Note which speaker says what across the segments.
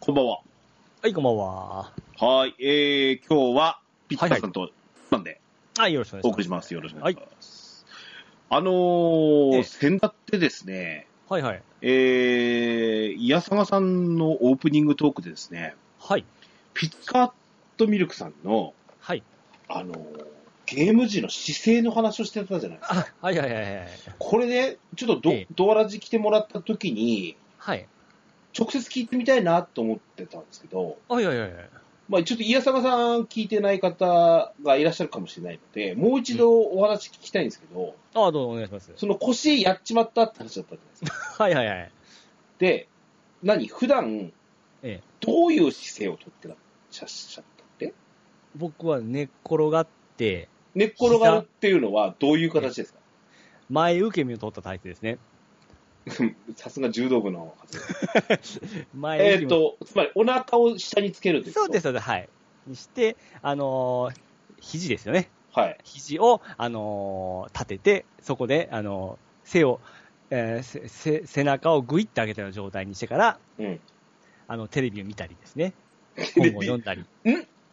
Speaker 1: こんばんは。
Speaker 2: はい、こんばんは。
Speaker 1: はい。えー、今日は、ピッタさんと、なんで、
Speaker 2: はい、よろしくお願いします。
Speaker 1: お送りします。よろしくお願いします。あのー
Speaker 2: ええ
Speaker 1: 先だってですね、
Speaker 2: はいはい。
Speaker 1: えー、イヤサガさんのオープニングトークでですね、
Speaker 2: はい。
Speaker 1: ピッカットミルクさんの、
Speaker 2: はい。
Speaker 1: あのーゲーム時の姿勢の話をしてたじゃないですか。
Speaker 2: あ、はいはいはいはい。
Speaker 1: これね、ちょっとど
Speaker 2: ええ
Speaker 1: ドアラジ来てもらった時に、
Speaker 2: はい。
Speaker 1: 直接聞いてみたいなと思ってたんですけど、
Speaker 2: あ、いやいやいや。
Speaker 1: まあ、ちょっと、イヤサガさん聞いてない方がいらっしゃるかもしれないので、もう一度お話聞きたいんですけど、
Speaker 2: あ、どうぞお願いします。
Speaker 1: その腰やっちまったって話だったじゃないですか。
Speaker 2: はいはいはい。
Speaker 1: で、何普段、
Speaker 2: ええ
Speaker 1: どういう姿勢をとってらっしゃったって
Speaker 2: 僕は寝っ転がって、
Speaker 1: 寝っ転がるっていうのはどういう形ですか
Speaker 2: 前受け身を取った体勢ですね。
Speaker 1: さすが柔道部の発言。
Speaker 2: 前
Speaker 1: えっ
Speaker 2: 受け身
Speaker 1: と、
Speaker 2: を
Speaker 1: つまりお腹を下につけるということ
Speaker 2: そうです、。そうです。はい。にして、あのー肘ですよね。
Speaker 1: はい。
Speaker 2: 肘を、あのー立てて、そこで、あのー背を、えーせせ背中をグイッと上げたような状態にしてから、
Speaker 1: うん。
Speaker 2: あの、テレビを見たりで すね。
Speaker 1: レビ
Speaker 2: 本を読んだり。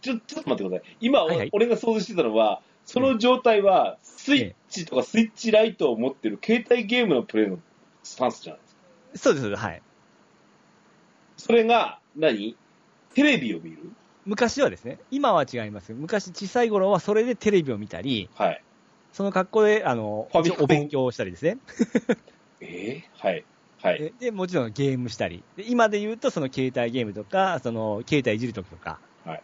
Speaker 1: ちょ、ちょっと待ってください。今、
Speaker 2: はいはい
Speaker 1: お俺が想像してたのは、その状態は、スイッチとかスイッチライトを持ってる携帯ゲームのプレイのスタンスじゃないですか。
Speaker 2: そうです、そうです。はい。
Speaker 1: それが何、テレビを見る
Speaker 2: 昔はですね、今は違います。昔、小さい頃はそれでテレビを見たり、
Speaker 1: はい。
Speaker 2: その格好で、あの、
Speaker 1: ファミコン
Speaker 2: お勉強をしたりですね。
Speaker 1: えー、はい。はい。
Speaker 2: えで、もちろんゲームしたり。で今で言うと、その携帯ゲームとか、その、携帯いじるときとか、
Speaker 1: はい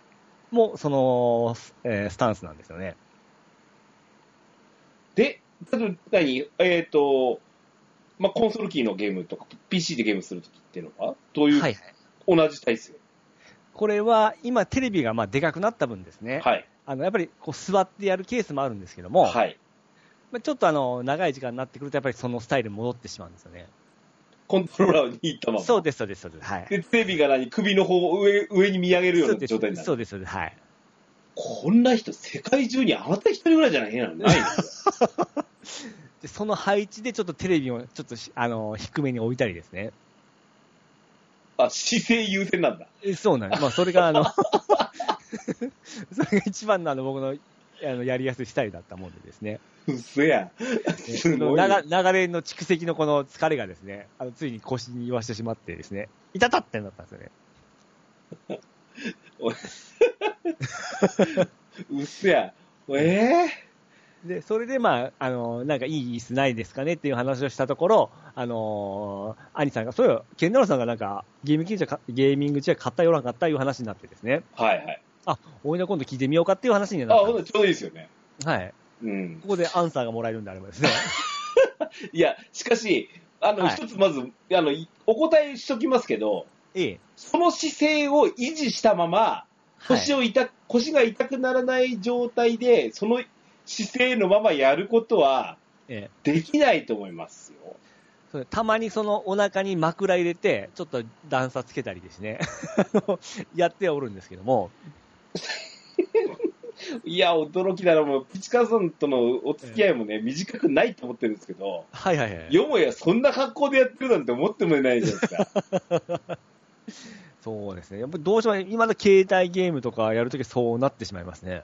Speaker 2: もう、その、スえースタンスなんですよね。
Speaker 1: で、ただ何えっ、と、まあ、コンソールキーのゲームとか、PC でゲームするときっていうのは、どういう、
Speaker 2: はいはい。
Speaker 1: 同じ体勢
Speaker 2: これは、今、テレビが、まあ、でかくなった分ですね。
Speaker 1: はい。
Speaker 2: あの、やっぱり、こう、座ってやるケースもあるんですけども、
Speaker 1: はい。
Speaker 2: まあ、ちょっと、あの、長い時間になってくると、やっぱりそのスタイルに戻ってしまうんですよね。
Speaker 1: コントローラーを握ったまま。
Speaker 2: そうです、そうです、そうです。はい。
Speaker 1: で、テレビが何首の方を上上に見上げるよ
Speaker 2: そうう
Speaker 1: な
Speaker 2: です
Speaker 1: 状態になる。
Speaker 2: そうです、そうです。はい。
Speaker 1: こんな人、世界中にあなた一人ぐらいじゃない変な のね。
Speaker 2: でその配置でちょっとテレビをちょっとしあの低めに置いたりですね。
Speaker 1: あ、姿勢優先なんだ。
Speaker 2: えそうなんです。まあ、それがあの、 それが一番のあの僕のあのやりやすいスタイルだったもんでですね。
Speaker 1: うそや。
Speaker 2: え
Speaker 1: すごい
Speaker 2: その流流れの蓄積のこの疲れがですね、あのついに腰に言わしてしまってですね、いたたってなったんですよね。
Speaker 1: うそや。え
Speaker 2: で、それでまあ、あの、なんかいい椅子ないですかねっていう話をしたところ、あのー、兄さんが、そうよ、ケンダロウさんがなんか、ゲーミングチェアか、ゲーミングチェア買ったよらなかったいう話になってですね、
Speaker 1: ー、はいはい。
Speaker 2: あ、おいの今度聞いてみようかっていう話には
Speaker 1: あ、
Speaker 2: なった
Speaker 1: ほ
Speaker 2: ん
Speaker 1: ん
Speaker 2: で
Speaker 1: とちょうどいいですよね。
Speaker 2: す。はい。
Speaker 1: うん。
Speaker 2: ここでアンサーがもらえるんであればで すね。
Speaker 1: いや、しかし、あの、
Speaker 2: はい
Speaker 1: 一つまず、あの、いお答えしときますけど、
Speaker 2: ええ。
Speaker 1: その姿勢を維持したまま、腰
Speaker 2: を。
Speaker 1: を痛く、腰が痛くならない状態で、その姿勢のままやることは
Speaker 2: ええ
Speaker 1: できないと思いますよ。
Speaker 2: それたまにそのお腹に枕入れて、ちょっと段差つけたりですね。 あのやってはおるんですけども。
Speaker 1: いや、驚きだな、もう、ピチカさんとのお付き合いもね、短くないと思ってるんですけど、
Speaker 2: はいはいはい。
Speaker 1: よもやそんな格好でやってるなんて思ってもいないじゃないで すか。
Speaker 2: そうですね。やっぱりどうしても今の携帯ゲームとかやるときそうなってしまいますね。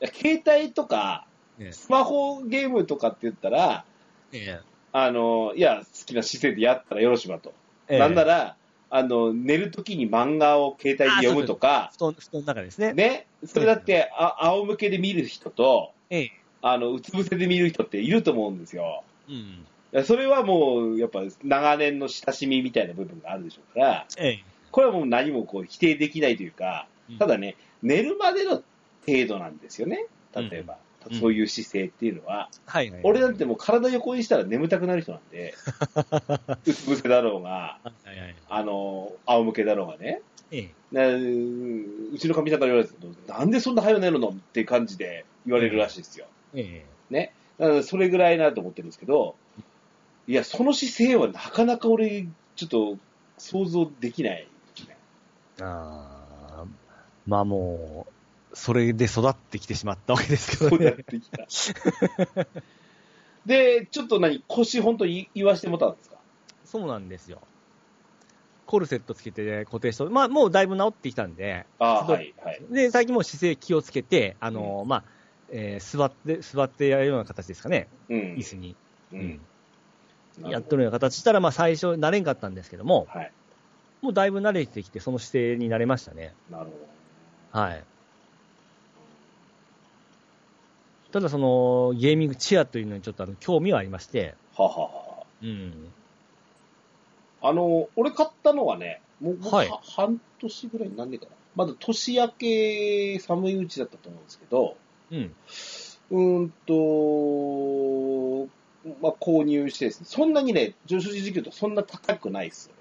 Speaker 1: いや携帯とか、
Speaker 2: ええ
Speaker 1: スマホゲームとかって言ったら、
Speaker 2: え
Speaker 1: あの、いや、好きな姿勢でやったらよろしばと。
Speaker 2: え
Speaker 1: なんなら、あの、寝るときに漫画を携帯で読むとか、
Speaker 2: 布団、布団の中ですね。
Speaker 1: ね、それだって、あ仰向けで見る人と、
Speaker 2: ええ。
Speaker 1: あの、うつ伏せで見る人っていると思うんですよ。
Speaker 2: うん。
Speaker 1: いやそれはもう、やっぱ、長年の親しみみたいな部分があるでしょうから、
Speaker 2: ええ。
Speaker 1: これはもう何もこう否定できないというか、ただね、寝るまでの程度なんですよね。例えば、
Speaker 2: うん
Speaker 1: そういう姿勢っていうのは、
Speaker 2: はいはい。
Speaker 1: 俺なんてもう体横にしたら眠たくなる人なん で、うつ伏せだろうが、
Speaker 2: はいはい。
Speaker 1: あの、仰向けだろうがね、
Speaker 2: ええ。
Speaker 1: ねうちのかみさんから言われたけど、なんでそんな早寝るのっていう感じで言われるらしいですよ。
Speaker 2: ええ。
Speaker 1: だからそれぐらいなと思ってるんですけど、いや、その姿勢はなかなか俺、ちょっと想像できないですね。
Speaker 2: あーまあもう、それで育ってきてしまったわけですけ
Speaker 1: そ
Speaker 2: ど
Speaker 1: うやっ
Speaker 2: ね。
Speaker 1: てきた。で、ちょっと何、腰本当に言わしてもらったんですか
Speaker 2: そうなんですよ。コルセットつけてね固定して、まあ、もうだいぶ治ってきたんで、
Speaker 1: あー
Speaker 2: そう
Speaker 1: はい、はい。
Speaker 2: で、最近もう姿勢気をつけて、あのーまあ、えー座って、座ってやるような形ですかね、
Speaker 1: うん
Speaker 2: 椅。子に。
Speaker 1: う
Speaker 2: うん
Speaker 1: ん。な
Speaker 2: やっ
Speaker 1: る
Speaker 2: とるような形したら、まあ、最初慣れんかったんですけども
Speaker 1: ほ、どはい。
Speaker 2: もうだいぶ慣れてきて、その姿勢になれましたね。
Speaker 1: なるほ
Speaker 2: はい。ただ、その、ゲーミングチェアというのにちょっとあの興味はありまして、
Speaker 1: ど。はははは。
Speaker 2: うん。
Speaker 1: あの、俺買ったのはね、もう、もう
Speaker 2: はい
Speaker 1: は半年ぐらい、何年かな。まだ年明け寒いうちだったと思うんですけど、
Speaker 2: うん。
Speaker 1: うーんと、まあ、購入してですね、そんなにね、上昇時給とそんな高くないっすよ。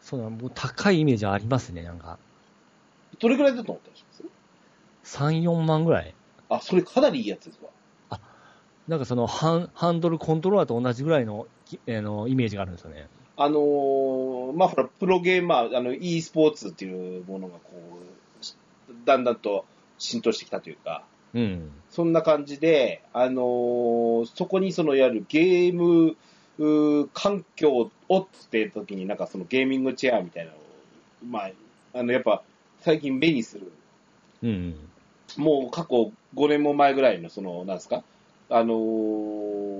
Speaker 2: そうなん、もう高いイメージありますね、なんか。
Speaker 1: どれくらいだと思ったりします
Speaker 2: 3、4万ぐらい。
Speaker 1: あ、それかなりいいやつですわ。
Speaker 2: なんかその、ハンハンドルコントローラーと同じぐらいの、きあの、イメージがあるんですよね。
Speaker 1: あのーまあ、ほら、プロゲーマー、あの、e スポーツっていうものが、こうし、だんだんと浸透してきたというか、
Speaker 2: うん。
Speaker 1: そんな感じで、あのーそこにその、いわゆるゲーム、うー環境をって時に、なんかそのゲーミングチェアみたいなのを、まあ、あの、やっぱ、最近目にする
Speaker 2: うん。
Speaker 1: もう過去5年も前ぐらいの、その、なんですか、あのー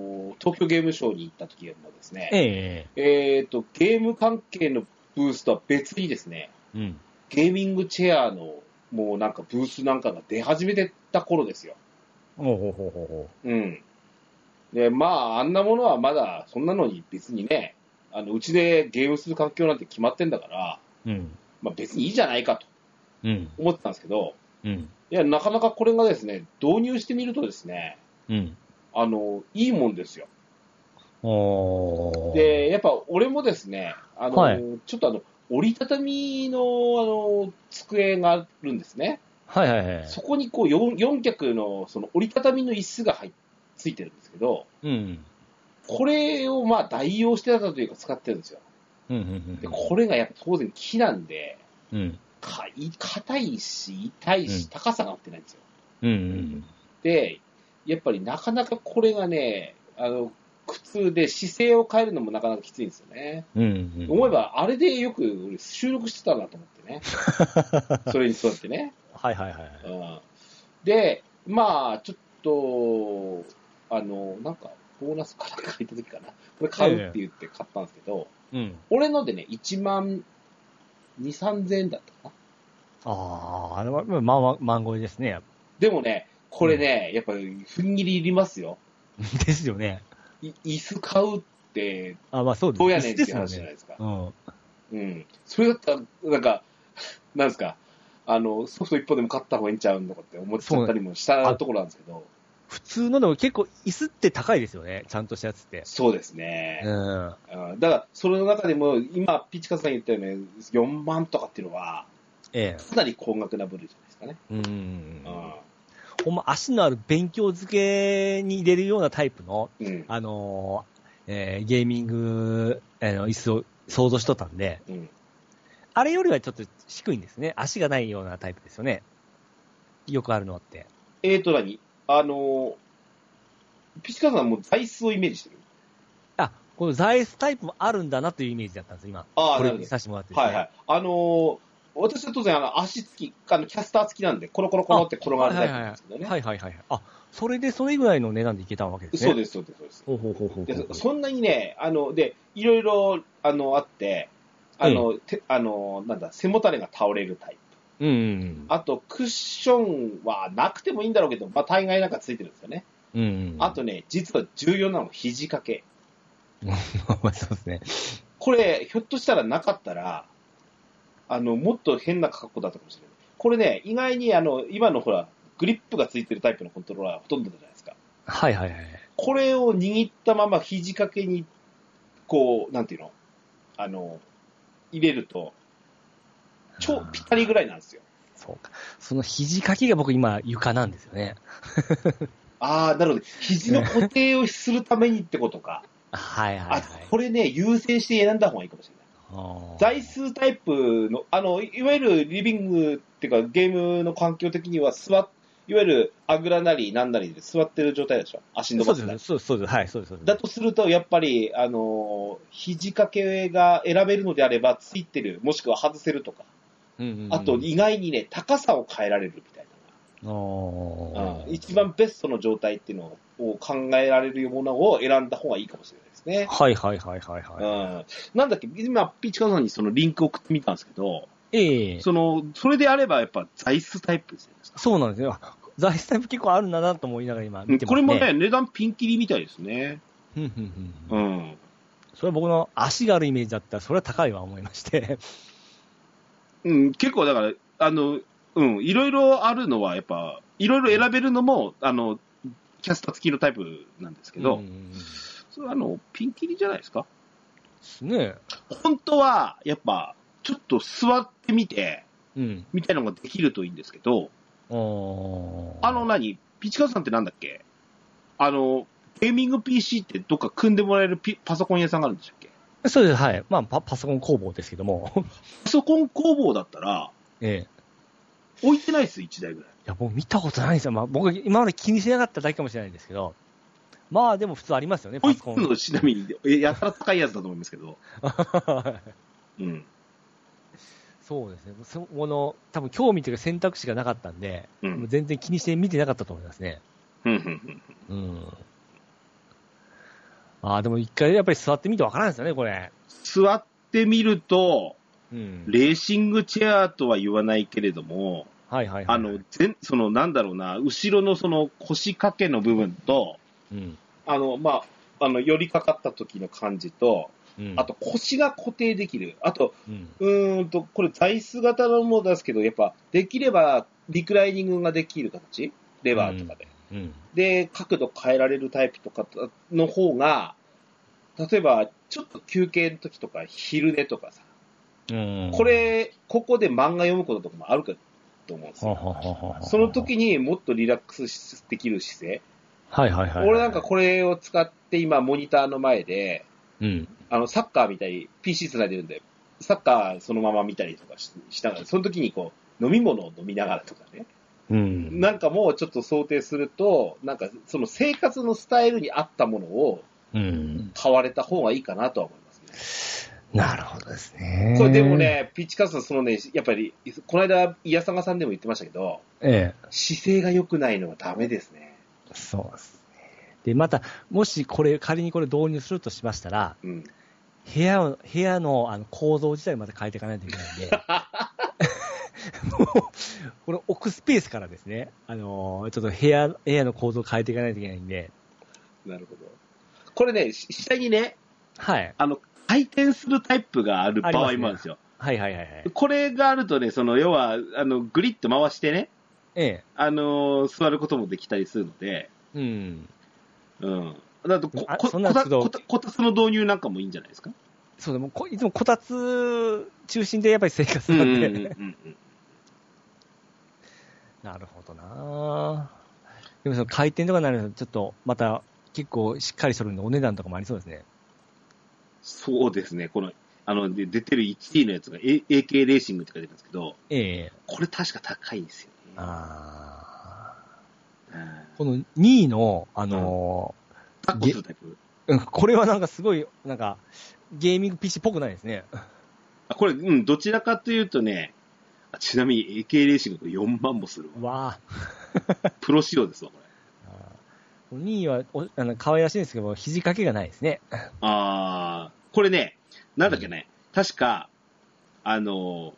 Speaker 1: 東京ゲームショウに行った時もです
Speaker 2: え
Speaker 1: ね、
Speaker 2: え
Speaker 1: えっ、と、ゲーム関係のブースとは別にですね、
Speaker 2: ええうん。
Speaker 1: ゲーミングチェアの、もうなんかブースなんかが出始めてた頃ですよ。
Speaker 2: ほうほうほうほうほ
Speaker 1: うん。で、まあ、あんなものはまだ、そんなのに別にね、あの、うちでゲームする環境なんて決まってんだから、
Speaker 2: う。うん。
Speaker 1: まあ別にいいじゃないかと
Speaker 2: うん。
Speaker 1: 思ってたんですけど、
Speaker 2: うん。
Speaker 1: いや、なかなかこれがですね、導入してみるとですね、
Speaker 2: うん。
Speaker 1: あの、いいもんですよ。
Speaker 2: おー。
Speaker 1: で、、やっぱ俺もですね、あの、
Speaker 2: はい
Speaker 1: ちょっとあの、折りたたみの、あの、机があるんですね。
Speaker 2: はいはいはい。
Speaker 1: そこにこう4、4脚の、その折りたたみの椅子が入っついてるんですけど、
Speaker 2: うん。
Speaker 1: これをまあ代用してたというか使ってるんですよ。
Speaker 2: うん。うん
Speaker 1: で、これがやっぱ当然木なんで、
Speaker 2: うん。うん。
Speaker 1: かい硬いし、痛いうし、
Speaker 2: ん
Speaker 1: 高さが合ってないんですよ。
Speaker 2: うんうん。
Speaker 1: で、やっぱりなかなかこれがね、あの、苦痛で姿勢を変えるのもなかなかきついんですよね。
Speaker 2: うん。うん
Speaker 1: 思え。ば、あれでよく俺収録してたなと思ってね。それに座ってね。
Speaker 2: はいはいは
Speaker 1: う
Speaker 2: い。
Speaker 1: ん、で、まあ、ちょっと、あの、なんか、ボーナスかなんか入った時かな。これ買うって言って買ったんですけど、
Speaker 2: うん。
Speaker 1: 俺のでね、1万2、3000円だったかな。
Speaker 2: ああ、あれは、まあ、まあ、マンゴーですね。
Speaker 1: でもね、これね、やっぱ、踏ん切りいりますよ。
Speaker 2: ですよね。
Speaker 1: い椅子買うって、
Speaker 2: あまあそうです。
Speaker 1: どうやねんっていう
Speaker 2: 椅子で
Speaker 1: 話
Speaker 2: す
Speaker 1: じゃ
Speaker 2: よ
Speaker 1: ない
Speaker 2: ね。
Speaker 1: ですか。
Speaker 2: うん。
Speaker 1: うん。それだったら、なんか、 なんですか、あの、ソフト一本でも買った方がいいんちゃうんとかって思っちゃったりもしたところなんですけど、
Speaker 2: 普通のでも結構椅子って高いですよね。ちゃんとしたやつって。
Speaker 1: そうですね。
Speaker 2: うん。
Speaker 1: うんだから、それの中でも、今、ピチカさん言ったように、4万とかっていうのは、
Speaker 2: ええ。
Speaker 1: かなり高額な部類じゃないですかね。
Speaker 2: うん。
Speaker 1: う
Speaker 2: ほんま足のある勉強漬けに入れるようなタイプの、
Speaker 1: ん。うん。
Speaker 2: あのーえーゲーミング、あの、椅子を想像しとったんで、
Speaker 1: うん、
Speaker 2: あれよりはちょっと低いんですね。足がないようなタイプですよね。よくあるのって。
Speaker 1: えーと、何あのー、ピチカさんはもう座椅子をイメージしてる。
Speaker 2: あ、この座椅子タイプもあるんだなというイメージだったんです、今。
Speaker 1: あーな
Speaker 2: これ
Speaker 1: るほど
Speaker 2: にさせてもらってです
Speaker 1: は
Speaker 2: ね
Speaker 1: いはい。あのー、私は当然、あの、足つき、あの、キャスター付きなんで、コロコロコロって転がるタイプなんですけどね。
Speaker 2: はいはいはいはい。あ、それでそれぐらいの値段でいけたわけです
Speaker 1: そ
Speaker 2: ね。
Speaker 1: う
Speaker 2: す。
Speaker 1: です、そうです、そうです。
Speaker 2: ほうほうほうほう
Speaker 1: でそそんなにね、あの、で、いろいろ、あの、あって、あの、てあの、なんだ、背もたれが倒れるタイプ。
Speaker 2: うんうん
Speaker 1: あと、クッションはなくてもいいんだろうけど、まあ、大概なんかついてるんですよね。
Speaker 2: うん。うん。
Speaker 1: あとね、実は重要なのは肘掛け。
Speaker 2: まあ、 そうですね。
Speaker 1: これ、ひょっとしたらなかったら、あの、もっと変な格好だったかもしれない。これね、意外に、あの、今のほら、グリップがついてるタイプのコントローラーはほとんどじゃないですか。
Speaker 2: はいはいはい。
Speaker 1: これを握ったまま肘掛けに、こう、なんていうのあの、入れると、超ぴったりぐらいなんですよ。
Speaker 2: そうか。その肘掛けが僕今床なんですよね。
Speaker 1: ああ、なるほど。肘の固定をするためにってことか。
Speaker 2: はい はいは
Speaker 1: あ
Speaker 2: い。、
Speaker 1: これね、優先して選んだ方がいいかもしれない。
Speaker 2: あー
Speaker 1: 座椅子タイプの、あの、いわゆるリビングっていうか、ゲームの環境的には座っ、いわゆるあぐらなりなんなりで座ってる状態でしょ足伸ば
Speaker 2: そう
Speaker 1: す
Speaker 2: で
Speaker 1: なり
Speaker 2: す、そうです、そうです、はい、そうです。そうです
Speaker 1: だとすると、やっぱり、あのー肘掛けが選べるのであれば、ついてる、もしくは外せるとか、
Speaker 2: うんうんうん
Speaker 1: あと意外にね、高さを変えられるみたいな、
Speaker 2: あ
Speaker 1: うん一番ベストの状態っていうのを考えられるものを選んだ方がいいかもしれないですね。
Speaker 2: はいはいはいはいは
Speaker 1: うん、なんだっけ、今、ピーチカーさんにそのリンクを送ってみたんですけど、
Speaker 2: い。ええ
Speaker 1: そのそれであれば、やっぱ座椅子タイプですよね。
Speaker 2: そうなんですよ。あ材質タイプ結構あるんだなと思いながら今見てます、ね。
Speaker 1: これもね、値段ピンキリみたいですね。
Speaker 2: うんうんう。
Speaker 1: うんん。
Speaker 2: それは僕の足があるイメージだったら、それは高いわ思いまして。
Speaker 1: うん、結構だから、あの、うん、いろいろあるのは、やっぱ、いろいろ選べるのも、あの、キャスター付きのタイプなんですけど、
Speaker 2: うんうんうん
Speaker 1: それはあの、ピンキリじゃないですか。
Speaker 2: ね
Speaker 1: 本当は、やっぱ、ちょっと座ってみて、
Speaker 2: え。うん。
Speaker 1: みたいなのができるといいんですけど、
Speaker 2: おー
Speaker 1: あの何、ピチカーさんってなんだっけあの、ゲーミング PC ってどっか組んでもらえるピパソコン屋さんがあるんでしたっけ
Speaker 2: そうです、はい。まあ、パパソコン工房ですけど も。
Speaker 1: パソコン工房だったら、
Speaker 2: ええ。
Speaker 1: 置いてないです、1台ぐらい。
Speaker 2: いや、もう見たことないんですよ。まあ、僕、今まで気にしなかっただけかもしれないんですけど。まあ、でも普通ありますよね、
Speaker 1: こ
Speaker 2: パ
Speaker 1: い
Speaker 2: ソ
Speaker 1: つ
Speaker 2: コン。
Speaker 1: のちなみに、えやたら高いやつだと思いますけど、うん。
Speaker 2: そうですね。そこの、多分興味というか選択肢がなかったんで、
Speaker 1: う。
Speaker 2: もうん全然気にして見てなかったと思いますね。
Speaker 1: うんうん
Speaker 2: うん。ああ、でも一回やっぱり座ってみてわからないですよね、これ。
Speaker 1: 座ってみると、
Speaker 2: うん。
Speaker 1: レーシングチェアとは言わないけれども、
Speaker 2: はいはいはい。
Speaker 1: あの、全、その、なんだろうな、後ろのその腰掛けの部分と、
Speaker 2: うん。
Speaker 1: あの、まあ、あの、寄りかかった時の感じと、
Speaker 2: うん。
Speaker 1: あと腰が固定できる。あと、
Speaker 2: うん。
Speaker 1: うーんと、これ座椅子型のものですけど、やっぱ、できれば、リクライニングができる形レバーとかで。
Speaker 2: うん。
Speaker 1: で、角度変えられるタイプとかの方が、例えば、ちょっと休憩の時とか、昼寝とかさ、
Speaker 2: うん。
Speaker 1: こ、れ、ここで漫画読むこととかもあるかと思うんです
Speaker 2: はは
Speaker 1: よ。
Speaker 2: ははは
Speaker 1: その、時にもっとリラックスできる姿勢。
Speaker 2: はいはいはい。
Speaker 1: 俺なんかこれを使って今、モニターの前で、
Speaker 2: れ、うん。
Speaker 1: あの、サッカーみたいに PC 繋いでるんで、サッカーそのまま見たりとかししながら、その時にこう、飲み物を飲みながらとかね。
Speaker 2: うん。
Speaker 1: なんかもうちょっと想定すると、なんかその生活のスタイルに合ったものを
Speaker 2: うん。
Speaker 1: 買われた方がいいかなとは思いますね。
Speaker 2: なるほどですね。
Speaker 1: そう、でも。ね、ピッチカーさん、そのね、やっぱり、この間、イヤサガさんでも言ってましたけど、
Speaker 2: ええ。
Speaker 1: 姿勢が良くないのはダメですね。
Speaker 2: そうですね。で、また、もしこれ、仮にこれ導入するとしましたら、
Speaker 1: うん。
Speaker 2: 部屋を、部屋のあの構造自体また変えていかないといけないんで、 もう、この置くスペースからですね、あのーちょっと部屋、部屋の構造を変えていかないといけないんで、
Speaker 1: なるほど。これね、し下にね、
Speaker 2: はい。
Speaker 1: あの、回転するタイプがある場合もあるんですよ。
Speaker 2: はいはいはいはい。
Speaker 1: これがあるとね、その、要は、あの、グリッと回してね、
Speaker 2: ええ。
Speaker 1: あの座ることもできたりするので、
Speaker 2: うん。
Speaker 1: うん。だとこ、
Speaker 2: あ
Speaker 1: こ、
Speaker 2: そ
Speaker 1: こ
Speaker 2: んな
Speaker 1: た、
Speaker 2: 都道
Speaker 1: こた、こたつの導入なんかもいいんじゃないですか
Speaker 2: そうでもこ、いつもこたつ中心でやっぱり生活なんで。
Speaker 1: んうん。
Speaker 2: なるほどなぁでもその回転とかになると、ちょっとまた結構しっかりするんで、お値段とかもありそうですね。
Speaker 1: そうですね、この、あの、で出てる1位のやつが、A、AK レーシングって書いてるんですけど、
Speaker 2: ええ。
Speaker 1: これ確か高いんですよね。
Speaker 2: ああ。
Speaker 1: うん
Speaker 2: この2位の、あのー
Speaker 1: 抱っこするタイプ
Speaker 2: うんこれはなんかすごい、なんか、ゲーミング PC っぽくないですね。
Speaker 1: あこれ、うん、どちらかというとね、あちなみに AK レーシング4万もするわ。
Speaker 2: わあ。
Speaker 1: プロ仕様ですわ、これ。
Speaker 2: 2位はおあの可愛らしいんですけど、肘掛けがないですね。
Speaker 1: あー、これね、なんだっけね、確か、あの、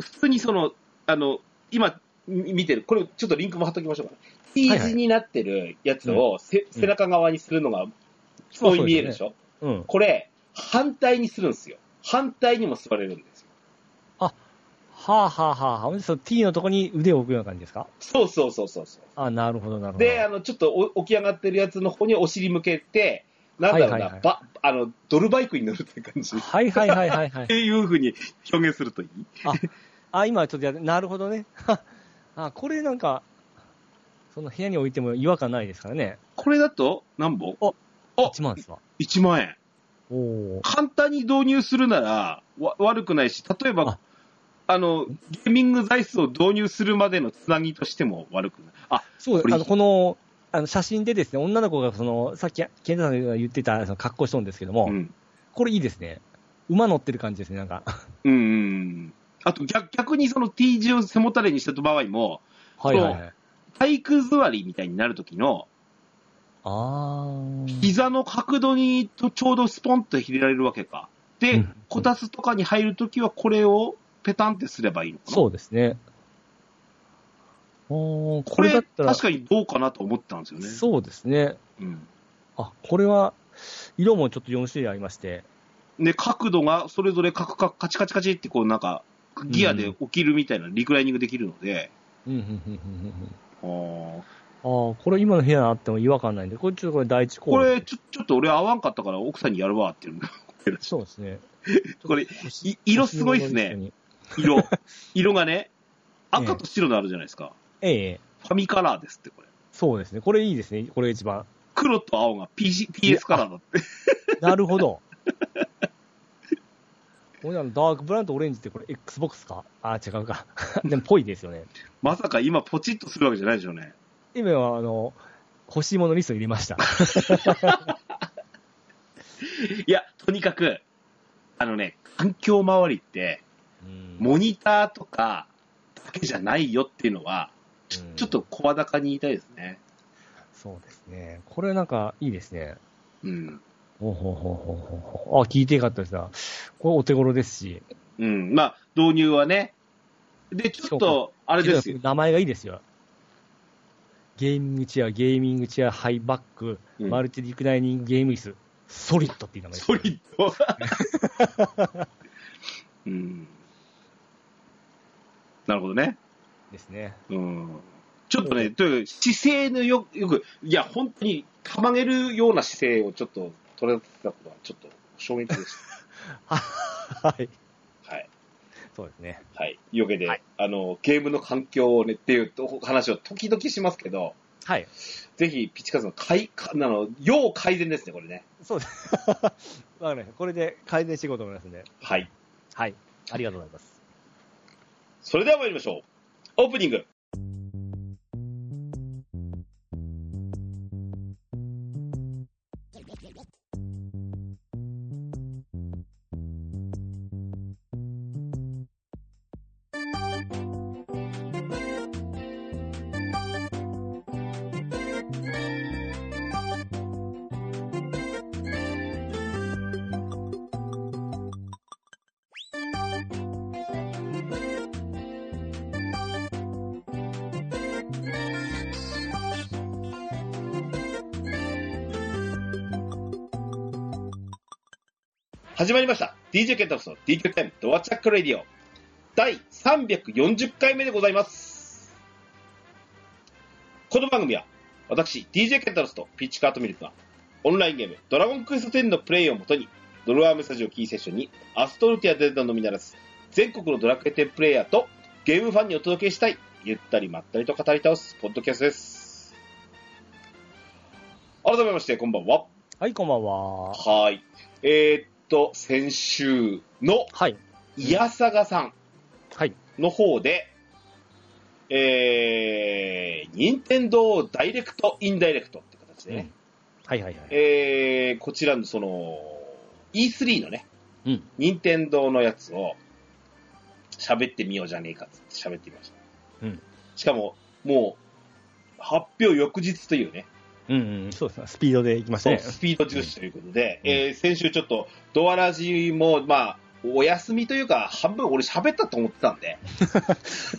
Speaker 1: 普通にその、あの、今、み見てる、これちょっとリンクも貼っときましょうか、ね。T
Speaker 2: はいはい
Speaker 1: 字になってるやつをせ、背中側にするのが、そうに見えるでしょ
Speaker 2: うん。
Speaker 1: これ、反対にするんですよ。反対にも座れるんですよ。
Speaker 2: はあ、はあはあはあ、ほんでその T のとこに腕を置くような感じですか
Speaker 1: そうそうそうそうそう。
Speaker 2: あなるほど、なるほど。
Speaker 1: で、あの、ちょっとお起き上がってるやつの方にお尻向けて、なんだろうな、
Speaker 2: はいはいはい
Speaker 1: ばあの、ドルバイクに乗るって感じ。っ
Speaker 2: はいはいはいはい はい
Speaker 1: て。いう風に表現するといい
Speaker 2: あ、今ちょっとやって、なるほどね。 あ、これなんか、その部屋に置いても違和感ないですからね。
Speaker 1: これだと何本
Speaker 2: あ
Speaker 1: あ
Speaker 2: 1万ですわ。
Speaker 1: 1万円。
Speaker 2: おお。
Speaker 1: 簡単に導入するならわ悪くないし、例えば
Speaker 2: あ、
Speaker 1: ああの、ゲーミング材質を導入するまでのつなぎとしても悪くない。あ、
Speaker 2: そう
Speaker 1: これ
Speaker 2: あのこのあの写真でですね、女の子がそのさっき、健太さんが言ってたその格好しとるんですけども、
Speaker 1: うん。
Speaker 2: これいいですね。馬乗ってる感じですね、な んか。
Speaker 1: うんうんうん。あと逆逆にその T 字を背もたれにした場合も、
Speaker 2: はいはいはい。
Speaker 1: 体育座りみたいになる時の、
Speaker 2: あー。
Speaker 1: 膝の角度にとちょうどスポンと入れられるわけか。で、
Speaker 2: うん
Speaker 1: こたつとかに入るときはこれをペタンってすればいいのかな。
Speaker 2: そうですね。おーこ
Speaker 1: こ
Speaker 2: れ
Speaker 1: れ
Speaker 2: だったら、
Speaker 1: 確かにどうかなと思ったんですよね。
Speaker 2: そうですね。
Speaker 1: うん
Speaker 2: あ、これは、色もちょっと4種類ありまして、
Speaker 1: で、角度がそれぞれカクカクカチカチカチってこうなんか、ギアで起きるみたいなリクライニングできるので、
Speaker 2: うん、うん、うん、うんうん。
Speaker 1: あー
Speaker 2: あーこれ今の部屋あっても違和感ないんで、これちょっとこれ第一項
Speaker 1: これちょちょっと俺合わんかったから奥さんにやるわって いうの
Speaker 2: そうですね。
Speaker 1: これ、い色すごいっすね。色。色がね、赤と白のあるじゃないですか。
Speaker 2: ええ、
Speaker 1: ファミカラーですってこれ。
Speaker 2: そうですね。これいいですね。これ一番。
Speaker 1: 黒と青が PC PS カラーだって。
Speaker 2: なるほど。 これあのダークブラウンとオレンジってこれ Xbox かあー、違うか。 でもぽいですよね。
Speaker 1: まさか今ポチッとするわけじゃないでしょうね。
Speaker 2: 今はあの、欲しいものリスト入れま した。
Speaker 1: いや、とにかく、あのね、環境周りって、
Speaker 2: うん
Speaker 1: モニターとかだけじゃないよっていうのは、ちょ
Speaker 2: うん
Speaker 1: ちょっと声高に言いたいですね。
Speaker 2: そうですね。これなんかいいですね。
Speaker 1: うん。
Speaker 2: ほうほうほうほうほうほう。あ、聞いてよかったですな。これお手頃ですし。
Speaker 1: うん。まあ、導入はね。で、ちょっと、あれですよ。
Speaker 2: 名前がいいですよ。ゲーミングチェア、ゲーミングチェア、ハイバック、
Speaker 1: うん
Speaker 2: マルチリクライニングゲーム椅子、ソリッドっていう名前です
Speaker 1: ソリッド。 うん。なるほどね。
Speaker 2: ですね。
Speaker 1: うん。ちょっとね、という姿勢のよ、よく、いや、本当に、たまげるような姿勢をちょっと取れてたことは、ちょっと衝撃でし
Speaker 2: はい。
Speaker 1: た。はい。
Speaker 2: そうですね。
Speaker 1: はい。いうわけで、
Speaker 2: はい
Speaker 1: あの、ゲームの環境をねっていうと話を時々しますけど、
Speaker 2: はい。
Speaker 1: ぜひ、ピチカズの改、かあの、要改善ですね、これね。
Speaker 2: そうです。わかりました。これで改善していこうと思いますんで。
Speaker 1: はい。
Speaker 2: はい。ありがとうございます。
Speaker 1: それでは参りましょう。オープニング。始まりました。DJ ケンタロスの DQ10 ドアチャックレディオ。第340回目でございます。この番組は、私、DJ ケンタロスとピッチカートミルクが、オンラインゲーム、ドラゴンクエスト10のプレイをもとに、ドラワーメッサージをキーセッションに、アストルティアデータのみならず、全国のドラクエ10プレイヤーと、ゲームファンにお届けしたい、ゆったりまったりと語り倒す、ポッドキャストです。改めまして、こんばんは。
Speaker 2: はい、こんばんは。
Speaker 1: はい。えーっと、先週の
Speaker 2: はい。
Speaker 1: イヤサガさん
Speaker 2: はい。
Speaker 1: の方で、えー、任天堂ダイレクト、インダイレクトって形でね、
Speaker 2: はいはいはい。
Speaker 1: えー、こちらのその、E3 のね、
Speaker 2: うん。
Speaker 1: 任天堂のやつを喋ってみようじゃねえかっつって喋ってみました。
Speaker 2: うん
Speaker 1: しかも、もう、発表翌日というね、
Speaker 2: うんうん、そうですね。スピードでいきましたね
Speaker 1: そう。スピード重視ということで、
Speaker 2: うん
Speaker 1: えー先週ちょっとドアラジも、まあ、お休みというか、半分俺喋ったと思ってたんで、
Speaker 2: そう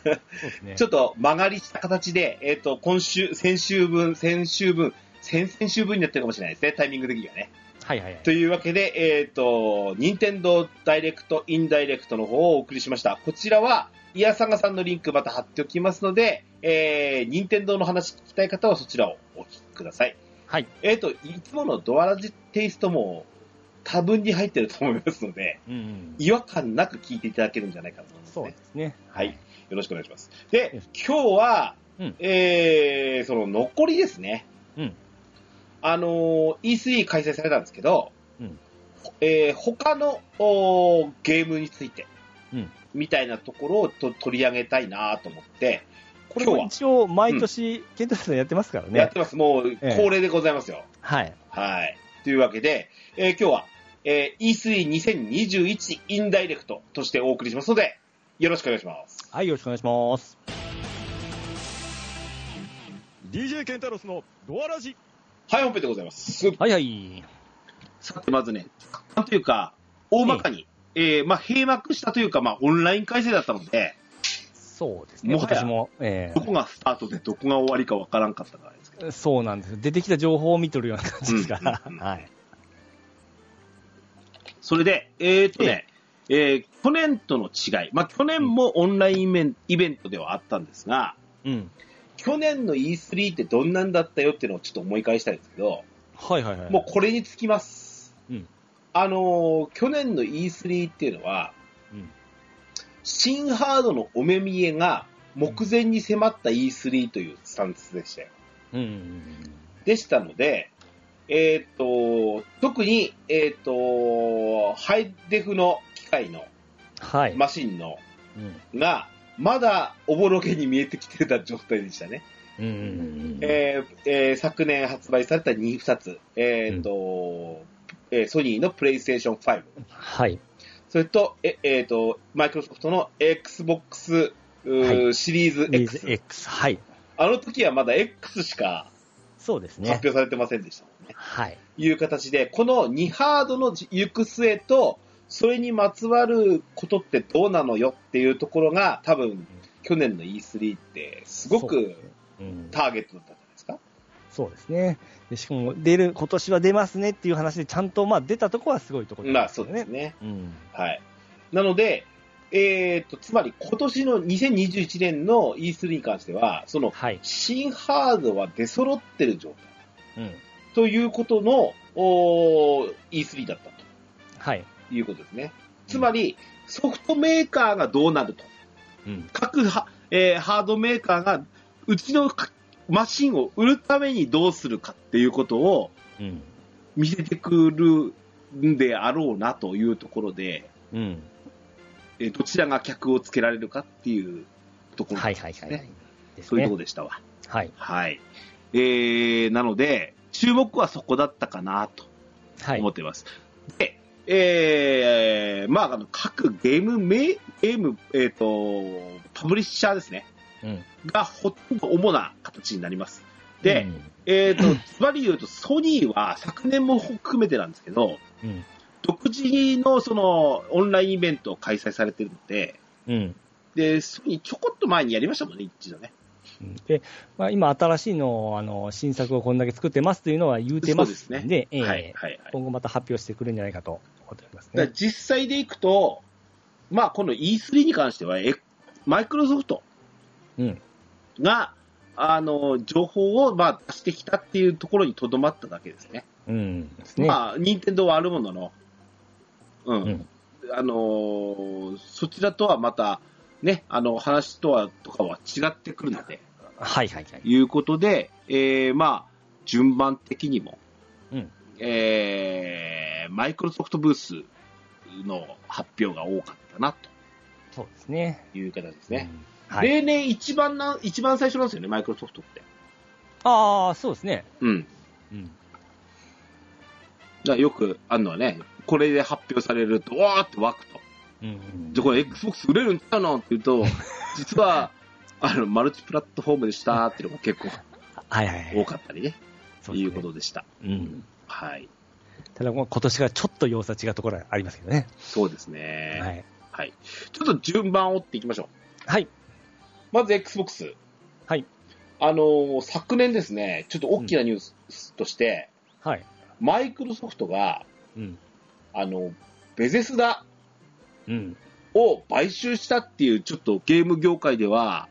Speaker 2: ですね
Speaker 1: ちょっと曲がりした形で、えっ、と、今週、先週分、先週分、先々週分になってるかもしれないですね、タイミング的にはね。
Speaker 2: はいはいはい
Speaker 1: と。いうわけで、えっ、と、任天堂ダイレクト、インダイレクトの方をお送りしました。こちらは、イヤサガさんのリンクまた貼っておきますので、えー、任天堂の話聞きたい方はそちらをお聞きください。
Speaker 2: はい。
Speaker 1: えっ、と、いつものドアラジテイストも多分に入ってると思いますの で、
Speaker 2: うんうん。
Speaker 1: 違和感なく聞いていただけるんじゃないかと思います、
Speaker 2: そう
Speaker 1: ね
Speaker 2: で。すね。
Speaker 1: はい。よろしくお願いします。で
Speaker 2: よ、
Speaker 1: 今日は、
Speaker 2: うん
Speaker 1: えー、その残りですね。
Speaker 2: うん
Speaker 1: あのー、E3 開催されたんですけど、
Speaker 2: うん
Speaker 1: えー他のおーゲームについて、
Speaker 2: うん
Speaker 1: みたいなところをと取り上げたいなと思って、
Speaker 2: こ
Speaker 1: 今日は
Speaker 2: れも一応、毎年、ケンタロウさんやってますから
Speaker 1: やっ
Speaker 2: ね。
Speaker 1: てます。もう
Speaker 2: ええ
Speaker 1: 恒例でございますよ。
Speaker 2: はい。
Speaker 1: はい。というわけで、えー今日は、えー E32021 インダイレクトとしてお送りしますので、よろしくお願いします。
Speaker 2: はい、よろしくお願いします。
Speaker 3: DJ ケンタロスのドアラジ
Speaker 1: はい、本編でございます。
Speaker 2: はいはい。
Speaker 1: さて、まずね、なんというか、大まかに、えーまあ、閉幕したというか、まあ、オンライン開催だったので、
Speaker 2: そうですね。
Speaker 1: もはや
Speaker 2: 私も、え
Speaker 1: どこがスタートでどこが終わりかわからんかったからですけど、
Speaker 2: えそうなんです。出てきた情報を見とるような感じですから。
Speaker 1: うんうんうん
Speaker 2: はい。
Speaker 1: それで、えーっとね、えー去年との違い、まあ、去年もオンラインイベンイベントではあったんですが、
Speaker 2: うん。
Speaker 1: 去年の E3 ってどんなんだったよっていうのをちょっと思い返したいんですけど、
Speaker 2: はいはいはい。
Speaker 1: もうこれにつきます。
Speaker 2: うん
Speaker 1: あのー去年の E3 っていうのは、
Speaker 2: うん
Speaker 1: 新ハードのお目見えが目前に迫った E3 というスタンスでしたよ。
Speaker 2: うんうんうん
Speaker 1: でしたので、えーっと、特に、えーっと、ハイデフの機械の
Speaker 2: はい。
Speaker 1: マシンの
Speaker 2: うん
Speaker 1: が、まだおぼろげに見えてきてた状態でしたね。
Speaker 2: うんうんうん
Speaker 1: えーえー昨年発売された 2, 2つ、えーっとえーソニーのプレイステーション5、
Speaker 2: はい。
Speaker 1: それと、ええーっとマイクロソフトの XBOX、うーシリーズ
Speaker 2: With
Speaker 1: X。
Speaker 2: X。はい。
Speaker 1: あの時はまだ X しか
Speaker 2: そうです
Speaker 1: 発
Speaker 2: ね。
Speaker 1: 表されてませんでしたもんね。
Speaker 2: はい。
Speaker 1: いう形で、この2ハードの行く末と、それにまつわることってどうなのよっていうところが、多分、去年の E3 って、すごく
Speaker 2: うん
Speaker 1: ターゲットだったんじゃないですか。
Speaker 2: そうですね。でしかも、出る、今年は出ますねっていう話で、ちゃんと、まあ、出たとこはすごいところ
Speaker 1: まあ、そうです。ね。
Speaker 2: うん。
Speaker 1: はい。なので、えー、と、つまり今年の2021年の E3 に関しては、その、
Speaker 2: はい。
Speaker 1: 新ハードは出揃ってる状態
Speaker 2: うん。
Speaker 1: ということの、おー E3 だったと
Speaker 2: はい。
Speaker 1: いうことですね。つまり、ソフトメーカーがどうなると。
Speaker 2: うん。
Speaker 1: 各は、えーハードメーカーがうちのかマシンを売るためにどうするかっていうことを
Speaker 2: うん。
Speaker 1: 見せてくるんであろうなというところで、
Speaker 2: うん。
Speaker 1: えーどちらが客をつけられるかっていうところ
Speaker 2: はい
Speaker 1: ですね。
Speaker 2: はいはいはい。です
Speaker 1: そういうところ
Speaker 2: ね。
Speaker 1: でしたわ。
Speaker 2: はい。
Speaker 1: はい。えー、なので、注目はそこだったかなと
Speaker 2: はい
Speaker 1: 思。ってます。で、えー、まあ、あの各ゲームメ、ゲーム、えっ、と、パブリッシャーですね。
Speaker 2: うん
Speaker 1: がほとんど主な形になります。で、
Speaker 2: うん
Speaker 1: えっ、 と、つまり言うと、ソニーは昨年も含めてなんですけど、
Speaker 2: うん。
Speaker 1: 独自のそのオンラインイベントを開催されてるので、
Speaker 2: うん。
Speaker 1: で、ソニーちょこっと前にやりましたもんね、一度ね。
Speaker 2: うんで、まあ、今、新しいのを、あの、新作をこんだけ作ってますというのは言うてます
Speaker 1: そうです
Speaker 2: んで、ええ
Speaker 1: はい、はい、はい。
Speaker 2: 今後また発表してくるんじゃないかと思っております
Speaker 1: だから
Speaker 2: ね。
Speaker 1: 実際でいくと、まあ、この E3 に関しては、えマイクロソフト
Speaker 2: うん。
Speaker 1: が、あの、情報を、まあ、出してきたっていうところにとどまっただけですね。
Speaker 2: うん。ですね。
Speaker 1: まあ、任天堂はあるものの、うん、
Speaker 2: うん
Speaker 1: あのーそちらとはまた、ね、あの、話とは、とかは違ってくるので、
Speaker 2: はいはいはい。
Speaker 1: いうことで、えー、まあ、順番的にも、
Speaker 2: うん
Speaker 1: えーマイクロソフトブースの発表が多かったな、
Speaker 2: そうですね。
Speaker 1: という形ですね。
Speaker 2: うん。はい。
Speaker 1: 例年一番な、一番最初なんですよね、マイクロソフトって。
Speaker 2: ああ、そうですね。
Speaker 1: うん。
Speaker 2: うん。
Speaker 1: だからよくあるのはね、これで発表されると、わーって湧くと。
Speaker 2: うん
Speaker 1: じゃ、これ Xbox 売れるんちゃうのって言う と、実は、あの、マルチプラットフォームでしたっていうのが結構
Speaker 2: はいはいはい。
Speaker 1: 多かったりね、
Speaker 2: そうです
Speaker 1: い
Speaker 2: ね
Speaker 1: うことでした。
Speaker 2: うん。
Speaker 1: はい。
Speaker 2: ただ、まあ今年はちょっと様子は違うところはありますけどね。
Speaker 1: そうですね。
Speaker 2: は
Speaker 1: はい。
Speaker 2: い。
Speaker 1: ちょっと順番を追っていきましょう。
Speaker 2: はい。
Speaker 1: まず Xbox。
Speaker 2: はい。
Speaker 1: あのー昨年ですね、ちょっと大きなニュースとして、
Speaker 2: はい。
Speaker 1: マイクロソフトが、
Speaker 2: うん。
Speaker 1: あの、ベゼスダ
Speaker 2: うん。
Speaker 1: を買収したっていう、ちょっとゲーム業界では、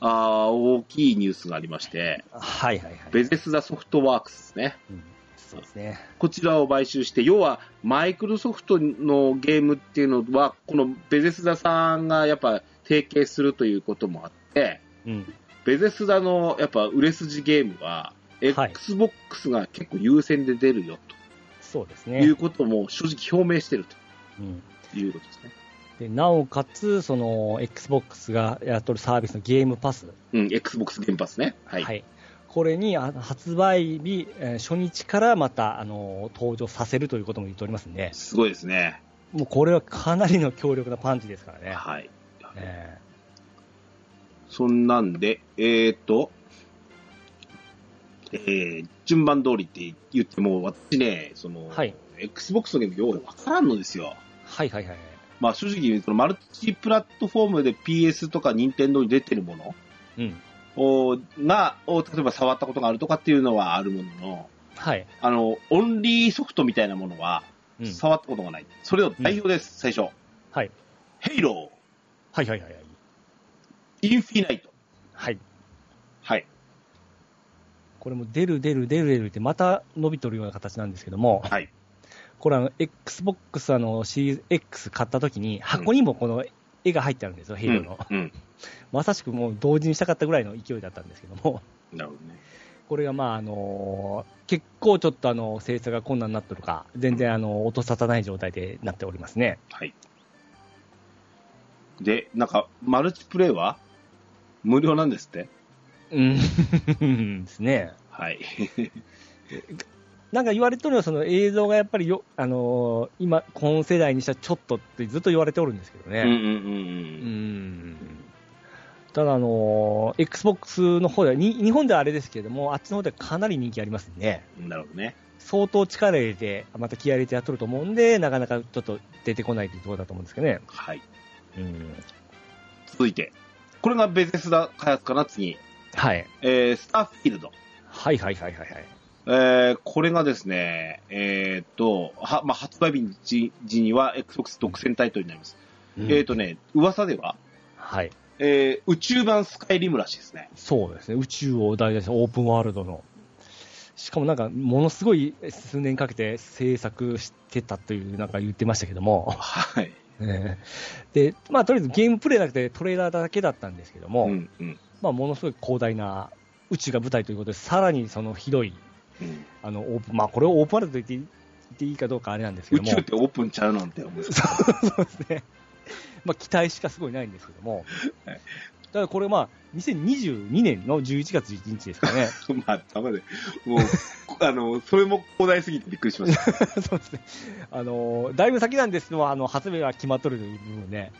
Speaker 1: あー大きいニュースがありまして、
Speaker 2: はいはいはい。
Speaker 1: ベゼスダソフトワークスですね。
Speaker 2: うんそうですね。
Speaker 1: こちらを買収して、要はマイクロソフトのゲームっていうのは、このベゼスダさんがやっぱ提携するということもあって、
Speaker 2: うん。
Speaker 1: ベゼスダのやっぱ売れ筋ゲームは、
Speaker 2: はい
Speaker 1: XBOX が結構優先で出るよ
Speaker 2: そうです
Speaker 1: とい
Speaker 2: ね
Speaker 1: う。ことも正直表明してる
Speaker 2: うん。
Speaker 1: ということですね。
Speaker 2: でなおかつ、その XBOX がやっとるサービスのゲームパス、
Speaker 1: うん、Xbox 原発ね。はい。
Speaker 2: はい、これにあ発売日、えー初日からまたあの登場させるということも言っておりますんで、
Speaker 1: すごいですね。
Speaker 2: もうこれはかなりの強力なパンチですからね。
Speaker 1: はい。
Speaker 2: え
Speaker 1: そんなんで、えー、っと、えー、順番通りって言っても、私ね、その、
Speaker 2: ーはい、
Speaker 1: Xbox のゲームようわからんのですよ。
Speaker 2: はいはいはいはい。
Speaker 1: まあ正直、そのマルチプラットフォームで PS とか任天堂に出てるもの
Speaker 2: うん。
Speaker 1: をが、を例えば触ったことがあるとかっていうのはあるものの、
Speaker 2: はい。
Speaker 1: あの、オンリーソフトみたいなものは
Speaker 2: うん。
Speaker 1: 触ったことがない。それを代表です、最初。
Speaker 2: はい。
Speaker 1: ヘイロ
Speaker 2: はいはいはいはい。
Speaker 1: ー、インフィナイト。
Speaker 2: はい。
Speaker 1: はい。
Speaker 2: これも出る出る出る出るってまた伸びとるような形なんですけども、
Speaker 1: はい。
Speaker 2: これあの、Xbox あの、シリーズ X 買った時に箱にもこの絵が入ってあるんですよ、ヘイローの。
Speaker 1: うん。うん
Speaker 2: まさしくもう同時にしたかったぐらいの勢いだったんですけども、
Speaker 1: なるほどね。
Speaker 2: これがまあ、あの結構ちょっとあの、精査が困難になってるか、全然あの、音沙汰ない状態でなっておりますね。
Speaker 1: はい。で、なんか、マルチプレイは無料なんですって
Speaker 2: うん、 ですね。
Speaker 1: はい。
Speaker 2: なんか言われとるのは、その映像がやっぱりよ、あのー今、今世代にしたらちょっとってずっと言われておるんですけど
Speaker 1: うんうん
Speaker 2: ね。
Speaker 1: うん
Speaker 2: う
Speaker 1: うん。
Speaker 2: んただ、あのー XBOX の方ではに、日本ではあれですけれども、あっちの方ではかなり人気ありますんで、
Speaker 1: なるほどね。
Speaker 2: 相当力入れて、また気合入れてやっとると思うんで、なかなかちょっと出てこないというところだと思うんですけどね。
Speaker 1: はい。
Speaker 2: うん
Speaker 1: 続いて。これがベゼスダ開発かな、次。
Speaker 2: はい。
Speaker 1: えー、スターフィールド。
Speaker 2: はいはいはいはいはい。
Speaker 1: えー、これがですね、えー、っと、は、まあ、発売日時には Xbox 独占タイトルになります。えー、っとね、噂では、
Speaker 2: はい。
Speaker 1: えー、宇宙版スカイリムらしいですね。
Speaker 2: そうですね。宇宙を題材にしたオープンワールドの。しかもなんか、ものすごい数年かけて制作してたという、なんか言ってましたけ ども。
Speaker 1: はい。
Speaker 2: ええで、まあ、とりあえずゲームプレイなくてトレーラーだけだったんですけども、
Speaker 1: うんうん。
Speaker 2: まあ、ものすごい広大な宇宙が舞台ということで、さらにそのひどい、
Speaker 1: うん
Speaker 2: あの、オープン、まあ、これをオープンワールドと言っていい言っていいかどうかあれなんですけ
Speaker 1: 宇
Speaker 2: ども。
Speaker 1: 宙ってオープンちゃうなんて思うんです
Speaker 2: そうですね。まあ、期待しかすごいないんですけども。
Speaker 1: は
Speaker 2: だ
Speaker 1: い
Speaker 2: からこれまあ、2022年の11月11日です かね。
Speaker 1: まあ、たまで。もう、 あの、それも広大すぎてびっくりしました。
Speaker 2: そうですね。あのー、だいぶ先なんですけども、あの、発明は決まっとるという部分ね。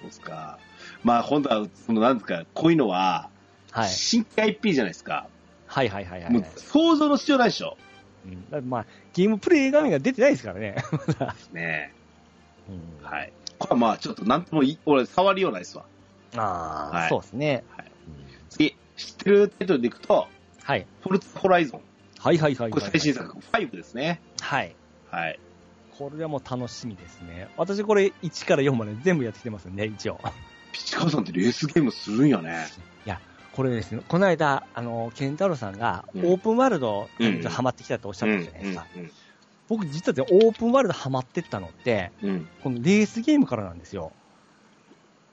Speaker 1: そうっすか。まあ、今度は、その、なんですか、こういうのは、
Speaker 2: はい。
Speaker 1: 新規 IP じゃないですか。
Speaker 2: はいはいはいはい、
Speaker 1: もう、想像の必要ないでしょ。
Speaker 2: うんだからまあ、ゲームプレイ画面が出てないですからね。
Speaker 1: ね
Speaker 2: うん
Speaker 1: はい。これはまあ、ちょっと、なんともいい、俺、触りようないですわ。
Speaker 2: ああ、
Speaker 1: はい
Speaker 2: そうですね。
Speaker 1: はい
Speaker 2: うん
Speaker 1: 次、知ってるタイトルでいくと、
Speaker 2: はい。
Speaker 1: フォルツァホライゾン。
Speaker 2: はいはいはいはい
Speaker 1: これ最新作、5ですね。
Speaker 2: はい。
Speaker 1: はい。
Speaker 2: これはもう楽しみですね。私これ1から4まで全部やってきてますんで、一 応。
Speaker 1: ピチカーさんってレースゲームするんやね。
Speaker 2: これですね、この間、あの、ケンタロウさんが、オ
Speaker 1: うん
Speaker 2: ープンワールド
Speaker 1: うん
Speaker 2: にハマってきたとおっしゃったじゃないですか。
Speaker 1: うん
Speaker 2: 僕実はねオープンワールドハマってったのって、
Speaker 1: うん。
Speaker 2: このレースゲームからなんですよ。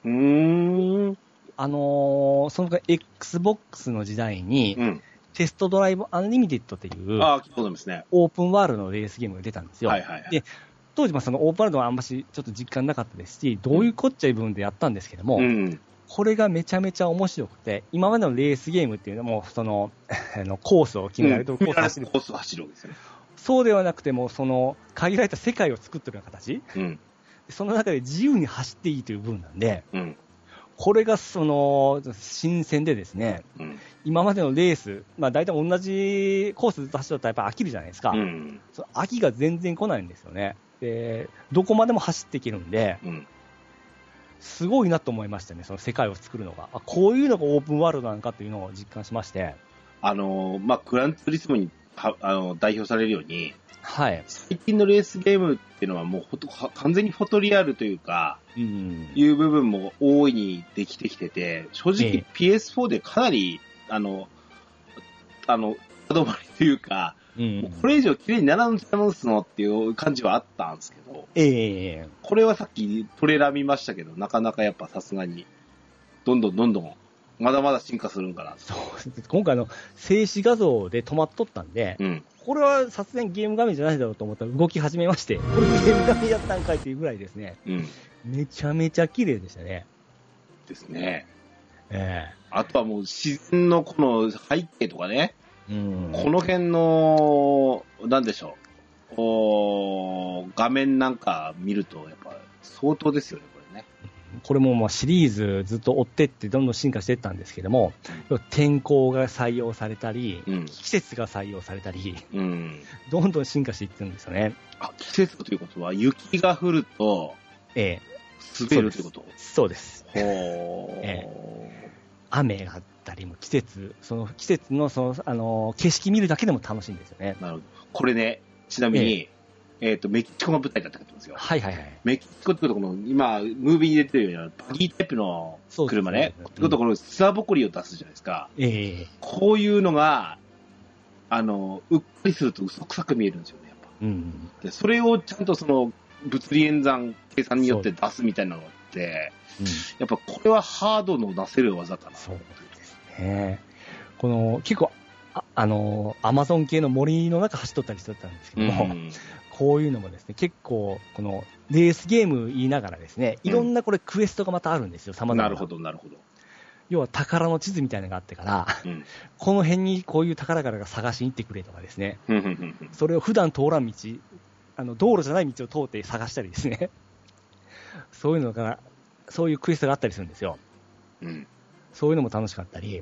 Speaker 1: うん。う
Speaker 2: あのーその間 Xbox の時代に、
Speaker 1: ーん。
Speaker 2: テストドライブアンリミテッドっていう
Speaker 1: うん。、ああ、聞いたことありますね。
Speaker 2: オープンワールドのレースゲームが出たんですよ。
Speaker 1: はいはいはい。
Speaker 2: で当時、まあそのオープンワールドはあんましちょっと実感なかったですし、どういうこっちゃいう部分でやったんですけども、
Speaker 1: うん。
Speaker 2: これがめちゃめちゃ面白くて、今までのレースゲームっていうのはもうその、 あのコースを決められてるコースを走る。
Speaker 1: コースを走るわけですよね。
Speaker 2: そうではなくても、その、限られた世界を作ってるような形
Speaker 1: うん。
Speaker 2: その中で自由に走っていいという部分なんで、
Speaker 1: うん。
Speaker 2: これがその、新鮮でですね、
Speaker 1: うん。
Speaker 2: 今までのレース、まあ大体同じコースずっと走ってたらやっぱ飽きるじゃないですか。
Speaker 1: うん。
Speaker 2: その飽きが全然来ないんですよね。で、どこまでも走っていけるんで、
Speaker 1: うん。
Speaker 2: すごいなと思いましたね、その世界を作るのが。あ、こういうのがオープンワールドなのかっていうのを実感しまして、
Speaker 1: あのー、まあ、グランツーリスモにはあのー代表されるように、
Speaker 2: はい。
Speaker 1: 最近のレースゲームっていうのはもうほとは完全にフォトリアルというか、
Speaker 2: うん。
Speaker 1: いう部分も大いにできてきてて、正直
Speaker 2: え
Speaker 1: PS4 でかなり、あの、あの、歯止まりというか、
Speaker 2: うん
Speaker 1: もうこれ以上綺麗に並んじゃうんすのっていう感じはあったんですけど、
Speaker 2: ええ
Speaker 1: これはさっきトレーラー見ましたけど、なかなかやっぱさすがに、どんどんどんどんまだまだ進化するんかな。
Speaker 2: そうです今回あの静止画像で止まっとったんで、
Speaker 1: うん。
Speaker 2: これはさすがにゲーム画面じゃないだろうと思ったら動き始めまして、これゲーム画面やったんかいっていうぐらいですね、
Speaker 1: うん。
Speaker 2: めちゃめちゃ綺麗でしたね。
Speaker 1: ですね。
Speaker 2: え
Speaker 1: あとはもう自然のこの背景とかね、
Speaker 2: えうん
Speaker 1: この辺の、なんでしょう、おー画面なんか見ると、やっぱ相当ですよね、これね。
Speaker 2: これもまあシリーズずっと追ってってどんどん進化していったんですけども、天候が採用されたり、
Speaker 1: うん
Speaker 2: 季節が採用されたり、
Speaker 1: うん。
Speaker 2: どんどん進化していってるんですよね。
Speaker 1: あ、季節ということは、雪が降ると
Speaker 2: ええ
Speaker 1: 滑るということ
Speaker 2: そうです。
Speaker 1: ほー。
Speaker 2: え雨があったりも季節、その季節のその、あのー景色見るだけでも楽しいんですよね。
Speaker 1: なるほど。これね、ちなみに、えっ、と、メキシコが舞台だったってことですよ。
Speaker 2: はいはいはい。
Speaker 1: メキシコってことこの、今、ムービーに出てるような、バギータイプの
Speaker 2: そうです
Speaker 1: 車ね。
Speaker 2: うん
Speaker 1: ってことはこの、砂ぼこりを出すじゃないですか。
Speaker 2: ええ
Speaker 1: こういうのが、あの、うっかりすると嘘くさく見えるんですよね、やっぱ。
Speaker 2: うん。
Speaker 1: で、それをちゃんとその、物理演算、計算によって出すみたいなのって、
Speaker 2: うん
Speaker 1: やっぱこれはハードの出せる技かな。
Speaker 2: そうですね。この、結構、あ、あのー、アマゾン系の森の中走っとったりしとったんですけ
Speaker 1: う
Speaker 2: ども、
Speaker 1: ん。
Speaker 2: こういうのもですね、結構、このレースゲーム言いながらですね、
Speaker 1: うん
Speaker 2: いろんなこれクエストがまたあるんですよ、様々
Speaker 1: なるほど、なるほど。
Speaker 2: 要は宝の地図みたいなのがあってから、
Speaker 1: うん。
Speaker 2: この辺にこういう宝からが探しに行ってくれとかですね、
Speaker 1: うんうんうんうん
Speaker 2: それを普段通らん道、あの道路じゃない道を通って探したりですね、 そういうのが、そういうクエストがあったりするんですよ。
Speaker 1: うん。
Speaker 2: そういうのも楽しかったり、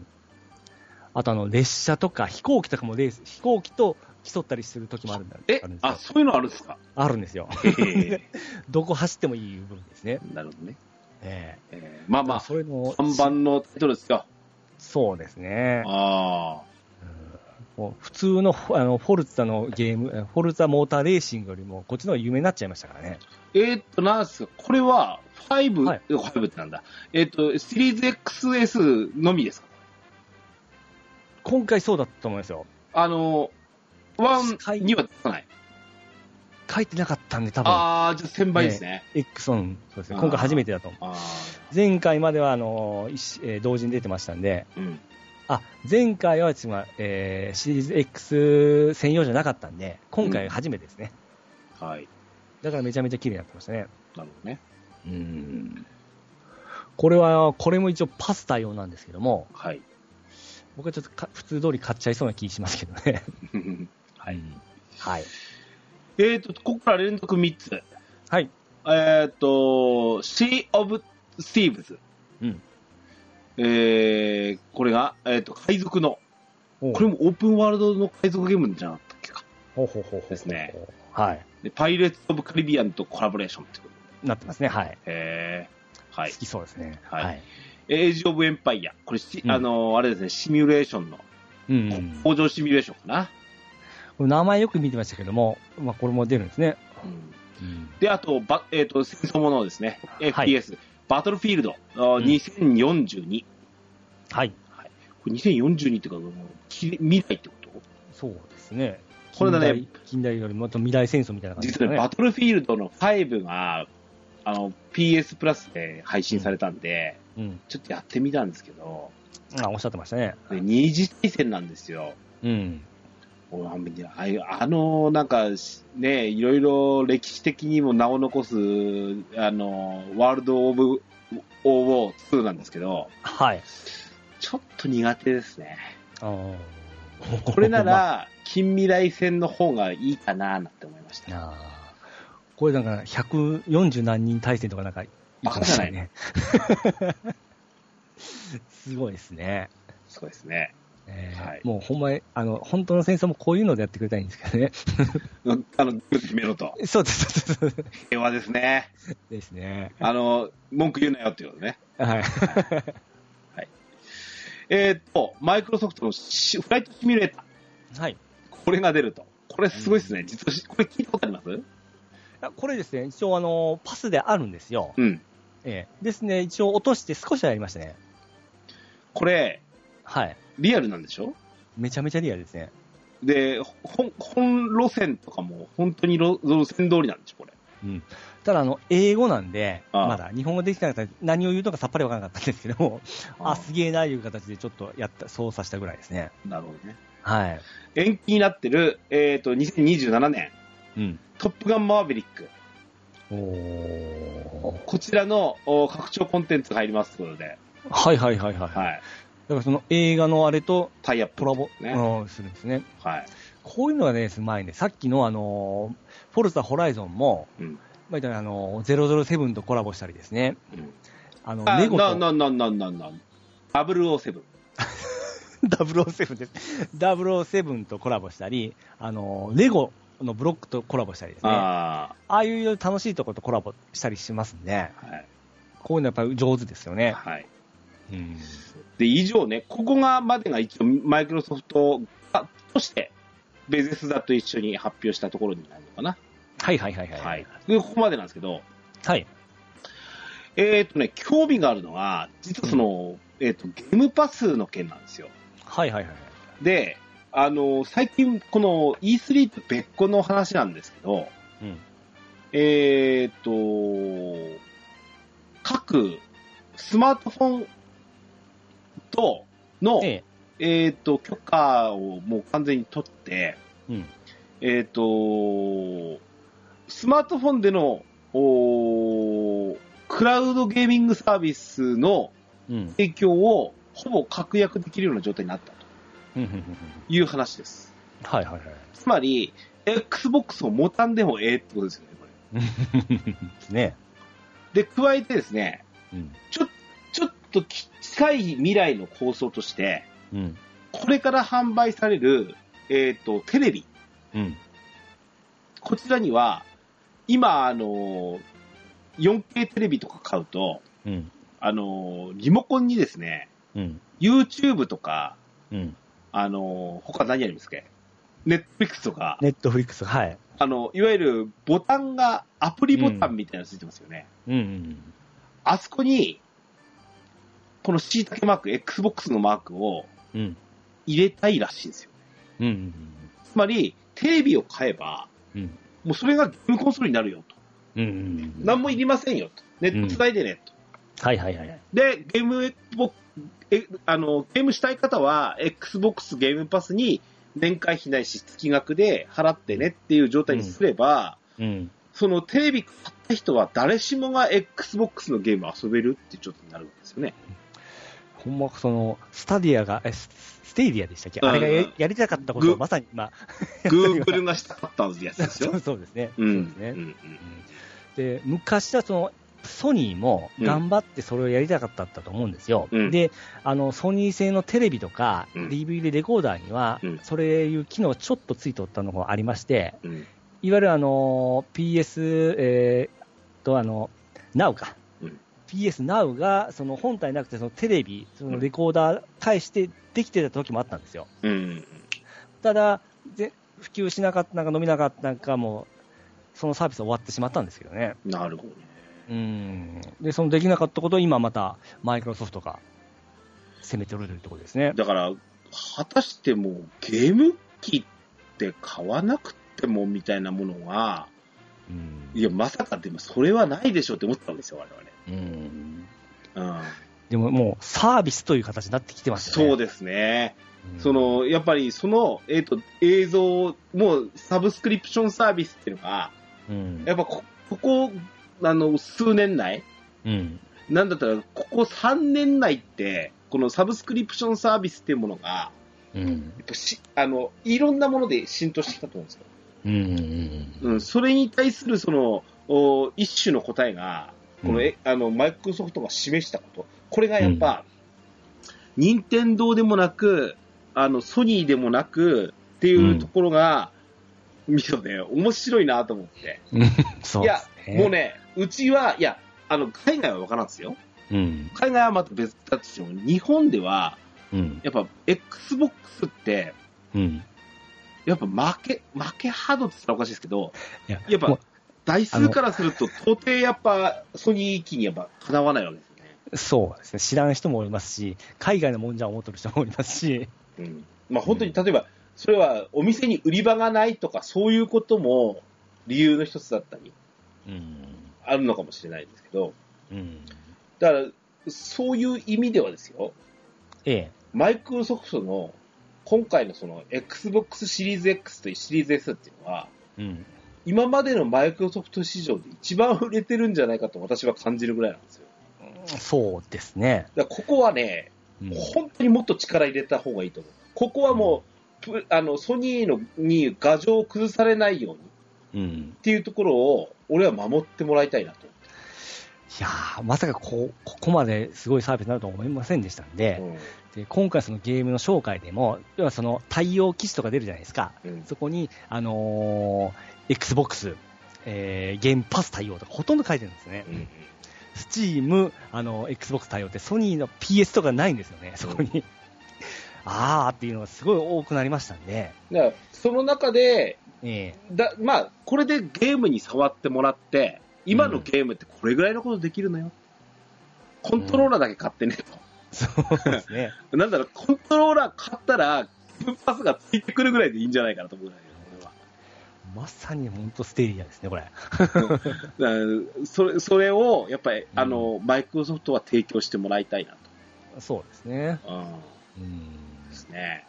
Speaker 2: あとあの、列車とか飛行機とかもレース、飛行機と競ったりする時もあるんだ
Speaker 1: え
Speaker 2: あるん、で
Speaker 1: あ、
Speaker 2: す
Speaker 1: そ
Speaker 2: よ。
Speaker 1: ういうのあるんですか
Speaker 2: あるんですよ。
Speaker 1: へー
Speaker 2: どこ走ってもいい部分ですね。
Speaker 1: なるほどね。
Speaker 2: ええ
Speaker 1: えーまあまあ、
Speaker 2: そういうのを
Speaker 1: 看板のタイトルですよ。
Speaker 2: そうですね。
Speaker 1: ああ。
Speaker 2: もう普通のフォあのフォルツァのゲーム、えフォルツァモーターレーシングよりも、こっちの方が有名になっちゃいましたからね。
Speaker 1: えーっと、なんですか、これは、5、
Speaker 2: はい
Speaker 1: 5ってなんだ。えーっと、シリーズ XS のみですか
Speaker 2: 今回そうだったと思いますよ。
Speaker 1: あの、1
Speaker 2: 使い
Speaker 1: には出さない。
Speaker 2: 書いてなかったんで、多分、
Speaker 1: ああ、じゃあ1000倍ですね。
Speaker 2: X ンそうですね。
Speaker 1: あー
Speaker 2: 今回初めてだと思う。
Speaker 1: あ
Speaker 2: 前回までは、あの、一えー同時に出てましたんで、
Speaker 1: あ、うん。
Speaker 2: あ、前回は違う、えーシリーズ X 専用じゃなかったんで、今回初めてですね。
Speaker 1: はい。
Speaker 2: だからめちゃめちゃ綺麗になってましたね。
Speaker 1: なるほどね。
Speaker 2: うん。これは、これも一応パス対応なんですけども、
Speaker 1: はい。
Speaker 2: 僕はちょっとか普通通り買っちゃいそうな気しますけどね。はい。はい。
Speaker 1: えーっと、ここから連続3つ。
Speaker 2: はい。
Speaker 1: えーっと、Sea of Thieves。
Speaker 2: うん。
Speaker 1: えー、これが、えーっと、海賊の、
Speaker 2: こ
Speaker 1: これもオープンワールドの海賊ゲームじゃなかったっけか。
Speaker 2: ほうほうほうほう。
Speaker 1: ですね。
Speaker 2: はい。
Speaker 1: で、パイレーツ・オブ・カリビアンとコラボレーションってこと。
Speaker 2: なってますね。はい。
Speaker 1: へーはい
Speaker 2: 好。きそうですね。
Speaker 1: はい
Speaker 2: はい。
Speaker 1: エイジ・オブ・エンパイア。これし、
Speaker 2: うん
Speaker 1: あのー、あれですね、シミュレーションの、
Speaker 2: うん。
Speaker 1: 工場シミュレーションかな。
Speaker 2: これ名前よく見てましたけども、まあこれも出るんですね。
Speaker 1: うん
Speaker 2: うん。
Speaker 1: で、あと、ばえっ、と、戦争ものですね。
Speaker 2: はい
Speaker 1: FPS。バトルフィールド、あー
Speaker 2: うん
Speaker 1: 2042。
Speaker 2: はい。
Speaker 1: これ2042ってか、もうき未来ってこと
Speaker 2: そうですね。
Speaker 1: これだね
Speaker 2: 近代。近代よりもっと未来戦争みたいな感じで
Speaker 1: 実
Speaker 2: すか
Speaker 1: はね、
Speaker 2: ね。
Speaker 1: バトルフィールドの5が、あの、PS プラスで配信されたんで、
Speaker 2: うん。
Speaker 1: ちょっとやってみたんですけど、
Speaker 2: あ、おっしゃってましたね。
Speaker 1: で二次大戦なんですよ。
Speaker 2: うん。
Speaker 1: 俺ああいうあの、なんかし、ね、いろいろ歴史的にも名を残す、あの、ワールド・オブ・オー・ウォー2なんですけど、
Speaker 2: はい。
Speaker 1: ちょっと苦手ですね。
Speaker 2: あー
Speaker 1: これな、
Speaker 2: まあ
Speaker 1: ら、近未来戦の方がいいかななんて思いました。
Speaker 2: あーこれなんか、140何人対戦とかなんか、
Speaker 1: バカじゃない
Speaker 2: ね。 すごいですね。
Speaker 1: そうですね。
Speaker 2: えー
Speaker 1: はい
Speaker 2: もうほんまに、あの、本当の戦争もこういうのでやってくれたいんですけどね。
Speaker 1: うんあの、グッ決めろと。
Speaker 2: そうです、そうですそうです。
Speaker 1: 平和ですね。
Speaker 2: ですね。
Speaker 1: あの、文句言うなよっていうことね。
Speaker 2: はい。
Speaker 1: えーっと、マイクロソフトのシフライトシミュレーター。
Speaker 2: はい。
Speaker 1: これが出ると。これすごいですね。実はし、これ聞いたことあります
Speaker 2: あこれですね、一応あの、パスであるんですよ。
Speaker 1: うん。
Speaker 2: ええですね、一応落として少しはやりましたね。
Speaker 1: これ、
Speaker 2: はい。
Speaker 1: リアルなんでしょ
Speaker 2: めちゃめちゃリアルですね。
Speaker 1: で、ほ本、本路線とかも本当に路路線通りなんでしょこれ。
Speaker 2: うん、ただあの、英語なんで、
Speaker 1: ああ
Speaker 2: まだ日本語できてなかったら何を言うのかさっぱりわからなかったんですけども、あ、すげえな、いう形でちょっとやった、操作したぐらいですね。
Speaker 1: なるほどね。
Speaker 2: はい。
Speaker 1: 延期になってる、えっ、と、2027年、
Speaker 2: うん。
Speaker 1: トップガンマーヴェリック。
Speaker 2: おー
Speaker 1: こちらのお拡張コンテンツが入りますということで、
Speaker 2: はいはいはいはい。だか
Speaker 1: はい。
Speaker 2: らその映画のあれと
Speaker 1: タイアップ
Speaker 2: コラボ、
Speaker 1: ね
Speaker 2: うん、するんですね。
Speaker 1: はい。
Speaker 2: こういうのがね、前ね、さっきのあのー、フォルツァホライゾンも、
Speaker 1: うん。
Speaker 2: まあ、言ったらあのー、007とコラボしたりですね。
Speaker 1: うん、
Speaker 2: あの、
Speaker 1: あ、
Speaker 2: レゴ
Speaker 1: な、
Speaker 2: と
Speaker 1: な、な、な、な、な、007。
Speaker 2: 007です。007とコラボしたり、あのー、レゴのブロックとコラボしたりですね。あ
Speaker 1: あ
Speaker 2: あいう楽しいところとコラボしたりしますんで、
Speaker 1: あ、はい。
Speaker 2: こういうのやっぱり上手ですよね。
Speaker 1: はい。
Speaker 2: うん。
Speaker 1: で、以上ね、ここがまでが一応、マイクロソフトが、として、ベゼスダと一緒に発表したところになるのかな。
Speaker 2: はいはいはいはい。
Speaker 1: はい。で、ここまでなんですけど、
Speaker 2: はい。
Speaker 1: えっ、とね、興味があるのが、実はその、えっ、と、ゲームパスの件なんですよ。
Speaker 2: はいはいはい。
Speaker 1: で、あの、最近、この E3 と別個の話なんですけど、
Speaker 2: うん。
Speaker 1: えっ、と、各スマートフォンとの、えっ、
Speaker 2: え
Speaker 1: と、許可をもう完全に取って、
Speaker 2: え。うん。
Speaker 1: えっ、と、スマートフォンでの、おークラウドゲーミングサービスの
Speaker 2: うん。
Speaker 1: 提供をほぼ確約できるような状態になったと
Speaker 2: うんうんうんうん
Speaker 1: いう話です。
Speaker 2: はいはいはい。
Speaker 1: つまり、Xbox を持たんでもええってことですよね、こ
Speaker 2: ね。
Speaker 1: れ。で、加えてですね、
Speaker 2: うん。
Speaker 1: ちょっと近い未来の構想として、
Speaker 2: うん。
Speaker 1: これから販売される、えっ、と、テレビ。
Speaker 2: うん。
Speaker 1: こちらには、今、あの、4K テレビとか買うと、
Speaker 2: うん。
Speaker 1: あの、リモコンにですね、
Speaker 2: うん。
Speaker 1: YouTube とか、
Speaker 2: うん。
Speaker 1: あの、他何ありますっけ ?Netflix とか、
Speaker 2: ネットフリックス、はい。
Speaker 1: あの、いわゆるボタンが、アプリボタンみたいなのついてますよね。
Speaker 2: うんうん。
Speaker 1: あそこに、この椎茸マーク、Xbox のマークを
Speaker 2: うん。
Speaker 1: 入れたいらしいんですよ。
Speaker 2: うん。うん。
Speaker 1: つまり、テレビを買えば、
Speaker 2: うん。
Speaker 1: もうそれがゲームコンソールになるよと。
Speaker 2: うんうん。
Speaker 1: 何もいりませんよと。ネット繋いでねと。
Speaker 2: はいはいはい。
Speaker 1: で、ゲームボ、えあの、ゲームしたい方は、Xbox ゲームパスに年会費ないし月額で払ってねっていう状態にすれば、
Speaker 2: うん。
Speaker 1: そのテレビ買った人は誰しもが Xbox のゲームを遊べるっていう状態になるんですよね。
Speaker 2: ほんま、その、スタディアが、え、スステイディアでしたっけ、
Speaker 1: うん
Speaker 2: あれがややりたかったこと
Speaker 1: ぐ
Speaker 2: をまさに、まあ、
Speaker 1: Google がしたかったやつです
Speaker 2: そ
Speaker 1: よ
Speaker 2: う。 そうですね。
Speaker 1: う
Speaker 2: そうんですね。
Speaker 1: うんうん
Speaker 2: で昔はそのソニーも頑張ってそれをやりたかったと思うんですよ、
Speaker 1: うん
Speaker 2: であのソニー製のテレビとか、
Speaker 1: うん
Speaker 2: DVD レコーダーには、
Speaker 1: うん
Speaker 2: それいう機能ちょっとついておったのがありまして、
Speaker 1: うん
Speaker 2: いわゆるあの PS、えー、とあの Now か、
Speaker 1: うん
Speaker 2: PS Now がその本体なくてそのテレビ、そのレコーダー返してできてた時もあったんですよ。
Speaker 1: うんうん
Speaker 2: ただぜ普及しなかったのか、伸びなかったのかも、そのサービスは終わってしまったんですけどね。
Speaker 1: なるほどね。
Speaker 2: うんで、そのできなかったことを今またマイクロソフトが攻めてるというところですね。
Speaker 1: だから、果たしてもうゲーム機って買わなくてもみたいなものが、
Speaker 2: うん
Speaker 1: いや、まさかでもそれはないでしょうって思ってたんですよ、我
Speaker 2: うん
Speaker 1: 々。うん、
Speaker 2: でももうサービスという形になってきてますよね。
Speaker 1: そうですね。
Speaker 2: うん
Speaker 1: そ、の、やっぱりその、えっ、と、映像、もうサブスクリプションサービスっていうのが、
Speaker 2: うん
Speaker 1: やっぱこ、ここ、あの、数年内、
Speaker 2: うん
Speaker 1: なんだったら、ここ3年内って、このサブスクリプションサービスっていうものが、
Speaker 2: うん
Speaker 1: えっと、しあのいろんなもので浸透してきたと思うんですよ。
Speaker 2: うん
Speaker 1: うん、それに対するそのお一種の答えが、この,、えあのマイクロソフトが示したこと、これがやっぱ、任天堂でもなく、あのソニーでもなくっていうところが、見てね、面白いなと思って、
Speaker 2: うんそう
Speaker 1: い
Speaker 2: で
Speaker 1: や
Speaker 2: す、
Speaker 1: もうね、うちは、いや、あの海外は分からんですよ、
Speaker 2: うん
Speaker 1: 海外はまた別だとしても、日本では、
Speaker 2: うん
Speaker 1: やっぱ XBOX って、
Speaker 2: うん
Speaker 1: やっぱ負け、負けハードって言ったらおかしいですけど、
Speaker 2: いや
Speaker 1: やっぱ
Speaker 2: も
Speaker 1: 台数からすると、到底やっぱ、ソニー機にやっぱかなわないわけですよね。
Speaker 2: うそうですね。知らん人もおりますし、海外のもんじゃ思ってる人もおりますし、
Speaker 1: うん。まあ本当に、例えば、それはお店に売り場がないとか、そういうことも理由の一つだったり、
Speaker 2: うん。
Speaker 1: あるのかもしれないですけど、
Speaker 2: うん。
Speaker 1: だから、そういう意味ではですよ、
Speaker 2: ええ。
Speaker 1: マイクロソフトの今回のその Xbox シリーズ X とシリーズ S っていうのは、
Speaker 2: うん。
Speaker 1: 今までのマイクロソフト市場で一番売れてるんじゃないかと私は感じるぐらいなんですよ。
Speaker 2: そうですね。
Speaker 1: だからここはね、
Speaker 2: うん
Speaker 1: 本当にもっと力入れた方がいいと思う。ここはもう、プあのソニーのに牙城を崩されないようにっ
Speaker 2: うん。
Speaker 1: ていうところを、俺は守ってもらいたいなと。
Speaker 2: いやーまさかこうここまですごいサービスになるとは思いませんでしたんで,、
Speaker 1: うん
Speaker 2: で今回そのゲームの紹介でも要はその対応機種とか出るじゃないですか
Speaker 1: うん
Speaker 2: そこに、あのー XBOX、えーゲームパス対応とかほとんど書いてるんですね。
Speaker 1: うん
Speaker 2: Steam、あの XBOX 対応ってソニーの PS とかないんですよね、そこに。 あーっていうのがすごい多くなりましたんで、
Speaker 1: だからその中で、
Speaker 2: え
Speaker 1: だまあ、これでゲームに触ってもらって、今のゲームってこれぐらいのことできるのよ。コントローラーだけ買ってねと。
Speaker 2: ーそうです ね。
Speaker 1: なんだろう、コントローラー買ったら、分パスがついてくるぐらいでいいんじゃないかなと思うんだけど、俺は。
Speaker 2: まさに本当ステーリアですね、これ。
Speaker 1: だからそれそれをやっぱり、あのマイクロソフトは提供してもらいたいな
Speaker 2: そうですね。
Speaker 1: と、うん、
Speaker 2: うん。
Speaker 1: ですね、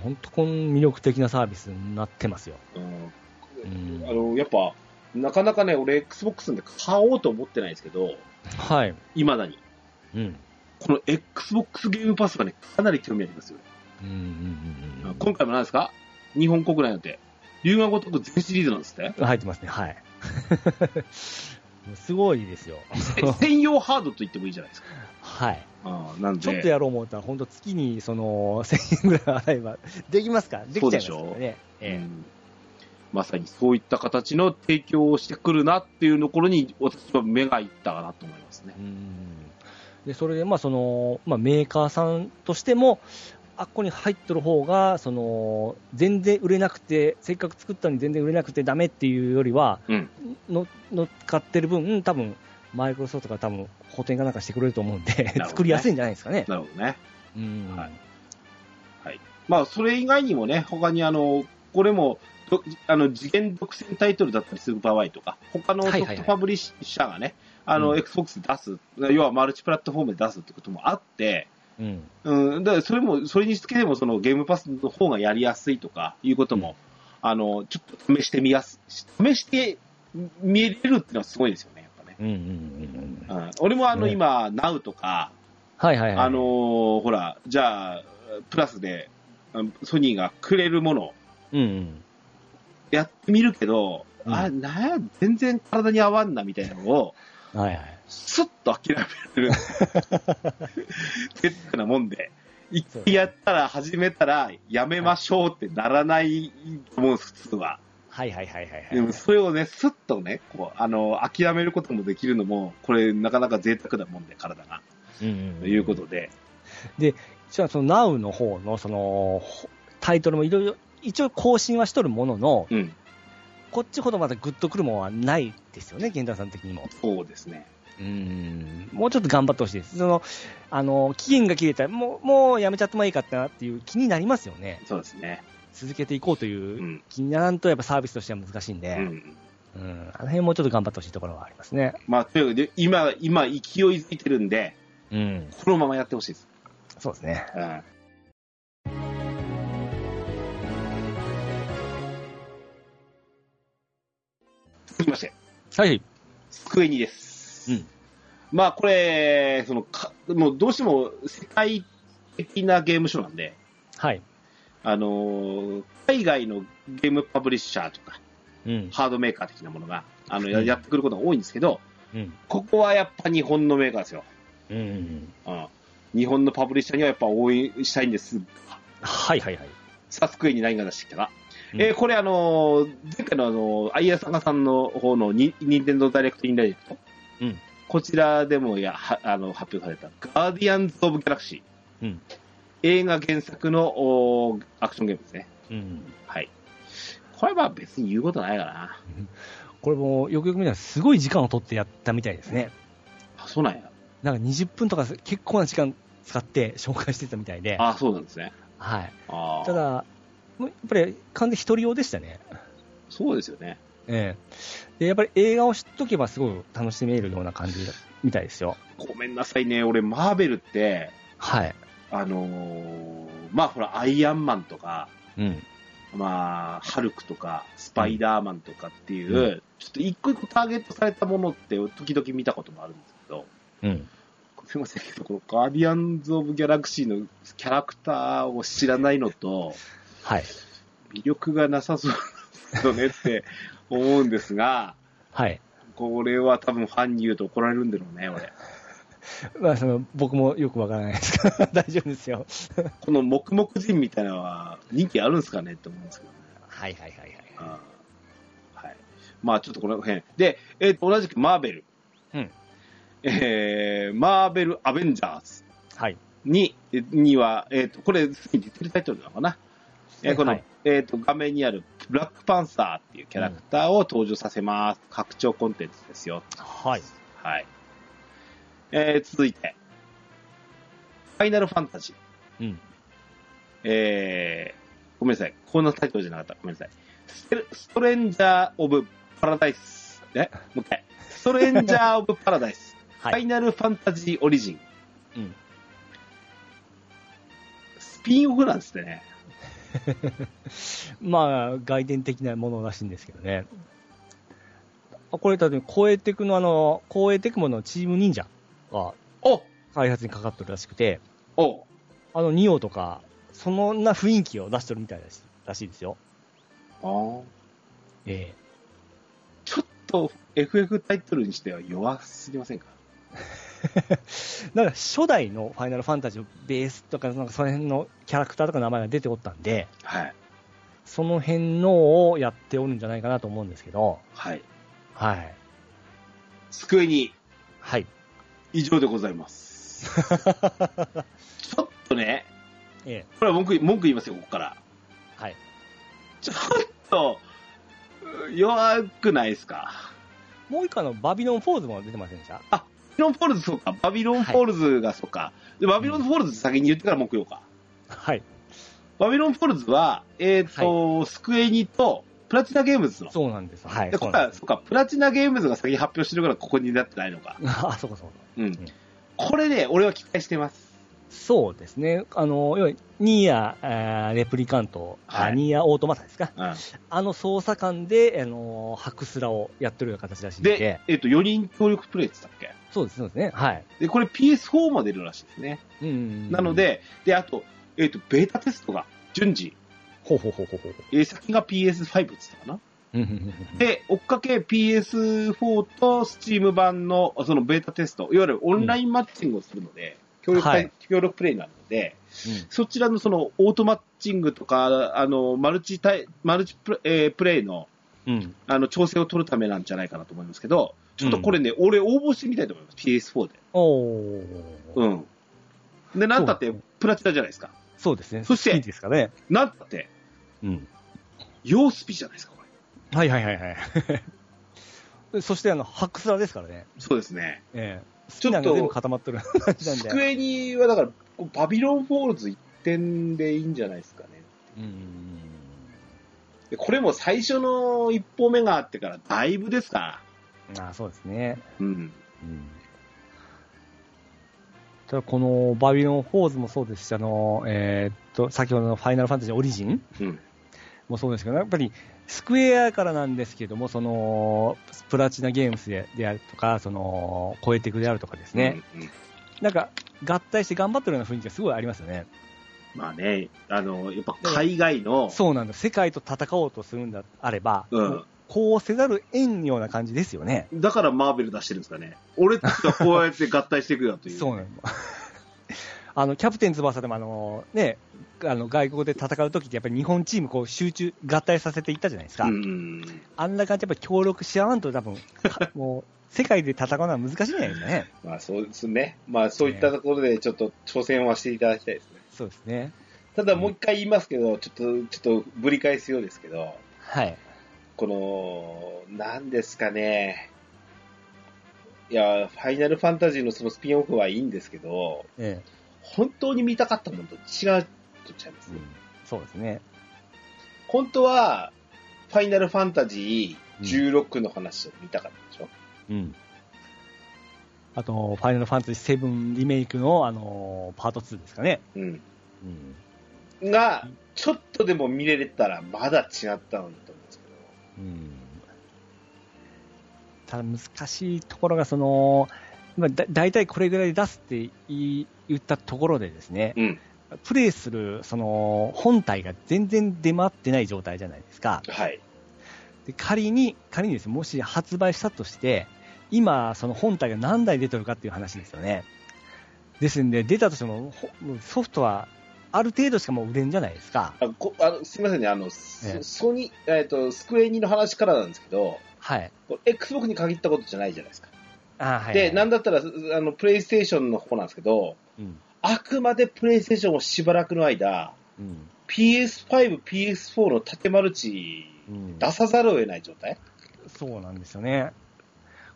Speaker 2: 本当この魅力的なサービスになってますよ。
Speaker 1: うん、
Speaker 2: うん
Speaker 1: あのやっぱなかなかね俺 XBOX で買おうと思ってないんですけど
Speaker 2: はい。
Speaker 1: いまだに
Speaker 2: うん。
Speaker 1: この XBOX ゲームパスがねかなり興味ありますよ、
Speaker 2: うんうんうん
Speaker 1: 今回も何ですか日本国内なんて龍が如く全シリーズなんです ね
Speaker 2: うん。入ってますね、はい。すごいですよ。
Speaker 1: え専用ハードと言ってもいいじゃないですか
Speaker 2: はい。
Speaker 1: あーなんで
Speaker 2: ちょっとやろう思ったら、本当月にその1000円ぐ らい払えば、できますかできちゃいますからね。
Speaker 1: う
Speaker 2: え
Speaker 1: んまさにそういった形の提供をしてくるなっていうところに私は目がいったかなと思いますね
Speaker 2: え。うんで、それで、まあ、その、まあ、メーカーさんとしても、あっこに入っとる方が、その、全然売れなくて、せっかく作ったのに全然売れなくてダメっていうよりは、
Speaker 1: うん
Speaker 2: の乗っかってる分、多分、マイクロソフトが多分、補填かなんかしてくれると思うんで、
Speaker 1: ほどね
Speaker 2: 作りやすいんじゃないですかね。
Speaker 1: なるほどね。
Speaker 2: うん。
Speaker 1: はいまあ、それ以外にもね、他にあの、これも、どあの、次元独占タイトルだったりする場合とか、他の
Speaker 2: はいはい
Speaker 1: ソ
Speaker 2: は
Speaker 1: フ
Speaker 2: い
Speaker 1: トパブリッシャーがね、あ
Speaker 2: う
Speaker 1: の、
Speaker 2: ん
Speaker 1: Xbox で出す、要はマルチプラットフォームで出すってこともあって、
Speaker 2: うん。
Speaker 1: うん、だからそれも、それにつけても、そのゲームパスの方がやりやすいとかいうことも、あの、ちょっと試してみやす、試して見れるっていうのはすごいですよね、やっぱね。
Speaker 2: うんうんうんうん。
Speaker 1: うん、俺もあの、
Speaker 2: ね
Speaker 1: 今、Now とか、
Speaker 2: はいはいはい。
Speaker 1: あのーほら、じゃあ、プラスで、あのソニーがくれるもの、
Speaker 2: うんうん。
Speaker 1: やってみるけど、
Speaker 2: うん
Speaker 1: あ、なんや、全然体に合わんな、みたいなのを、
Speaker 2: はいはい。
Speaker 1: スッと諦める。テックなもんで。一回やったら、始めたら、やめましょうってならないと思うんです、普通は。
Speaker 2: はいはいはいはいはい。
Speaker 1: でも、それをね、スッとね、こう、あの、諦めることもできるのも、これ、なかなか贅沢なもんで、体が。
Speaker 2: うんうん
Speaker 1: ということで。
Speaker 2: じゃあ、その Now の方の、その、ほタイトルもいろいろ、一応更新はしとるものの、
Speaker 1: うん。
Speaker 2: こっちほどまたグッとくるものはないですよね、源太さん的にも。
Speaker 1: そうですね。
Speaker 2: うん。もうちょっと頑張ってほしいです。その、あの、期限が切れたら、もう、もうやめちゃってもいいかったなっていう気になりますよね。
Speaker 1: そうですね。
Speaker 2: 続けていこうと
Speaker 1: う。
Speaker 2: いうん気にならんと、やっぱサービスとしては難しいん
Speaker 1: う
Speaker 2: で、
Speaker 1: ん。
Speaker 2: うん。あの辺もうちょっと頑張ってほしいところはありますね。
Speaker 1: まあ、というわけで、今、今、勢いづいてるんで、
Speaker 2: うん。
Speaker 1: このままやってほしいです。
Speaker 2: そうですね。
Speaker 1: うん。続きまして、
Speaker 2: はい。
Speaker 1: スクエニです。
Speaker 2: うん
Speaker 1: まあ、これ、そのか、もうどうしても世界的なゲームショーなんで、
Speaker 2: はい。
Speaker 1: あのー海外のゲームパブリッシャーとか、
Speaker 2: うん。
Speaker 1: ハードメーカー的なものが、あの、や
Speaker 2: うん
Speaker 1: やってくることが多いんですけど、
Speaker 2: うん。
Speaker 1: ここはやっぱ日本のメーカーですよ。
Speaker 2: うん。
Speaker 1: うん日本のパブリッシャーにはやっぱ応援したいんですが、
Speaker 2: はいはいはい。
Speaker 1: サスクエに何が出してきたか。
Speaker 2: うん
Speaker 1: えーこれあのー前回のあのー、アイアサガさんの方のニニンテンドーダイレクトインダイレクト。
Speaker 2: うん
Speaker 1: こちらでもやはあの発表された、ガーディアンズ・オブ・ギャラクシー。
Speaker 2: うん
Speaker 1: 映画原作のおーアクションゲームですね。
Speaker 2: うん。
Speaker 1: はい。これはまあ別に言うことないかな。
Speaker 2: これもよくよく見たらすごい時間を取ってやったみたいですね。
Speaker 1: あ、そうなんや。
Speaker 2: なんか20分とか結構な時間使って紹介してたみたいで、
Speaker 1: あ、そうなんですね。
Speaker 2: はい、
Speaker 1: あー
Speaker 2: ただ、もうやっぱり完全に一人用でしたね。
Speaker 1: そうですよね。
Speaker 2: ええで、やっぱり映画を知っとけばすごい楽しめるような感じみたいですよ。
Speaker 1: ごめんなさいね、俺、マーベルって、
Speaker 2: はい。
Speaker 1: あのーまあほら、アイアンマンとか、
Speaker 2: うん。
Speaker 1: まあ、ハルクとか、スパイダーマンとかっていう、ちょっと一個一個ターゲットされたものって、時々見たこともあるんですけど、
Speaker 2: うん。
Speaker 1: すいませんけど、このガーディアンズ・オブ・ギャラクシーのキャラクターを知らないのと、
Speaker 2: はい。
Speaker 1: 魅力がなさそうですよねって思うんですが、
Speaker 2: はい。
Speaker 1: これは多分ファンに言うと怒られるんだろうね、俺。
Speaker 2: まあ、その、僕もよくわからないですから、 大丈夫ですよ。
Speaker 1: この黙々人みたいなのは人気あるんですかねって思うんですけどね。
Speaker 2: はいはいはいはい。
Speaker 1: あーはい。まあちょっとこの辺。で、えー同じくマーベル。
Speaker 2: うん
Speaker 1: えーマーベル・アベンジャーズ
Speaker 2: はい。
Speaker 1: に、えには、えっ、と、これ、すでに出てるタイトルなのかな。えーこの、
Speaker 2: はい
Speaker 1: えっ、と、画面にあるブラックパンサーっていうキャラクターを登場させます。拡張コンテンツですよ。
Speaker 2: はい。
Speaker 1: はい。えー続いて、ファイナルファンタジー。
Speaker 2: うん。
Speaker 1: えー、ごめんなさい。こんなタイトルじゃなかった。ごめんなさい。ステルストレンジャー・オブ・パラダイス。えもう一回。ストレンジャー・オブ・パラダイ ス。
Speaker 2: はい
Speaker 1: ファイナル・ファンタジー・オリジン。
Speaker 2: うん。
Speaker 1: スピンオフなんですね。
Speaker 2: まあ、外伝的なものらしいんですけどね。あこれ、多分、光栄テクのあの、光栄テクモのチーム忍者が
Speaker 1: お
Speaker 2: 開発にかかってるらしくて、
Speaker 1: お
Speaker 2: あの、ニオとか、そんな雰囲気を出してるみたいらしらしいですよ。
Speaker 1: あー
Speaker 2: ええ
Speaker 1: ちょっと FF タイトルにしては弱すぎませんか
Speaker 2: なんか初代のファイナルファンタジーのベースとか、なんかその辺のキャラクターとか名前が出ておったんで、
Speaker 1: はい。
Speaker 2: その辺のをやっておるんじゃないかなと思うんですけど、
Speaker 1: はい。
Speaker 2: はい。
Speaker 1: 机に
Speaker 2: はい。
Speaker 1: 以上でござい ます。ちょっとね、
Speaker 2: ええ。
Speaker 1: これは文句文句言いますよ、ここから。
Speaker 2: はい。
Speaker 1: ちょっと、う弱くないですか。
Speaker 2: もう一個あの、バビロンフォーズも出てませんでした
Speaker 1: バビロンフォールズ、そうか。バビロンフォールズが、そうか。で、バビロンフォールズ先に言ってから木曜か。
Speaker 2: はい。
Speaker 1: バビロンフォールズは、えっ、と、スクエニとプラチナゲームズの。
Speaker 2: そうなんです。はい。
Speaker 1: で、
Speaker 2: そ
Speaker 1: ここ
Speaker 2: うなん
Speaker 1: は、
Speaker 2: です
Speaker 1: そうか、プラチナゲームズが先に発表してるから、ここになってないのか。
Speaker 2: あ、そうかそうか。
Speaker 1: うん。これね、俺は期待してます。
Speaker 2: そうですね。あの、要は、ニーヤ、えーレプリカント、
Speaker 1: は
Speaker 2: あ
Speaker 1: い
Speaker 2: ニーヤオートマタですか。
Speaker 1: うん。
Speaker 2: あの操作官で、あの、ハクスラをやってるような形らしいんで。
Speaker 1: で、えっ、と、4人協力プレイって言ったっけ
Speaker 2: そうです、そうですね。はい。
Speaker 1: で、これ PS4 も出るらしいですね。
Speaker 2: うんうんうん
Speaker 1: なの、で、で、あと、えっ、と、ベータテストが順次、
Speaker 2: ほうほうほうほうほう。
Speaker 1: えー先が PS5 って言ったかな
Speaker 2: うんうんうんうん
Speaker 1: で、追っかけ PS4 と Steam 版のそのベータテスト、いわゆるオンラインマッチングをするので、協力
Speaker 2: はい
Speaker 1: 協力プレイになるので、そちらのそのオートマッチングとか、あの、マルチタイ、マルチプレ,、えープレイの、
Speaker 2: うん。うん。
Speaker 1: あの、調整を取るためなんじゃないかなと思いますけど、ちょっとこれね、俺応募してみたいと思います、PS4 で。
Speaker 2: おー
Speaker 1: うん。で、なんたってプラチナじゃないですか。
Speaker 2: そうですね。
Speaker 1: そして
Speaker 2: いいですかね。
Speaker 1: なんたって、
Speaker 2: うん。
Speaker 1: ヨースピじゃないですか、これ。
Speaker 2: はいはいはいはい。 そして、あの、ハクスラですからね。
Speaker 1: そうですね。
Speaker 2: ええ。好
Speaker 1: ちょ
Speaker 2: き
Speaker 1: っと
Speaker 2: なのが全部固まってる感じなんで。
Speaker 1: 机にはだから、バビロンフォールズ一点でいいんじゃないですかね。
Speaker 2: うんうんうん。
Speaker 1: でこれも最初の一歩目があってからだいぶですから。
Speaker 2: あそうですね。
Speaker 1: うん。
Speaker 2: ただこのバビロン・フォーズもそうですし、あの、えーっと、先ほどのファイナルファンタジーオリジン
Speaker 1: うん。
Speaker 2: もそうですけど、やっぱりスクエアからなんですけども、その、プラチナゲームスでであるとか、その、超えてくであるとかですね、
Speaker 1: うん。うん
Speaker 2: なんか合体して頑張ってるような雰囲気がすごいありますよね。
Speaker 1: まあね、あの、やっぱ海外の、
Speaker 2: そうなんだ、世界と戦おうとするんだあれば、
Speaker 1: うん
Speaker 2: こうせざるえんような感じですよね。
Speaker 1: だからマーベル出してるんですかね。俺たちがこうやって合体していくよという。
Speaker 2: そうなの。 あの、キャプテン翼でもあの、ね、あの、外国で戦うときってやっぱり日本チームこう集中、合体させていったじゃないですか。
Speaker 1: うんうん。
Speaker 2: あんな感じでやっぱ協力し合わんと多分、かもう、世界で戦うのは難しいんじゃないですかね。
Speaker 1: まあそうですね。まあそういったところでちょっと挑戦はしていただきたいですね。
Speaker 2: そうですね。
Speaker 1: ただもう一回言いますけど、ちょっと、ちょっとぶり返すようですけど、
Speaker 2: はい。
Speaker 1: この、なんですかね。いや、ファイナルファンタジーのそのスピンオフはいいんですけど、
Speaker 2: え
Speaker 1: 本当に見たかったものと違うとちゃいます
Speaker 2: え
Speaker 1: ね。
Speaker 2: そうですね。
Speaker 1: 本当は、ファイナルファンタジー16の話を見たかったでしょ。
Speaker 2: うん。
Speaker 4: あと、ファイナルファンタジー7リメイクの、あのーパート2ですかね。
Speaker 1: うん。
Speaker 2: うん。
Speaker 1: が、ちょっとでも見れれたら、まだ違ったのにと思うんですけど。
Speaker 2: うん。
Speaker 4: ただ難しいところが、その、まあ、だ大体これぐらいで出すって言い言ったところでですね、
Speaker 1: うん。
Speaker 4: プレイするその本体が全然出回ってない状態じゃないですか。
Speaker 1: はい。
Speaker 4: で仮に、仮にですねもし発売したとして、今、その本体が何台出てるかっていう話ですよね。ですんで、出たとしても、ほもうソフトはある程度しかもう売れんじゃないですか。
Speaker 1: あごあのすみませんね、あの、
Speaker 4: え
Speaker 1: ソ
Speaker 4: え
Speaker 1: ソニー、えっ、と、スクエニの話からなんですけど、
Speaker 4: はい。
Speaker 1: これ Xbox に限ったことじゃないじゃないですか。
Speaker 4: あはい、
Speaker 1: で、なんだったら、あの、プレイステーションの方なんですけど、
Speaker 2: うん
Speaker 1: あくまでプレイステーションをしばらくの間、
Speaker 2: うん。
Speaker 1: PS5、PS4 の縦マルチ
Speaker 2: うん
Speaker 1: 出さざるを得ない状態
Speaker 4: そうなんですよね。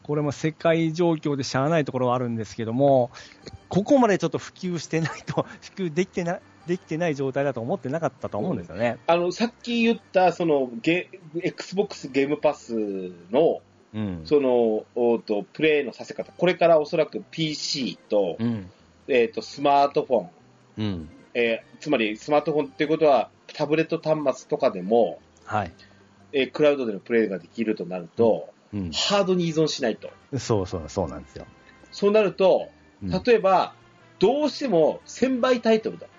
Speaker 4: これも世界状況でしゃあないところはあるんですけども、ここまでちょっと普及してない と、普及できてなできてない状態だと思ってなかったと思うんですよね。
Speaker 1: あの、さっき言った、その、ゲ、Xbox ゲームパスの、
Speaker 2: うん。
Speaker 1: その、おーと、プレイのさせ方、これからおそらく PC と、
Speaker 2: うん。
Speaker 1: えっ、と、スマートフォン、
Speaker 2: うん。
Speaker 1: えーつまりスマートフォンっていうことは、タブレット端末とかでも、
Speaker 2: はい。
Speaker 1: えークラウドでのプレイができるとなると、
Speaker 2: うん。
Speaker 1: ハードに依存しないと。
Speaker 2: そうそう、そうなんですよ。
Speaker 1: そうなると、
Speaker 2: うん
Speaker 1: 例えば、どうしても1000倍タイトルだと。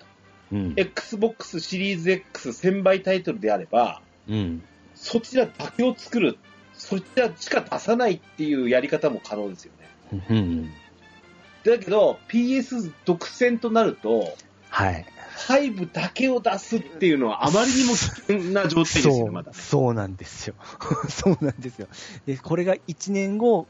Speaker 2: うん。
Speaker 1: Xbox シリーズ X1000 倍タイトルであれば、
Speaker 2: うん。
Speaker 1: そちらだけを作る、そちらしか出さないっていうやり方も可能ですよね。
Speaker 2: うん。
Speaker 1: だけど、PS 独占となると、
Speaker 2: はい。
Speaker 1: 5だけを出すっていうのはあまりにも危険な状態ですよ
Speaker 2: そ
Speaker 1: ね、
Speaker 2: う
Speaker 1: まだね。
Speaker 2: そうなんですよ。 そうなんですよ。で、これが1年後、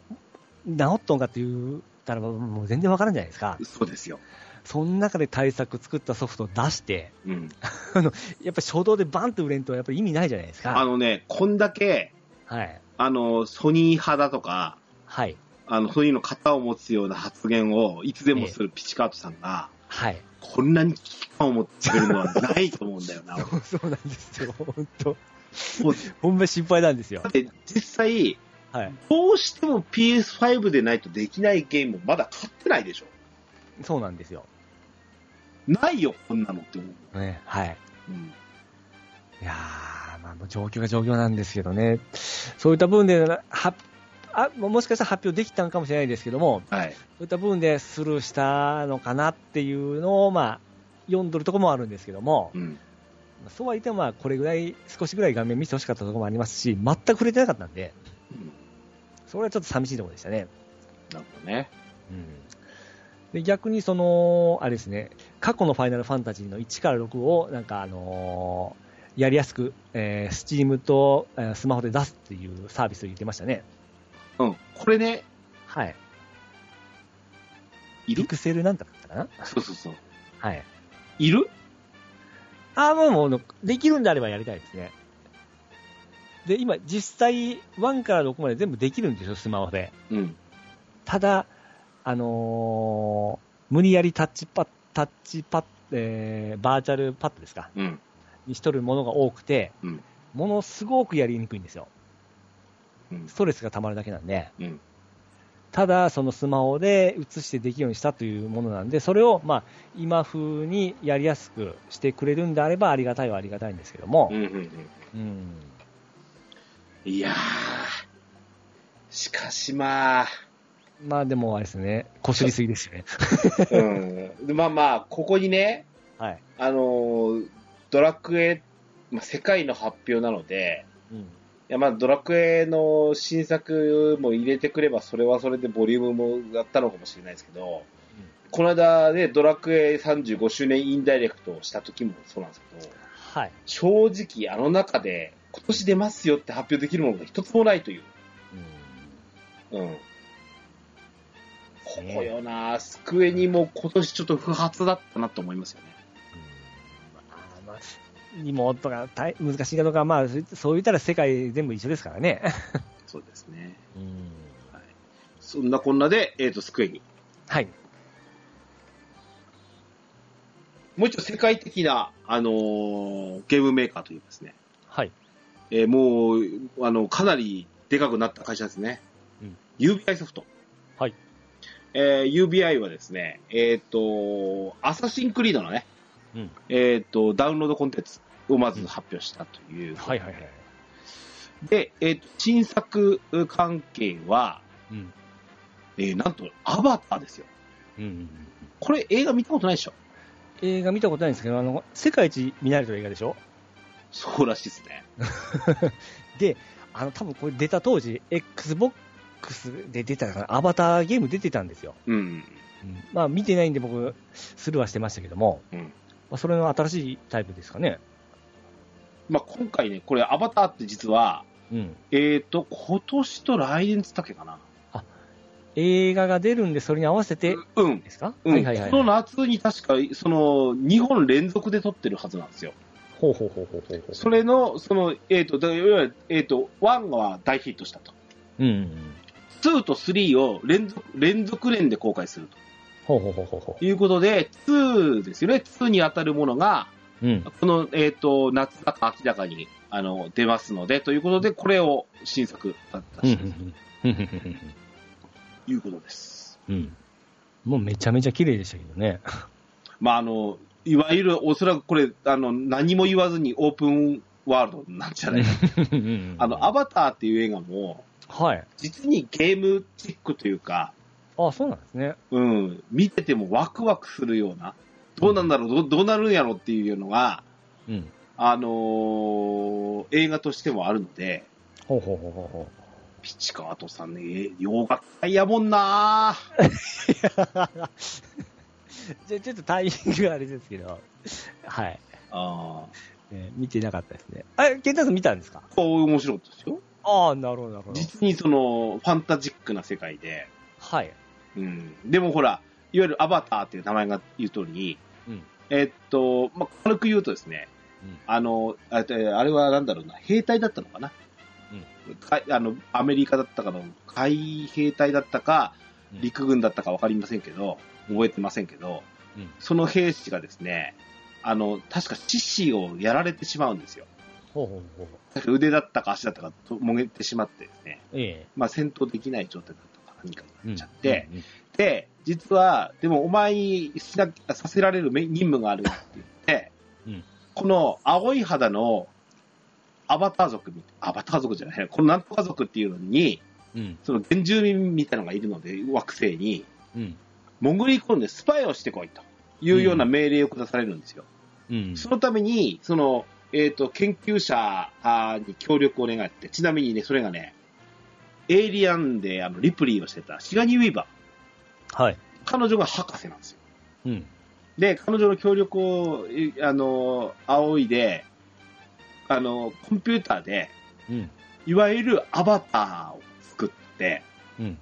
Speaker 2: 治っとんかっていうたらば、もう全然わからんじゃないですか。
Speaker 1: そうですよ。
Speaker 2: その中で対策作ったソフトを出して、
Speaker 1: うん。
Speaker 2: やっぱり初動でバンと売れんと、やっぱり意味ないじゃないです
Speaker 1: あ
Speaker 2: か。
Speaker 1: のね、こんだけ、
Speaker 2: はい。
Speaker 1: あの、ソニー派だとか、
Speaker 2: はい。
Speaker 1: あの、ソニーの型を持つような発言をいつでもするピチカートさんが、
Speaker 2: はい。
Speaker 1: こんなに危機感を持ってくるのはないと思うんだよな。
Speaker 2: そうなんですよ。本当。
Speaker 1: もう
Speaker 2: ほんまに心配なんですよ
Speaker 1: だ。って実際、
Speaker 2: はい。
Speaker 1: どうしても PS5 でないとできないゲームをまだ買ってないでしょ。
Speaker 2: そうなんですよ。
Speaker 1: ないよ、こんなのって思う。
Speaker 2: ね。はい。
Speaker 1: うん
Speaker 2: いやー、まあ、もう状況が状況なんですけどね、そういった部分ではあ、もしかしたら発表できたのかもしれないですけども、
Speaker 1: はい。
Speaker 2: そういった部分でスルーしたのかなっていうのを、まあ、読んどるところもあるんですけども
Speaker 1: う、ん。
Speaker 2: そうは言っても、まあこれぐらい、少しぐらい画面見せてほしかったところもありますし、全く触れてなかったんで、
Speaker 1: うん
Speaker 2: それはちょっと寂しいところでしたね。
Speaker 1: なるほどね。
Speaker 2: で逆にその、あれですね、過去のファイナルファンタジーの1から6を、なんかあのーやりやすく、えー、Steam と、えースマホで出すっていうサービスを言ってましたね。
Speaker 1: うん。これね、
Speaker 2: はい。
Speaker 1: い
Speaker 2: ピ
Speaker 1: る
Speaker 2: クセルなんだったかな
Speaker 1: そうそうそう。
Speaker 2: はい。
Speaker 1: いる
Speaker 2: ああ、もうもう、できるんであればやりたいですね。で、今、実際、1から6まで全部できるんですよ、スマホで。
Speaker 1: うん。
Speaker 2: ただ、あのー無理やりタッチパッ、タッチパッ、えーバーチャルパッドですか。
Speaker 1: うん。
Speaker 2: にしとるものが多くて、
Speaker 1: うん
Speaker 2: ものすごくやりにくいんですよ。
Speaker 1: うん
Speaker 2: ストレスがたまるだけなんで。
Speaker 1: うん
Speaker 2: ただ、そのスマホで映してできるようにしたというものなんで、それを、まあ、今風にやりやすくしてくれるんであればありがたいはありがたいんですけども
Speaker 1: うん。う、んうん。
Speaker 2: うん
Speaker 1: いやー、しかし まあ、
Speaker 2: まあでもあれですね、こすりすぎですよね。
Speaker 1: うん。でまあまあ、ここにね、
Speaker 2: はい。
Speaker 1: あのードラクエ、まあ、世界の発表なので、
Speaker 2: うん
Speaker 1: いやまあドラクエの新作も入れてくれば、それはそれでボリュームもやったのかもしれないですけど、この間ね、ドラクエ35周年インダイレクトをした時もそうなんですけど、
Speaker 2: はい。
Speaker 1: 正直あの中で今年出ますよって発表できるものが一つもないという。うん。ここよなスクエニも今年ちょっと不発だったなと思いますよね。
Speaker 2: あーまあリモートが大難しいかどうか、まあ、そうそう言ったら世界全部一緒ですからね。
Speaker 1: そうですね。
Speaker 2: うん
Speaker 1: そんなこんなで、えっ、と、スクエニ。
Speaker 2: はい。
Speaker 1: もう一度世界的な、あのーゲームメーカーといいますね。
Speaker 2: はい。
Speaker 1: えーもう、あの、かなりでかくなった会社ですね。
Speaker 2: うん、
Speaker 1: UBI ソフト。
Speaker 2: はい。
Speaker 1: えー UBI はですね、えっ、と、アサシンクリードのね、
Speaker 2: うん
Speaker 1: えっ、と、ダウンロードコンテンツをまず発表したという。
Speaker 2: はいはいはい。
Speaker 1: で、えっ、と、新作関係は、
Speaker 2: うん。
Speaker 1: えーなんと、アバターですよ。
Speaker 2: うんうんうん。
Speaker 1: これ映画見たことないでしょ
Speaker 2: 映画見たことないんですけど、あの、世界一見慣れた映画でしょ
Speaker 1: そうらしいですね。
Speaker 2: で、あの、多分これ出た当時、XBOX で出たかな、アバターゲーム出てたんですよ。
Speaker 1: うん。
Speaker 2: まあ見てないんで僕、スルーはしてましたけども、
Speaker 1: うん
Speaker 2: まあ、それの新しいタイプですかね。
Speaker 1: まあ、今回ね、これアバターって実は、
Speaker 2: うん。
Speaker 1: えっ、と、今年と来年つったっけかな。
Speaker 2: 映画が出るんで、それに合わせて、
Speaker 1: うん。
Speaker 2: ですか、
Speaker 1: うん
Speaker 2: はいはいはい。
Speaker 1: この夏に確か、その、2本連続で撮ってるはずなんですよ。
Speaker 2: ほうほうほうほうほうほう。
Speaker 1: それの、その、えっ、と、だいわゆる、えっ、と、1は大ヒットしたと。
Speaker 2: うんうんうん。
Speaker 1: 2と3を連続、連続連で公開する
Speaker 2: ほうほうほうほうほ
Speaker 1: ということで、2ですよね。2に当たるものが、
Speaker 2: う。うん。
Speaker 1: この、えっ、と、夏だか秋だかに、あの、出ますので、ということで、これを新作だった
Speaker 2: うんう
Speaker 1: し、
Speaker 2: んうんうん
Speaker 1: ということです。
Speaker 2: うんうん。もうめちゃめちゃ綺麗でしたけどね。
Speaker 1: まあ、あの、いわゆる、おそらくこれ、あの、何も言わずにオープンワールドなんじゃないか。あの、ア
Speaker 2: ば、
Speaker 1: バターっていう映画も、
Speaker 2: はい。
Speaker 1: 実にゲームチックというか、
Speaker 2: あ、そうなんですね。
Speaker 1: うん、見ててもワクワクするような、どうなんだろう、どうどうなるんやろっていうのが、
Speaker 2: うん。
Speaker 1: あのー映画としてもあるので、
Speaker 2: ほうほうほうほう ほう。
Speaker 1: ピチカートさんね、え洋楽界やもんな
Speaker 2: じゃあちょっとタイミングがあれですけど、はい。
Speaker 1: あ
Speaker 2: えー見てなかったですね。あ、ケンタさん見たんですか
Speaker 1: ーこう面白かったですよ。
Speaker 2: ああ、なるほど、なるほど。
Speaker 1: 実にその、ファンタジックな世界で、
Speaker 2: はい。
Speaker 1: うん、でもほら、いわゆるアバターっていう名前が言う通りに、
Speaker 2: うん
Speaker 1: えっと、まあ、軽く言うとですね、
Speaker 2: うん
Speaker 1: あの、あえあれはなんだろうな、兵隊だったのかな、かあのアメリカだったかの、海兵隊だったか、
Speaker 2: うん
Speaker 1: 陸軍だったかわかりませんけど、覚えてませんけど、
Speaker 2: うん
Speaker 1: その兵士がですね、あの、確か獅子をやられてしまうんですよ。
Speaker 2: ほうほうほう。
Speaker 1: 確か腕だったか足だったかともげてしまってですね、
Speaker 2: え
Speaker 1: まあ戦闘できない状態だったか何か
Speaker 2: え
Speaker 1: になっちゃって、、で、実は、でもお前にしなさせられるめ任務があるって言って、
Speaker 2: うん
Speaker 1: この青い肌のアバター族み、アバター族じゃない、このなんとか族っていうのに、
Speaker 2: うん、
Speaker 1: その原住民みたいなのがいるので、惑星に、
Speaker 2: うん、
Speaker 1: 潜り込んでスパイをしてこいというような命令を下されるんですよ。
Speaker 2: うん
Speaker 1: そのために、その、えっ、と、研究者あーに協力を願って、ちなみにね、それがね、エイリアンであのリプリーをしてたシガニー・ウィーバー、
Speaker 2: はい。
Speaker 1: 彼女が博士なんですよ。
Speaker 2: うん。
Speaker 1: で、彼女の協力を、いあの、仰いで、あの、コンピューターで、
Speaker 2: うん。
Speaker 1: いわゆるアバターを作って、
Speaker 2: うん。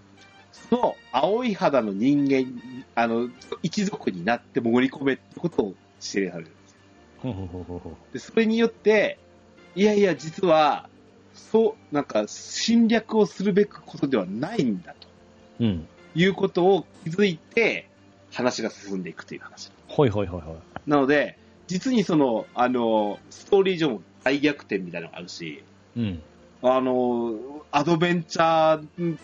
Speaker 1: その青い肌の人間、あの、一族になって潜り込めってことを指令されるんですよ。
Speaker 2: ほうほうほうほうほう。
Speaker 1: で、それによって、いやいや、実は、そう、なんか、侵略をするべくことではないんだと
Speaker 2: うん。
Speaker 1: いうことを気づいて、話が進んでいくという話。
Speaker 2: ほいほいほいほい。
Speaker 1: なので、実にその、あの、ストーリー上も大逆転みたいなのがあるし、
Speaker 2: うん。
Speaker 1: あの、アドベンチャー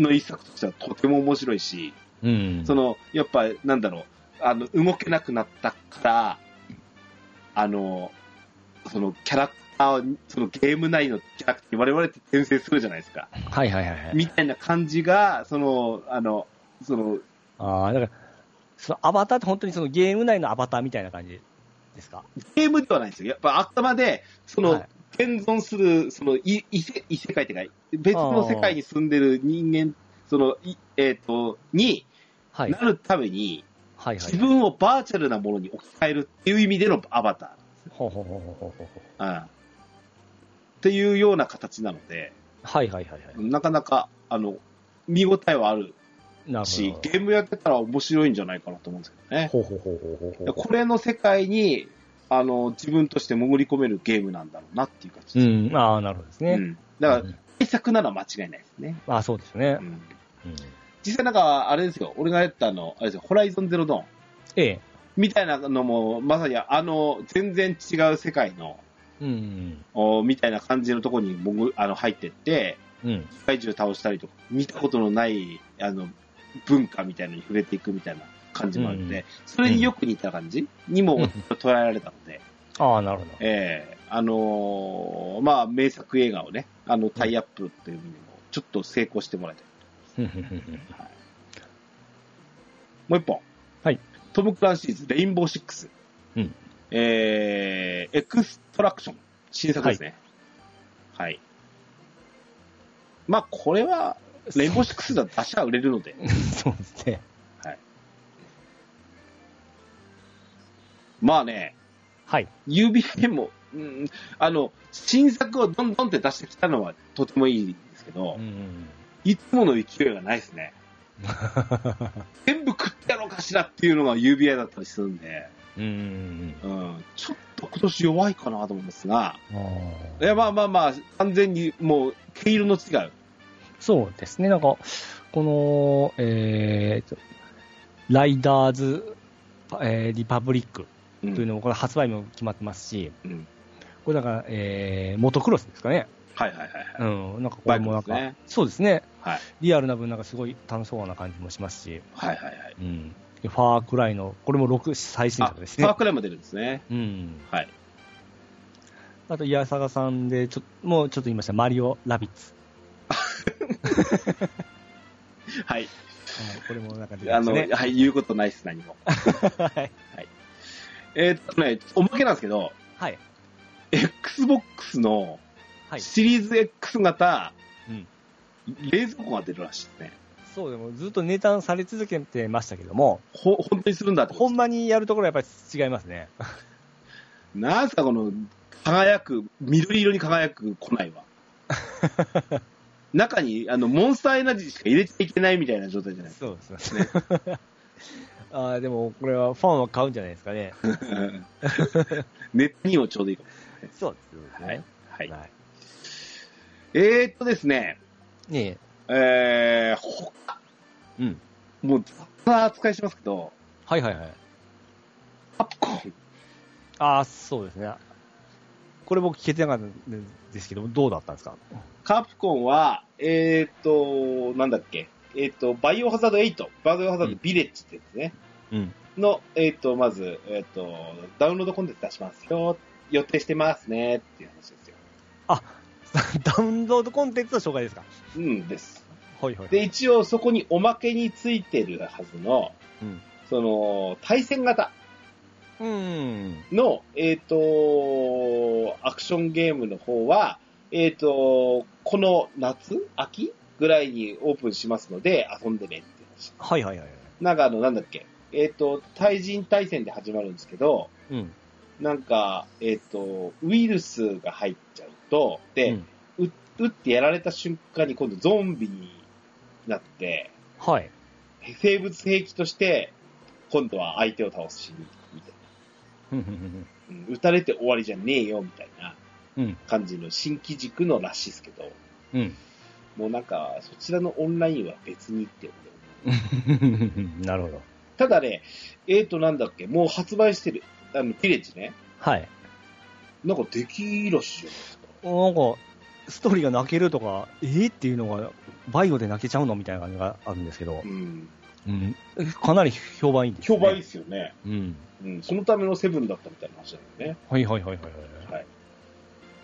Speaker 1: の一作としてはとても面白いし、
Speaker 2: うん。
Speaker 1: そ、の、やっぱ、なんだろう、あの、動けなくなったから、あの、そのキャラクターを、そのゲーム内のキャラクターに我々って転生するじゃないですか。
Speaker 2: はいはいはいはい。
Speaker 1: みたいな感じが、その、あの、その、
Speaker 2: ああ、だから、そのアバターって本当にそのゲーム内のアバターみたいな感じですか
Speaker 1: ゲームではないんですよ。やっぱ頭で、その、
Speaker 2: はい
Speaker 1: 現存する、その、い異世異世界っていうか、別の世界に住んでる人間、その、いえっ、と、に
Speaker 2: は。
Speaker 1: ない
Speaker 2: はい
Speaker 1: るために、
Speaker 2: はい。
Speaker 1: 自分をバーチャルなものに置き換えるっていう意味でのアバタ
Speaker 2: ほうほうほうほうほうほう。
Speaker 1: ー。うん。っていうような形なので、
Speaker 2: はいはいはいは
Speaker 1: なかなか、あの、見応えはある
Speaker 2: い。なる
Speaker 1: し
Speaker 2: ほ、
Speaker 1: ゲームやってたら面白いんじゃないかなと思うんですけどね。
Speaker 2: ど。ほうほうほうほうほうほう。
Speaker 1: これの世界に、あの、自分として潜り込めるゲームなんだろうなっていう感じです。
Speaker 2: うん。ああ、なるほどですね。
Speaker 1: うん。だから
Speaker 2: う、ん
Speaker 1: 対策なら間違いないですね。
Speaker 2: ああ、そうですね
Speaker 1: う。ん。
Speaker 2: うん。
Speaker 1: 実際なんか、あれですよ、俺がやったあの、あれですよ、ホライゾンゼロドーン
Speaker 2: ええ。
Speaker 1: みたいなのも、まさにあの、全然違う世界の、
Speaker 2: うん。
Speaker 1: おみたいな感じのところに潜あの入ってって、
Speaker 2: うん。
Speaker 1: 怪獣倒したりとか、見たことのない、あの、文化みたいのに触れていくみたいな感じもあるんで、
Speaker 2: う
Speaker 1: それによく似た感じにも
Speaker 2: うん
Speaker 1: 捉えられたので、
Speaker 2: ああ、なるほど。
Speaker 1: ええあのーまあ、名作映画をね、あの、タイアップという意味でも、ちょっと成功してもらいたい。
Speaker 2: ふんふんふんふん
Speaker 1: もう一本。
Speaker 2: はい。
Speaker 1: トム・クランシーズ、レインボーシックス。
Speaker 2: うん。
Speaker 1: えー、エクストラクション。新作ですね。はい。まあ、これは、レインボーシックスだと出しゃ売れるので。
Speaker 2: そうですね。
Speaker 1: まあね、
Speaker 2: はい。
Speaker 1: UBA も、うん、あの、新作をどんどんって出してきたのはとてもいいんですけど、
Speaker 2: ん。
Speaker 1: いつもの勢いがないです ね。全部食ってやろうかしらっていうのが UBI だったりするんで、
Speaker 2: うん。
Speaker 1: うん、ちょっと今年弱いかなと思うんですが、
Speaker 2: ああ
Speaker 1: いやまあまあまあ、完全にもう毛色の違う。
Speaker 2: そうですね。なんか、この、えーと、ライダーズ、えーリパブリック
Speaker 1: うん
Speaker 2: というのも、これ発売も決まってますし、
Speaker 1: うん
Speaker 2: これなんか、えー、モトクロスですかね。
Speaker 1: はいはいはいはい。
Speaker 2: うん。なんかこ
Speaker 1: バ
Speaker 2: れ
Speaker 1: イク
Speaker 2: も
Speaker 1: で
Speaker 2: なん
Speaker 1: す
Speaker 2: か、
Speaker 1: ね。
Speaker 2: そうですね。
Speaker 1: はい。
Speaker 2: リアルな分なんかすごい楽しそうな感じもしますし、
Speaker 1: はいはいはい。
Speaker 2: うん。でファークライの、これも6、最新
Speaker 1: あ、
Speaker 2: 作
Speaker 1: パ
Speaker 2: ですね
Speaker 1: ー。クライも出るんですね。
Speaker 2: うん。
Speaker 1: はい。
Speaker 2: あと、イヤサガさんで、ちょもうちょっと言いました、マリオ・ラビッツ。
Speaker 1: はい。
Speaker 2: うんこれもなんか出て
Speaker 1: あ
Speaker 2: ま
Speaker 1: の、
Speaker 2: すね。
Speaker 1: はい、言うことないです、何も。
Speaker 2: はい。
Speaker 1: えーっとね、おまけなんですけど、
Speaker 2: はい。
Speaker 1: Xbox の
Speaker 2: はい。
Speaker 1: シリーズ X 型、
Speaker 2: うん
Speaker 1: 冷蔵庫が出るらしいですね。
Speaker 2: そうでも、ずっとネタされ続けてましたけども、
Speaker 1: ほ、本当にするんだってこと
Speaker 2: ほんまにやるところはやっぱり違いますね。
Speaker 1: なんすかこの、輝く、緑色に輝く庫 内は。中に、あの、モンスターエナジーしか入れちゃいけないみたいな状態じゃないです
Speaker 2: そうですね。あーでも、これはファンは買うんじゃないですかね。
Speaker 1: か。ネットにもちょうどいいかも。
Speaker 2: そうですね。
Speaker 1: はい。
Speaker 2: はい。
Speaker 1: えー、っとですね、
Speaker 2: ね
Speaker 1: えー、ほ
Speaker 2: え。うん。
Speaker 1: もう雑な扱いしますけど、
Speaker 2: はいはいはい。
Speaker 1: カプコン、
Speaker 2: ああ、そうですね。これ僕聞けてなかったんですけども、どうだったんですか
Speaker 1: カプコンは、えー、っと、なんだっけ、えー、っと、バイオハザード8、バイオハザードビレッジってやつね、
Speaker 2: うん。
Speaker 1: の、えー、っと、まず、えー、っと、ダウンロードコンテンツ出しますよ、予定してますね、っていう話ですよ。
Speaker 2: あ、 ダウンロードコンテンツの紹介ですか
Speaker 1: うんです。
Speaker 2: はいはい。
Speaker 1: で、一応そこにおまけについてるはずの、
Speaker 2: うん
Speaker 1: その、対戦型
Speaker 2: うん。
Speaker 1: の、えっ、と、アクションゲームの方は、えっ、と、この夏秋ぐらいにオープンしますので、遊んでねって話。
Speaker 2: はいはいはい。
Speaker 1: なんかあの、なんだっけ、えっ、と、対人対戦で始まるんですけど、
Speaker 2: うん。
Speaker 1: なんか、えっ、と、ウイルスが入っちゃうと、で、
Speaker 2: うん
Speaker 1: う打ってやられた瞬間に今度ゾンビになって、
Speaker 2: はい。
Speaker 1: 生物兵器として、今度は相手を倒すし、みたいな。うん撃たれて終わりじゃねえよ、みたいな
Speaker 2: うん。
Speaker 1: 感じの新規軸のらしいですけど、
Speaker 2: うん。
Speaker 1: もうなんか、そちらのオンラインは別にって思う。
Speaker 2: なるほど。
Speaker 1: ただね、えーとなんだっけ、もう発売してる、あの、ピレッジね、
Speaker 2: はい。
Speaker 1: なんかできらしいよ。
Speaker 2: なんか、ストーリーが泣けるとか、えー、っていうのが、バイオで泣けちゃうのみたいな感じがあるんですけど
Speaker 1: う、ん。
Speaker 2: うん、かなり評判いいです、
Speaker 1: 評
Speaker 2: ね。
Speaker 1: 判いいっすよね。
Speaker 2: うん。
Speaker 1: うん。そのためのセブンだったみたいな話だよね。
Speaker 2: はいはいはいはい。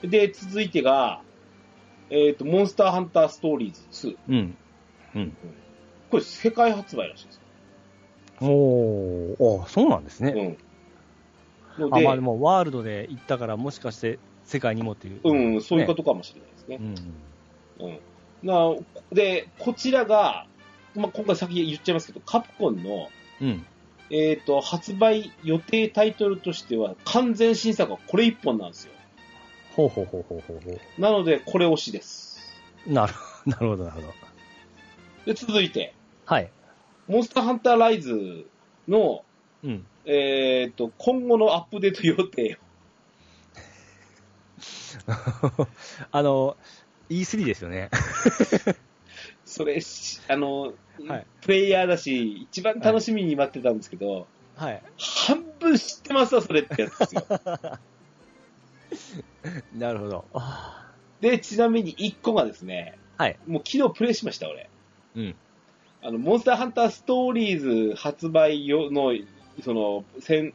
Speaker 1: で、続いてが、えーと、モンスターハンターストーリーズ2。
Speaker 2: うん。
Speaker 1: これ世界発売らしいです。
Speaker 2: おー、あそうなんですね。
Speaker 1: うん。の
Speaker 2: あ、
Speaker 1: で、
Speaker 2: まあでも、ワールドで行ったから、もしかして世界にもっていう。。
Speaker 1: うん、そういうこととかもしれないですね
Speaker 2: う。
Speaker 1: う
Speaker 2: ん。
Speaker 1: ん。なで、こちらが、まあ、今回先言っちゃいますけど、カプコンの、
Speaker 2: うん。
Speaker 1: えっ、と、発売予定タイトルとしては、完全新作はこれ一本なんですよ。
Speaker 2: ほうほうほうほうほうほ
Speaker 1: なので、これ推しです。
Speaker 2: う。なる、 なるほど、なるほど。
Speaker 1: で、続いて、
Speaker 2: はい。
Speaker 1: モンスターハンターライズの、
Speaker 2: うん。
Speaker 1: えっ、と、今後のアップデート予定。
Speaker 2: あの、E3 ですよね。
Speaker 1: それ、しあの、
Speaker 2: はい
Speaker 1: プレイヤーだし、一番楽しみに待ってたんですけど、
Speaker 2: はい。
Speaker 1: 半分知ってますわ、それってやつですよ。
Speaker 2: なるほど。あ
Speaker 1: で、ちなみに1個がですね、
Speaker 2: ーはい。
Speaker 1: もう昨日プレイしました、俺。
Speaker 2: うん。
Speaker 1: あの、モンスターハンターストーリーズ発売よの、その、宣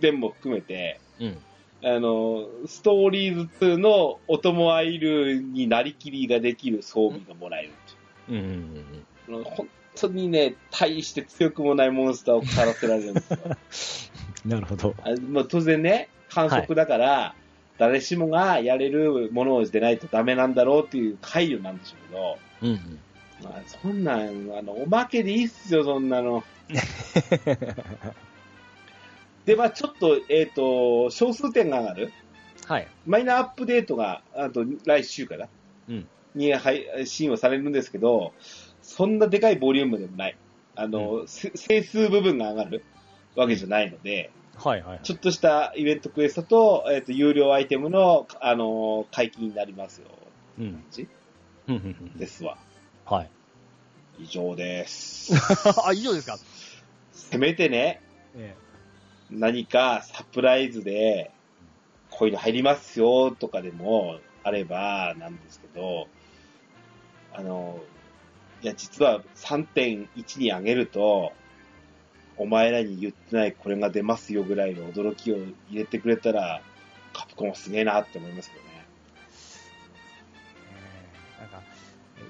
Speaker 1: 伝も含めて、
Speaker 2: うん。
Speaker 1: あの、ストーリーズ2のお供アイルになりきりができる装備がもらえるっていう
Speaker 2: うんうんうん。
Speaker 1: あの本当にね、大して強くもないモンスターを狩らせられるんですよ。
Speaker 2: なるほど。
Speaker 1: あまあ、当然ね、反則だから、誰しもがやれるものでないとダメなんだろうっていう配慮なんでしょうけど、
Speaker 2: うんうん。
Speaker 1: まあ、そんなん、あの、おまけでいいっすよ、そんなの。で、まあちょっと、えっ、と、小数点が上がる、
Speaker 2: はい。
Speaker 1: マイナーアップデートが、あと、来週かな、
Speaker 2: うん
Speaker 1: に配信をされるんですけど、そんなでかいボリュームでもない。あの、せ整数部分が上がるわけじゃないので、
Speaker 2: はいはい。
Speaker 1: ちょっとしたイベントクエストと、えっ、と、有料アイテムの、あのー解禁になりますよ。
Speaker 2: うん。
Speaker 1: ち
Speaker 2: うんうんうん
Speaker 1: ですわ。
Speaker 2: はい。
Speaker 1: 以上です。
Speaker 2: あ、以上ですか。
Speaker 1: せめてね、
Speaker 2: え
Speaker 1: 何かサプライズで、こういうの入りますよとかでもあればなんですけど、あの、いや、実は3.1に上げると、お前らに言ってないこれが出ますよぐらいの驚きを入れてくれたら、カプコンすげえなって思いますけどね。
Speaker 2: えなんか、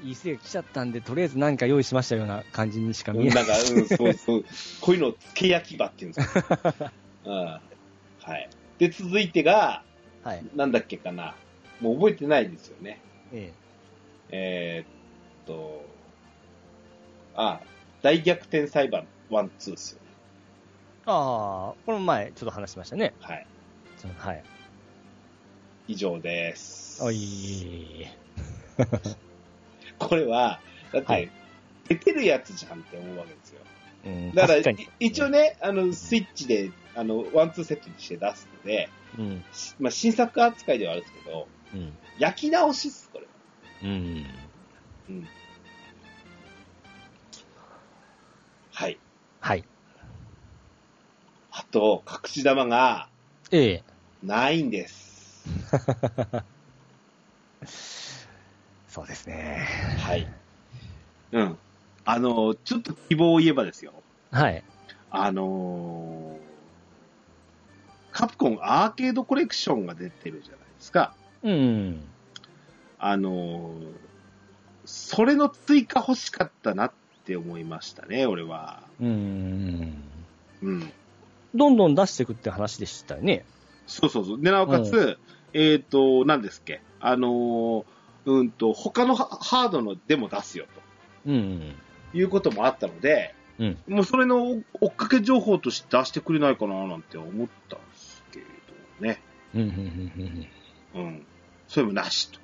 Speaker 2: いいせい来ちゃったんで、とりあえず何か用意しましたような感じにしか
Speaker 1: うん
Speaker 2: 見えな
Speaker 1: な
Speaker 2: い。
Speaker 1: んか、うん、そうそう。こういうのを付け焼き場っていうんですか。 うん。はい。で、続いてが、
Speaker 2: はい。
Speaker 1: なんだっけかな。もう覚えてないですよね。
Speaker 2: え
Speaker 1: えーっと、あ、大逆転裁判ワンツーですよね。
Speaker 2: ああ、この前、ちょっと話しましたね。
Speaker 1: はい。
Speaker 2: そのはい。
Speaker 1: 以上です。
Speaker 2: おい。
Speaker 1: これは、だって、
Speaker 2: はい
Speaker 1: 出てるやつじゃんって思うわけですよ。
Speaker 2: うん、
Speaker 1: だから、
Speaker 2: 確かに
Speaker 1: い一応ね、あの、スイッチで、あの、ワンツーセットにして出すので、
Speaker 2: うん。
Speaker 1: しまあ、新作扱いではあるんですけど、
Speaker 2: うん。
Speaker 1: 焼き直しっす、これ。
Speaker 2: うん。
Speaker 1: うんはい。
Speaker 2: はい。
Speaker 1: あと、隠し玉が
Speaker 2: ええ。
Speaker 1: ないんです。
Speaker 2: そうですね。
Speaker 1: はい。うん。あの、ちょっと希望を言えばですよ。
Speaker 2: はい。
Speaker 1: あのーカプコンアーケードコレクションが出てるじゃないですか。
Speaker 2: うん。
Speaker 1: あのーそれの追加欲しかったなって思いましたね、俺は。
Speaker 2: うん。
Speaker 1: うん。
Speaker 2: どんどん出していくって話でしたよね。
Speaker 1: そうそうそう。で、なおかつ、えっ、と、何ですっけ、あのーうんと、他のハハードのでも出すよ
Speaker 2: うん。
Speaker 1: ということもあったので、
Speaker 2: うん
Speaker 1: もうそれの追追っかけ情報として出してくれないかななんて思ったんですけれどね。
Speaker 2: うん。うん。
Speaker 1: うん。それもなしと。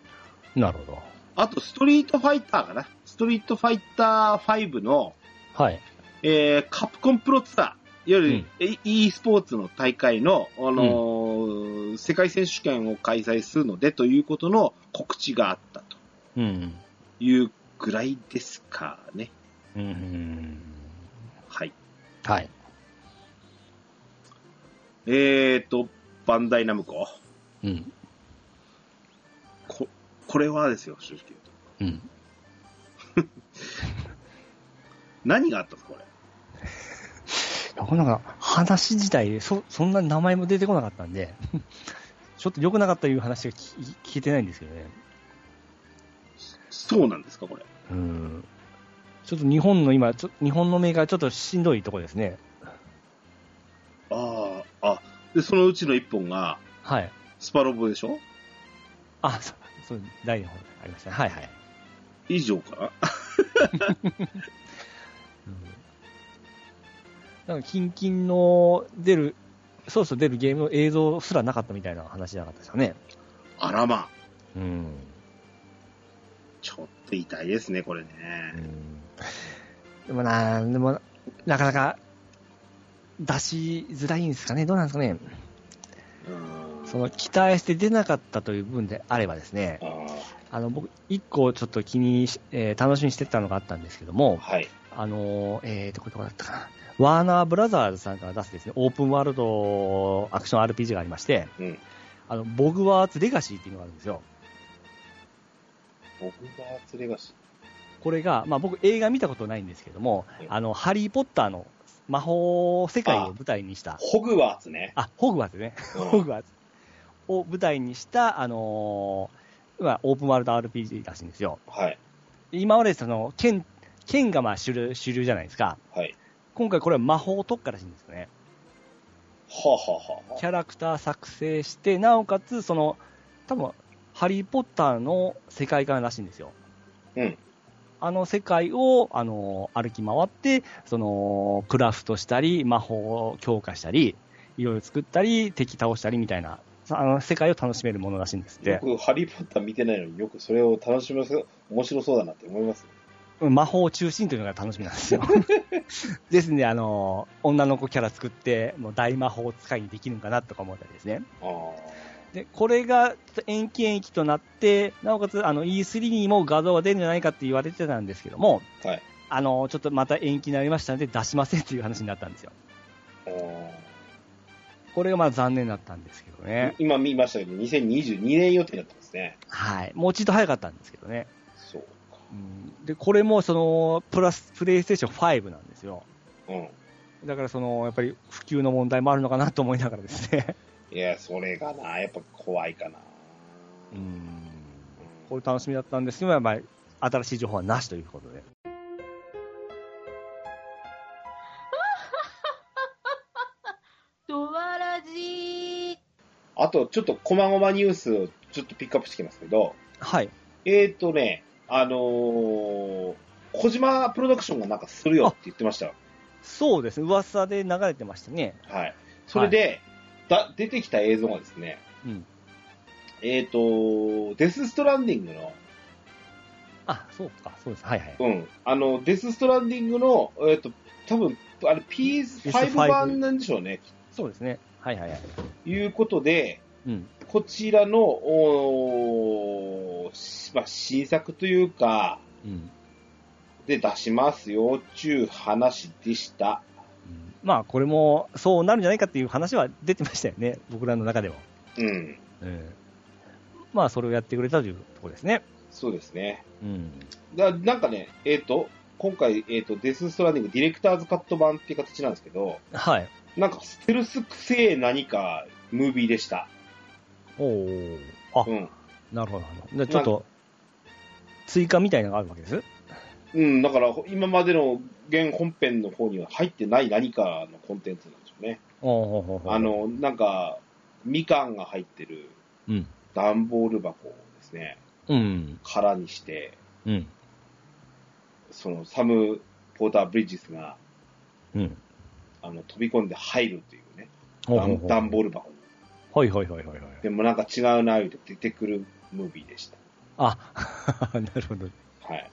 Speaker 2: なるほど。
Speaker 1: あと、ストリートファイターかな。ストリートファイター5の、
Speaker 2: はい。
Speaker 1: えーカプコンプロツアー、いわゆ
Speaker 2: う
Speaker 1: る
Speaker 2: ん
Speaker 1: e、e スポーツの大会の、あのー世界選手権を開催するのでということの告知があったと
Speaker 2: うん。
Speaker 1: いうぐらいですかね。
Speaker 2: うん。
Speaker 1: はい。
Speaker 2: はい。
Speaker 1: えーと、バンダイナムコ。
Speaker 2: うん。
Speaker 1: ここれはですよ、正直言うと。
Speaker 2: うん。
Speaker 1: 何があったんですか、これ。
Speaker 2: なんか話自体そ、そんな名前も出てこなかったん で、ちょっと良くなかったいう話が聞聞聞けてないんですけどね。
Speaker 1: そうなんですか、これ。
Speaker 2: うん。ちょっと日本の今、ちょ日本のメーカーちょっとしんどいとこですね。
Speaker 1: ああ、あ、で、そのうちの一本が、
Speaker 2: はい。
Speaker 1: スパロボでしょ
Speaker 2: あ、そう、そう、第二本ありましたね。はいはい。
Speaker 1: 以上かな
Speaker 2: なんか、キンキンの出る、そうそう出るゲームの映像すらなかったみたいな話じゃなかったですかね。
Speaker 1: あらまあ、
Speaker 2: うん。
Speaker 1: ちょっと痛いですね、これね。
Speaker 2: でもな、でも、なかなか、出しづらいんですかね。どうなんですかね。
Speaker 1: うん
Speaker 2: その、期待して出なかったという部分であればですね、
Speaker 1: あー
Speaker 2: あの、僕、一個ちょっと気にし、えー楽しみにしてたのがあったんですけども、
Speaker 1: はい。
Speaker 2: あのー、えーと、これどこだったかな。ワーナーブラザーズさんから出すですね、オープンワールドアクション RPG がありまして、
Speaker 1: うん
Speaker 2: あの、ボグワーツレガシーっていうのがあるんですよ。
Speaker 1: ホグワーツレガシ
Speaker 2: これが、まあ、僕、映画見たことないんですけども
Speaker 1: ええ、
Speaker 2: あのハリー・ポッターの魔法世界を舞台にした
Speaker 1: ー。、ホグワーツね。
Speaker 2: あホグワーツね、ホグワーツを舞台にした、あのーまあ、オープンワールド RPG らしいんですよ。
Speaker 1: はい。
Speaker 2: 今までその剣剣がまあ主流主流じゃないですか、
Speaker 1: はい。
Speaker 2: 今回、これは魔法を特化らしいんですよね。
Speaker 1: はあ、はあは
Speaker 2: キャラクター作成して、なおかつ、その、多分ハリー・ポッターの世界観らしいんですよ。
Speaker 1: うん
Speaker 2: あの世界を、あの、歩き回って、その、クラフトしたり、魔法を強化したり、いろいろ作ったり、敵倒したりみたいな、そあの世界を楽しめるものらしいんですっ
Speaker 1: あ。よ
Speaker 2: て。
Speaker 1: くハリー・ポッター見てないのによくそれを楽しむ面白そうだなって思います。
Speaker 2: うん魔法を中心というのが楽しみなんですよ。ですね、あの、女の子キャラ作って、もう大魔法使いにできるのかなとか思ったりですね。
Speaker 1: あ
Speaker 2: でこれがちょっと延期延期となって、なおかつあの E3 にも画像が出るんじゃないかって言われてたんですけども、
Speaker 1: はい
Speaker 2: あのちょっとまた延期になりましたので、出しませんという話になったんですよ。
Speaker 1: ーあ
Speaker 2: これがまあ残念だったんですけど
Speaker 1: ー
Speaker 2: ね、
Speaker 1: 今見ましたけど、2022年予定だったんですね。
Speaker 2: はい、もうちょっと早かったんですけどね、
Speaker 1: そうか。
Speaker 2: うんでこれもそのプラスプレイステーション5なんですよ。
Speaker 1: うん。
Speaker 2: だからそのやっぱり普及の問題もあるのかなと思いながらですね、
Speaker 1: いや、それがな、やっぱ怖いかな。
Speaker 2: うんこれ楽しみだったんですけど、まあ、新しい情報はなしということで。
Speaker 5: ドワラジー。
Speaker 1: あと、ちょっと、こまごまニュースをちょっとピックアップしてきますけど、
Speaker 2: はい、
Speaker 1: えー、とね、あのー小島プロダクションがなんかするよって言ってました。
Speaker 2: そうですね、噂で流れてましたね。
Speaker 1: はい。それで、だ出てきた映像がですね、
Speaker 2: うん
Speaker 1: えー、と、デスストランディングの、
Speaker 2: あ、そうか、そうです。はいはい。
Speaker 1: うん、あの、デスストランディングの、えー、と、多分、あれ PS5
Speaker 2: PS5
Speaker 1: 版なんでしょうね、
Speaker 2: そうですね。はいはいはい。
Speaker 1: ということで、
Speaker 2: うん。
Speaker 1: こちらの、おーしまあ、新作というか、
Speaker 2: うん。
Speaker 1: で出しますよ、ちゅう話でした。
Speaker 2: まあ、これも、そうなるんじゃないかっていう話は出てましたよね。僕らの中でも。
Speaker 1: うん、
Speaker 2: うん。まあ、それをやってくれたというところですね。
Speaker 1: そうですね。
Speaker 2: うん。
Speaker 1: だなんかね、えっ、と、今回、えっ、と、デスストランディングディレクターズカット版っていう形なんですけど、
Speaker 2: はい。
Speaker 1: なんかステルスくせえ何かムービーでした。
Speaker 2: おーあ、
Speaker 1: うん。
Speaker 2: なるほどなるほど。じゃあちょっと、追加みたいなのがあるわけです。
Speaker 1: うん、だから今までの現本編の方には入ってない何かのコンテンツなんでしょうね。
Speaker 2: おーほうほうほう
Speaker 1: あ、の、なんか、みかんが入ってる
Speaker 2: うん。
Speaker 1: 段ボール箱をですね、
Speaker 2: うん。
Speaker 1: 空にして、
Speaker 2: うん。
Speaker 1: そのサム・ポーター・ブリッジスが
Speaker 2: うん。
Speaker 1: あの飛び込んで入るというね、
Speaker 2: ほうほうほう
Speaker 1: 段ボール箱に。
Speaker 2: はいはいはいはいはい。
Speaker 1: でもなんか違うな、言うて出てくるムービーでした。
Speaker 2: あ、 なるほど。
Speaker 1: はい。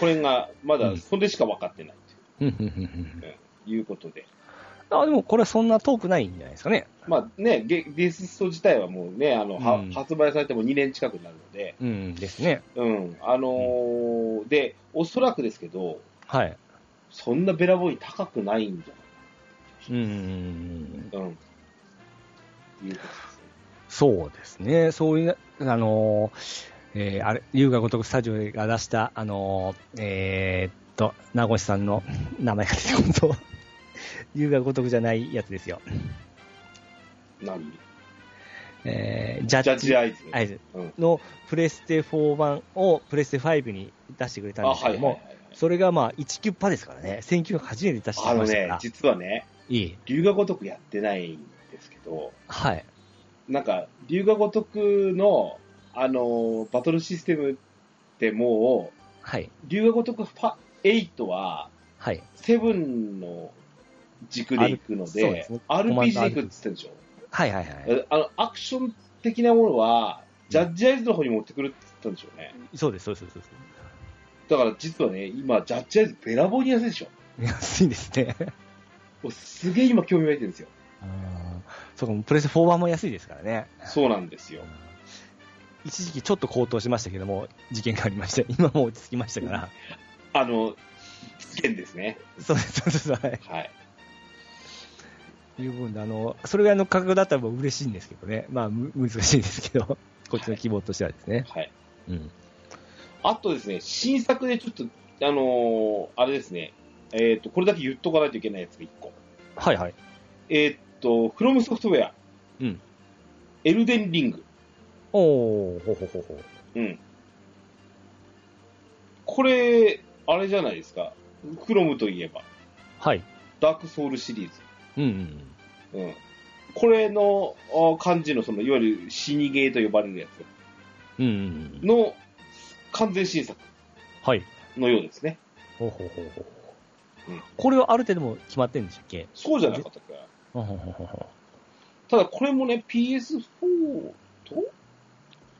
Speaker 1: これが、まだ、それしか分かってない
Speaker 2: うんうんうんうん
Speaker 1: ということで。
Speaker 2: あ、でもこれそんな遠くないんじゃないですかね。
Speaker 1: まあね、ゲディススト自体はもうね、あの、は
Speaker 2: うん
Speaker 1: 発売されても2年近くになるので、
Speaker 2: うんですね。
Speaker 1: うん。あのーで、おそらくですけど、
Speaker 2: はい。
Speaker 1: そんなべらぼうに高くないんじ
Speaker 2: うん。
Speaker 1: ゃないうん。いうことですね。
Speaker 2: そうですね。そういう、あのー、えーあれ、優雅ごとくスタジオが出した、あのー、えーっと、名越さんの名前が出てこんぞ。 優雅ごとくじゃないやつですよ。
Speaker 1: 何
Speaker 2: えー、ジャ
Speaker 1: ジャ
Speaker 2: ッ
Speaker 1: ッ
Speaker 2: ジ
Speaker 1: ジアイズ。
Speaker 2: アイズ
Speaker 1: うん
Speaker 2: のプレステ4版をプレステ5に出してくれたん
Speaker 1: あ、
Speaker 2: ですけ
Speaker 1: はい、は
Speaker 2: ど
Speaker 1: い
Speaker 2: も、
Speaker 1: はい。
Speaker 2: それがまあ1キュッパですからね。1908年で出して
Speaker 1: あの
Speaker 2: きましたか
Speaker 1: ね
Speaker 2: ら、。
Speaker 1: 実はね、
Speaker 2: いい。
Speaker 1: 龍が如くやってないんですけど、
Speaker 2: はい。
Speaker 1: なんか、龍が如くの、あのー、バトルシステムっても
Speaker 2: はい。
Speaker 1: う、龍が如くファ8は、
Speaker 2: はい。
Speaker 1: セブンの軸で行くの
Speaker 2: あるそうで
Speaker 1: で、
Speaker 2: すねコマン
Speaker 1: RPG で
Speaker 2: ド
Speaker 1: 行くって言ってるでしょ。
Speaker 2: はいはいはい。
Speaker 1: あの、アクション的なものは、ジャッジアイズの方に持ってくるって言ったんでしょうね。
Speaker 2: そうです、そうです、そうです。
Speaker 1: だから実はね、今、ジャッジアイズべらぼうに安いでしょ。
Speaker 2: 安いですね。
Speaker 1: もうすげえ今興味湧いてるんですよ。
Speaker 2: そうか、プレステ4版も安いですからね。
Speaker 1: そうなんですよ。
Speaker 2: 一時期ちょっと高騰しましたけども、事件がありまして、 今もう落ち着きましたから。
Speaker 1: あの、事件ですね。
Speaker 2: そうです、そうです、はい。
Speaker 1: はい。
Speaker 2: いう分で、あの、それぐらいの 価格だったらもう嬉しいんですけどね。まあ、む難しいですけど、こっちの希望としてはですね。
Speaker 1: はい。
Speaker 2: うん。
Speaker 1: あとですね、新作でちょっと、あのーあれですね、えっ、と、これだけ言っとかないといけないやつが1個。
Speaker 2: はいはい。
Speaker 1: えっ、と、フロムソフトウェア。
Speaker 2: うん。
Speaker 1: エルデンリング。
Speaker 2: おー、ほほほほ。
Speaker 1: うん。これ、あれじゃないですか。クロムといえば、
Speaker 2: はい。
Speaker 1: ダークソウルシリーズ。
Speaker 2: うんうん。
Speaker 1: うん。これのあ感じの、その、いわゆる死にゲーと呼ばれるやつ
Speaker 2: うんうんうん。
Speaker 1: の完全新作
Speaker 2: はい。
Speaker 1: のようですね。
Speaker 2: ほうほうほうほう
Speaker 1: うん
Speaker 2: これはある程度もう決まってるんでしたっけ
Speaker 1: そうじゃなかったっけ
Speaker 2: ほうほうほうほうほ
Speaker 1: ただこれもね、PS4 と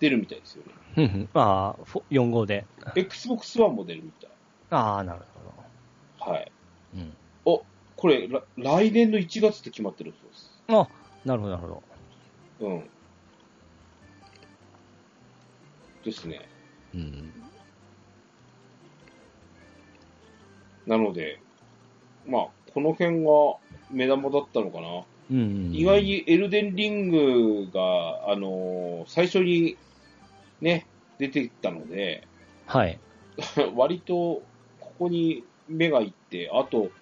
Speaker 1: 出るみたいです よね。
Speaker 2: うふんふんああ、フォ4号で。
Speaker 1: Xbox One も出るみたい。
Speaker 2: ああ、なるほど。
Speaker 1: はい。
Speaker 2: うん。
Speaker 1: これ、ら来年の1月って決まってるそうです。
Speaker 2: あなるほど、なるほど。
Speaker 1: うん。ですね。
Speaker 2: うん。
Speaker 1: なので、まあ、この辺が目玉だったのかな。
Speaker 2: うん。
Speaker 1: 意外。にエルデンリングが、あのー最初にね、出てきたので、
Speaker 2: はい。
Speaker 1: 割とここに目がいって、あと、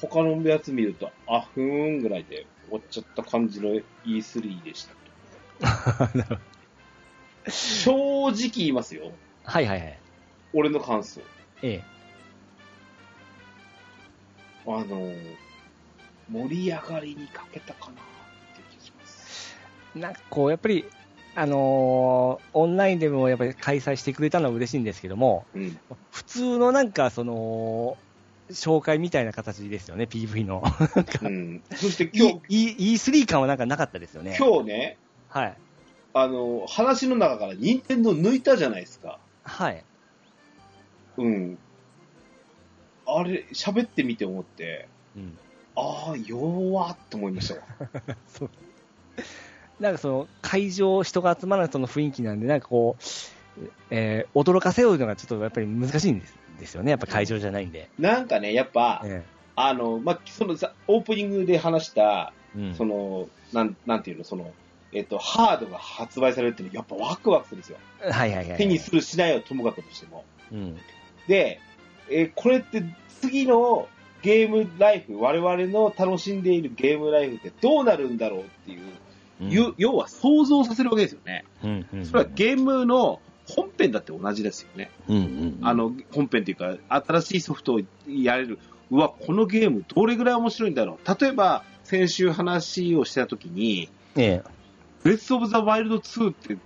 Speaker 1: 他のやつ見ると、あ、ふーんぐらいで終わっちゃった感じの E3 でした。正直言いますよ。
Speaker 2: はいはいはい。
Speaker 1: 俺の感想。
Speaker 2: ええ。
Speaker 1: あのー、盛り上がりに欠けたかなって気します。
Speaker 2: なんかこう、やっぱり、あのーオンラインでもやっぱり開催してくれたのは嬉しいんですけども、
Speaker 1: うん。
Speaker 2: 普通のなんか、その、紹介みたいな形ですよね、PV の。
Speaker 1: うん、そして今日、
Speaker 2: E- E- E3 感はなんかなかったですよね。
Speaker 1: 今日ね、
Speaker 2: はい。
Speaker 1: あのー、話の中から任天堂抜いたじゃないですか。
Speaker 2: はい。
Speaker 1: うん。あれ、喋ってみて思って、
Speaker 2: うん。
Speaker 1: ああ、弱っと思いましたわ。
Speaker 2: なんかその、会場、人が集まらないその雰囲気なんで、なんかこう、えー驚かせようのがちょっとやっぱり難しいんですですよね。やっぱ会場じゃないんで。
Speaker 1: なんかね、やっぱ、
Speaker 2: え
Speaker 1: あの、まあ、そのさ、オープニングで話した、
Speaker 2: えうん
Speaker 1: その、なん、なんていうの、その、えっと、ハードが発売されるっていうのは、やっぱワクワクするんですよ。
Speaker 2: はいはいはいはい。
Speaker 1: 手にするしないはともかくとしても。
Speaker 2: うん。
Speaker 1: で、えーこれって次のゲームライフ、我々の楽しんでいるゲームライフってどうなるんだろうっていう、
Speaker 2: うん
Speaker 1: ゆ要は想像させるわけですよね。
Speaker 2: うんうん。
Speaker 1: それはゲームの本編だって同じですよね。
Speaker 2: うんうん。
Speaker 1: あ、の、本編というか、新しいソフトをやれる。うわ、このゲームどれぐらい面白いんだろう。例えば、先週話をしたときに、
Speaker 2: ええ
Speaker 1: ブレスオブザワイルド2って、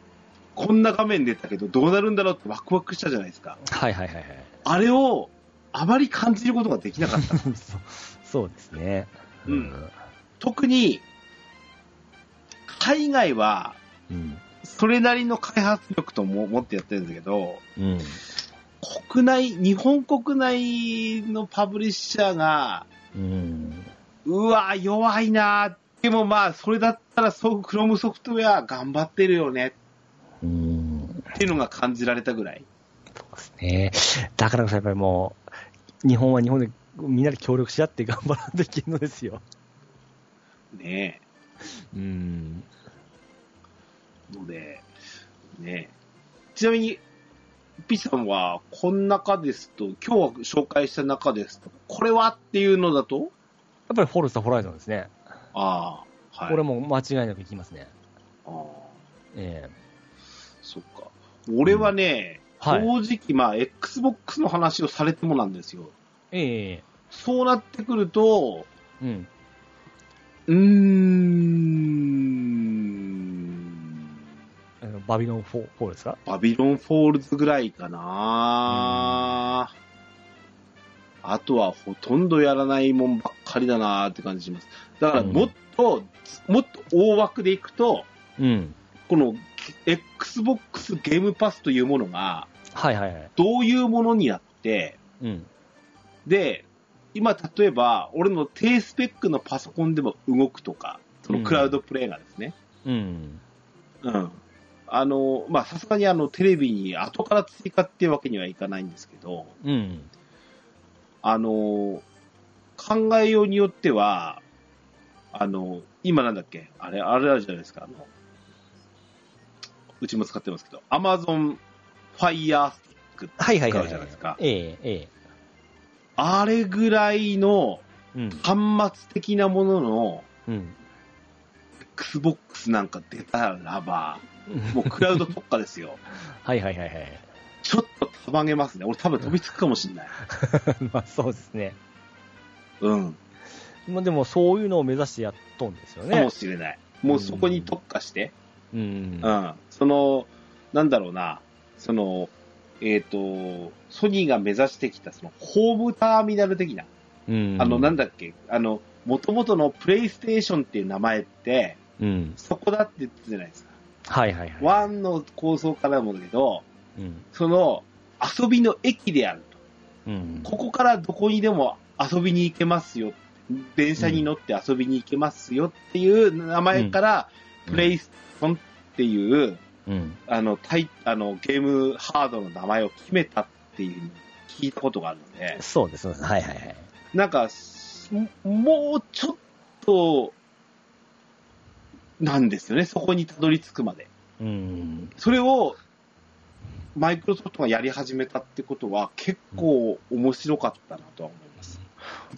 Speaker 1: こんな画面出たけど、どうなるんだろうってワクワクしたじゃないですか。
Speaker 2: はいはいはいはい。
Speaker 1: あれを、あまり感じることができなか った。
Speaker 2: そうそうですね。
Speaker 1: うん特に、海外は、
Speaker 2: うん。
Speaker 1: それなりの開発力とも持ってやってるんだけど、
Speaker 2: うん。
Speaker 1: 国内、日本国内のパブリッシャーが、
Speaker 2: うん。
Speaker 1: うわ、弱いな。でもまあ、それだったら、そう、クロムソフトウェア頑張ってるよね
Speaker 2: うん。
Speaker 1: っていうのが感じられたぐらい。
Speaker 2: そうですね。だからこそやっぱりもう、日本は日本でみんなで協力し合って頑張らないといけんのですよ。
Speaker 1: ね
Speaker 2: うん。
Speaker 1: え。ので、ねえ。ちなみに、ピッチさんは、こん中ですと、今日紹介した中ですと、これはっていうのだと、
Speaker 2: やっぱりフォルスタホライゾンですね。
Speaker 1: ああ、はい。
Speaker 2: これも間違いなくいきますね。
Speaker 1: ああ
Speaker 2: ええ
Speaker 1: そっか。俺はね、
Speaker 2: はい
Speaker 1: 正直、まあ、Xbox の話をされてもなんですよ。
Speaker 2: ええ
Speaker 1: そうなってくると、
Speaker 2: うん。
Speaker 1: うーん。
Speaker 2: あのバビロンフォーフォーですか
Speaker 1: バビロンフォールズぐらいかなあとはほとんどやらないもんばっかりだなって感じします。だから
Speaker 2: うん
Speaker 1: もっと、もっと大枠でいくと、
Speaker 2: うん。
Speaker 1: この Xbox ゲームパスというものが
Speaker 2: はいはいはい。
Speaker 1: どういうものになって、
Speaker 2: うん。
Speaker 1: で、今例えば俺の低スペックのパソコンでも動くとか、そのクラウドプレイがですね、
Speaker 2: うん。
Speaker 1: うんあの、まあ、さすがにあの、テレビに後から追加っていうわけにはいかないんですけど、
Speaker 2: うん。
Speaker 1: あの、考えようによっては、あの、今なんだっけあれ、あれあるじゃないですか、あの、うちも使ってますけど、Amazon ファイヤースティック
Speaker 2: はいはい
Speaker 1: 使
Speaker 2: は
Speaker 1: う
Speaker 2: い
Speaker 1: じゃないですか。
Speaker 2: ええ、ええ。
Speaker 1: あれぐらいの
Speaker 2: うん。
Speaker 1: 端末的なものの
Speaker 2: うん。
Speaker 1: Xbox なんか出たらば、もうクラウド特化ですよ。
Speaker 2: はいはいはいはい。
Speaker 1: ちょっとたまげますね。俺多分飛びつくかもしんない。
Speaker 2: まあそうですね。
Speaker 1: うん。
Speaker 2: まあでもそういうのを目指してやっとんですよ
Speaker 1: か
Speaker 2: ね
Speaker 1: も。しれない。もうそこに特化して、
Speaker 2: うん
Speaker 1: う。ん。その、なんだろうな、その、えっ、と、ソニーが目指してきた、その、ホームターミナル的な、
Speaker 2: うん
Speaker 1: あの、なんだっけ、あの、元々のプレイステーションっていう名前って、
Speaker 2: うん。
Speaker 1: そこだって言ってたじゃないですか。
Speaker 2: はいはいはい。
Speaker 1: ワンの構想からもだけど、
Speaker 2: うん。
Speaker 1: その、遊びの駅であると。
Speaker 2: うん。
Speaker 1: ここからどこにでも遊びに行けますよ。電車に乗って遊びに行けますよっていう名前から、
Speaker 2: うん
Speaker 1: プレイステーションっていう、
Speaker 2: うん。
Speaker 1: あの、タイ、あの、ゲームハードの名前を決めたっていうふうに聞いたことがあるので、
Speaker 2: そうです。そうですはいはいはい。
Speaker 1: なんか、すもうちょっと、なんですよね、そこにたどり着くまで。
Speaker 2: うん。
Speaker 1: それを、マイクロソフトがやり始めたってことは、結構面白かったなとは思います。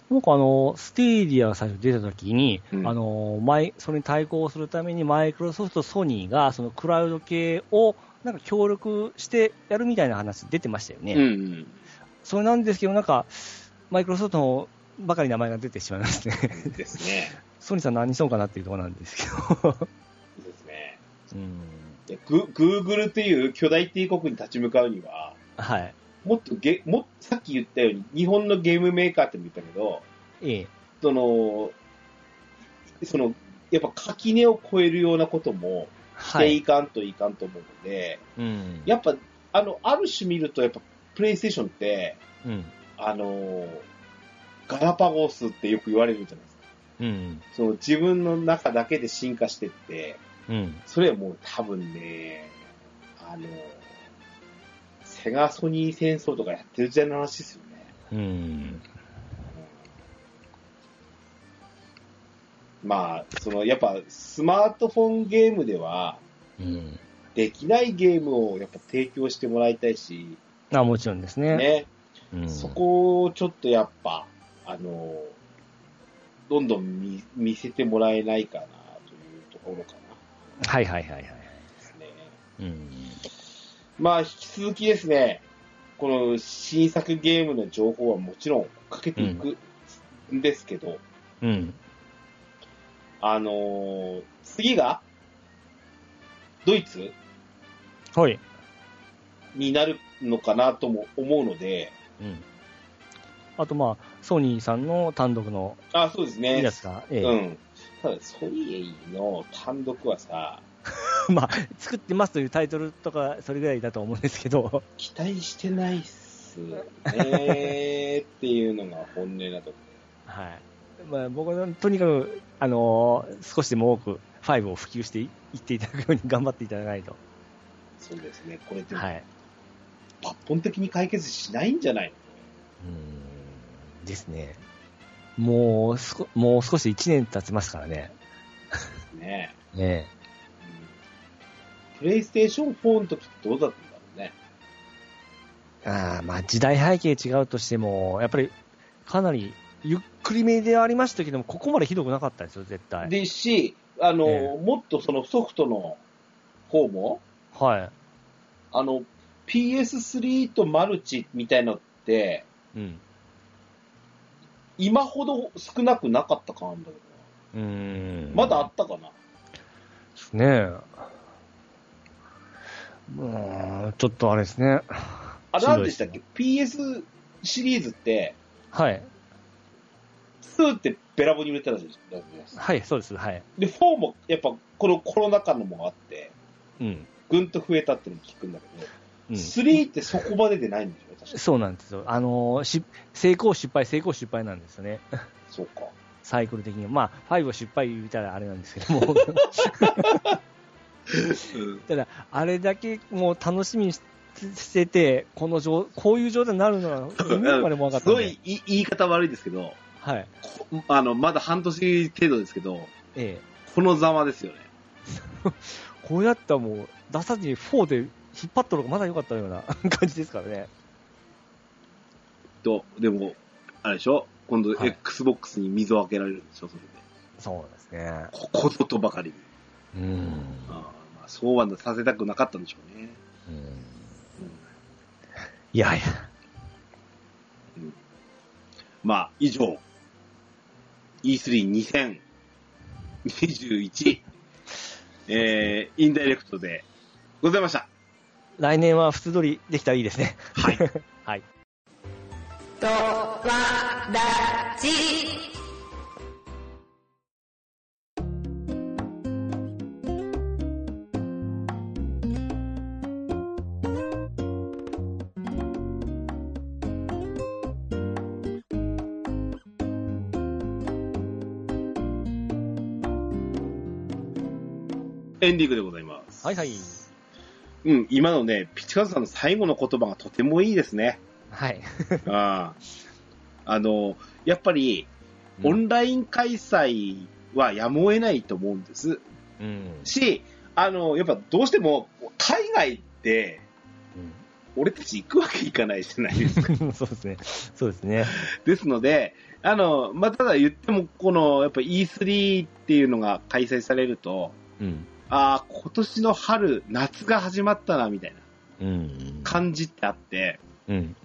Speaker 2: なんかあの、ステーディアが最初出た時に、
Speaker 1: うん
Speaker 2: あの、マイ、それに対抗するためにマイクロソフトとソニーが、そのクラウド系を、なんか協力してやるみたいな話出てましたよね。
Speaker 1: うん、うん。
Speaker 2: それなんですけど、なんか、マイクロソフトのばかり名前が出てしまいます ね。
Speaker 1: ですね。
Speaker 2: ソニーさん何しようかなっていうところなんですけど。
Speaker 1: ですね。
Speaker 2: うん。
Speaker 1: でグ、グーグルっていう巨大帝国に立ち向かうには、
Speaker 2: はい。
Speaker 1: もっとゲ、もっとさっき言ったように、日本のゲームメーカーっても言ったけど、
Speaker 2: ええ。
Speaker 1: その、その、やっぱ垣根を越えるようなこともし
Speaker 2: は
Speaker 1: て
Speaker 2: い。
Speaker 1: いかんといかんと思うので、
Speaker 2: うん。
Speaker 1: やっぱ、あの、ある種見ると、やっぱ、プレイステーションって、
Speaker 2: うん。
Speaker 1: あの、ガラパゴスってよく言われるじゃないですか。
Speaker 2: うん。
Speaker 1: その自分の中だけで進化してって、
Speaker 2: うん。
Speaker 1: それはもう多分ね、あの、セガソニー戦争とかやってる時代の話ですよね。
Speaker 2: うん。
Speaker 1: まあ、その、やっぱ、スマートフォンゲームでは、
Speaker 2: うん。
Speaker 1: できないゲームをやっぱ提供してもらいたいし、
Speaker 2: あ、もちろんですね。
Speaker 1: ね、
Speaker 2: うん、
Speaker 1: そこをちょっとやっぱ、あの、どんどん見見せてもらえないかなというところかな
Speaker 2: はいはいはいはい。
Speaker 1: ですね。
Speaker 2: うん。
Speaker 1: まあ、引き続きですね、この新作ゲームの情報はもちろんかけていくんですけど、
Speaker 2: うん。
Speaker 1: あのー次が、ドイツ
Speaker 2: はい。
Speaker 1: になるのかなとも思うので、
Speaker 2: うん。あとまあ、ソニーさんの単独の
Speaker 1: あ、そうですね。
Speaker 2: やつが、ええ
Speaker 1: うん。ただ、ソニーの単独はさ、
Speaker 2: 作ってますというタイトルとか、それぐらいだと思うんですけど、
Speaker 1: 期待してないっすねーっていうのが本音なとこ
Speaker 2: はい。まあ、僕はとにかく、あのー少しでも多く、5を普及していいっていただくように頑張っていただかないと。
Speaker 1: そうですね。これって
Speaker 2: は
Speaker 1: 抜
Speaker 2: い。
Speaker 1: 本的に解決しないんじゃないの、
Speaker 2: うん。ですね。もう、すこもう少し1年経ちますからね。
Speaker 1: ね、
Speaker 2: ね
Speaker 1: うんプレイステーション4の時ってどうだったんだろうね。
Speaker 2: ああ、まあ時代背景違うとしても、やっぱりかなりゆっくりめではありましたけども、ここまでひどくなかったですよ、絶対。
Speaker 1: ですし、あのー、
Speaker 2: え
Speaker 1: もっとそのソフトの方も、
Speaker 2: は
Speaker 1: あの、PS3 とマルチみたいのって、
Speaker 2: い。うん。
Speaker 1: 今ほど少なくなかった感あるんだけど
Speaker 2: うーん。
Speaker 1: な。まだあったかな、
Speaker 2: ですね。うーん、ちょっとあれですね。
Speaker 1: あれ
Speaker 2: しんど
Speaker 1: な
Speaker 2: い
Speaker 1: んでしたっけ ?PS シリーズって、
Speaker 2: はい。
Speaker 1: 2ってべらぼうに売れてたじゃないですか。
Speaker 2: はい、そうです。はい。
Speaker 1: で、4もやっぱこのコロナ禍のもあって、
Speaker 2: うん。
Speaker 1: ぐんと増えたってのも聞くんだけど、
Speaker 2: うん、
Speaker 1: 3ってそこまででないんでしょ確か
Speaker 2: そうなんですよ。あのーし、成功失敗、成功失敗なんですよね。
Speaker 1: そうか。
Speaker 2: サイクル的には。まあ、5を失敗言ったらあれなんですけど も。ただ、あれだけもう楽しみにししてて、この状、こういう状態になるのは、今までも分かっ
Speaker 1: す
Speaker 2: たん
Speaker 1: ご
Speaker 2: で
Speaker 1: い言い言い方悪いですけど、
Speaker 2: はい。
Speaker 1: こあの、まだ半年程度ですけど、
Speaker 2: ええ。
Speaker 1: このざまですよね。
Speaker 2: こうやったらもう、出さずに4で突っ張っとる方がまだ良かったような感じですからね。
Speaker 1: と、でも、あれでしょ今度
Speaker 2: はい
Speaker 1: Xbox に水を開けられるんでしょそれで。
Speaker 2: そうですね。
Speaker 1: ここぞとばかりに。
Speaker 2: うん。
Speaker 1: あーまあ、そうはさせたくなかったんでしょうね。
Speaker 2: うん
Speaker 1: うん
Speaker 2: いやいや。
Speaker 1: まあ、以上、E32021、えー、インダイレクトでございました。
Speaker 2: 来年は普通通りできたらいいですね。
Speaker 1: はい。
Speaker 2: はい。
Speaker 5: とわらじ。
Speaker 1: エンディングでございます。
Speaker 2: はいはい。
Speaker 1: うん、今のね、ピチカズさんの最後の言葉がとてもいいですね。
Speaker 2: はい。
Speaker 1: ああの、やっぱり、オンライン開催はやむを得ないと思うんです。
Speaker 2: うん。
Speaker 1: し、あの、やっぱどうしても、海外って、俺たち行くわけいかないじゃない ですか
Speaker 2: うんそうですね。そうですね。
Speaker 1: ですので、あの、まあ、ただ言っても、この、やっぱ E3 っていうのが開催されると、
Speaker 2: うん。
Speaker 1: ああ、今年の春、夏が始まったな、みたいな
Speaker 2: うん。
Speaker 1: 感じってあって、
Speaker 2: うん。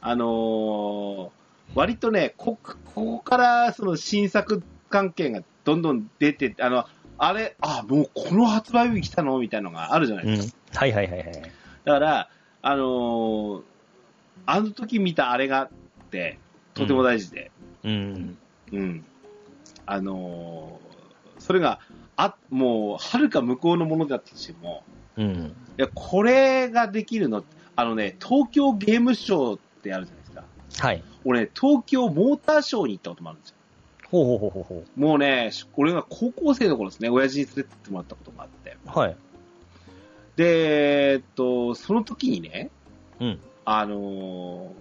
Speaker 1: あのー割とね、こ、ここから、その新作関係がどんどん出て、あの、あれ、あ、もうこの発売日来たのみたいなのがあるじゃないですか
Speaker 2: うん。はいはいはいはい。
Speaker 1: だから、あのーあの時見たあれがって、とても大事で、
Speaker 2: うん。
Speaker 1: うん。あのーそれが、あ、もう、はるか向こうのものだったとしても、
Speaker 2: うん。
Speaker 1: いや、これができるの、あのね、東京ゲームショーってあるじゃないですか。
Speaker 2: はい。
Speaker 1: 俺ね、東京モーターショーに行ったこともあるんですよ。
Speaker 2: ほうほうほうほうほ
Speaker 1: もうね、俺が高校生の頃ですね、親父に連れてってもらったことがあって。
Speaker 2: う。はい。
Speaker 1: で、えっと、その時にね、
Speaker 2: うん。
Speaker 1: あの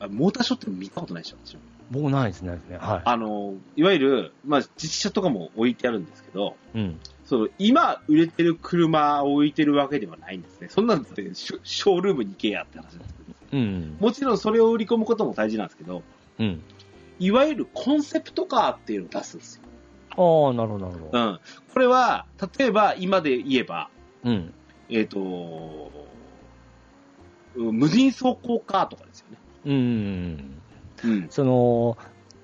Speaker 1: ーあモーターショーって見たことないでしょ、私も
Speaker 2: 僕ないですね、ないですね。は
Speaker 1: あのーいわゆる、まあ、実車とかも置いてあるんですけど、
Speaker 2: い。うん。
Speaker 1: その今売れてる車を置いてるわけではないんですね。そんなんってショショールームに行けやって話なんですけど。
Speaker 2: うん。
Speaker 1: もちろんそれを売り込むことも大事なんですけど、
Speaker 2: うん。
Speaker 1: いわゆるコンセプトカーっていうのを出すんですよ。
Speaker 2: ああ、なるほど、なるほ
Speaker 1: う
Speaker 2: ど。
Speaker 1: ん。これは、例えば今で言えば、
Speaker 2: うん。
Speaker 1: えっ、と、うん無人走行カーとかですよね。
Speaker 2: うん。
Speaker 1: うん。
Speaker 2: その、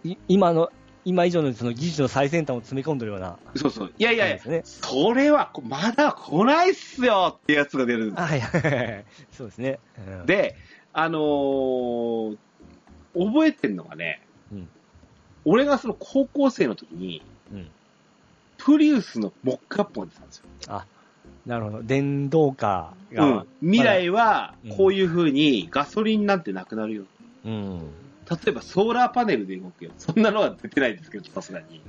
Speaker 2: い今の、今以上のその技術の最先端を詰め込んでるような。
Speaker 1: そうそう。いやいやいや
Speaker 2: ですね。
Speaker 1: それはこまだ来ないっすよってやつが出るんですよ
Speaker 2: はいはいはいはい。そうですね。うん、
Speaker 1: で、あのー覚えてるのがね、
Speaker 2: うん
Speaker 1: 俺がその高校生の時に、
Speaker 2: うん
Speaker 1: プリウスのモックアップが出たんですよ。
Speaker 2: なるほど。電動化が。
Speaker 1: うん未来は
Speaker 2: うん
Speaker 1: こういう風にガソリンなんてなくなるよ。
Speaker 2: うん。
Speaker 1: 例えばソーラーパネルで動くよ。そんなのは出てないですけど、さすがに。
Speaker 2: い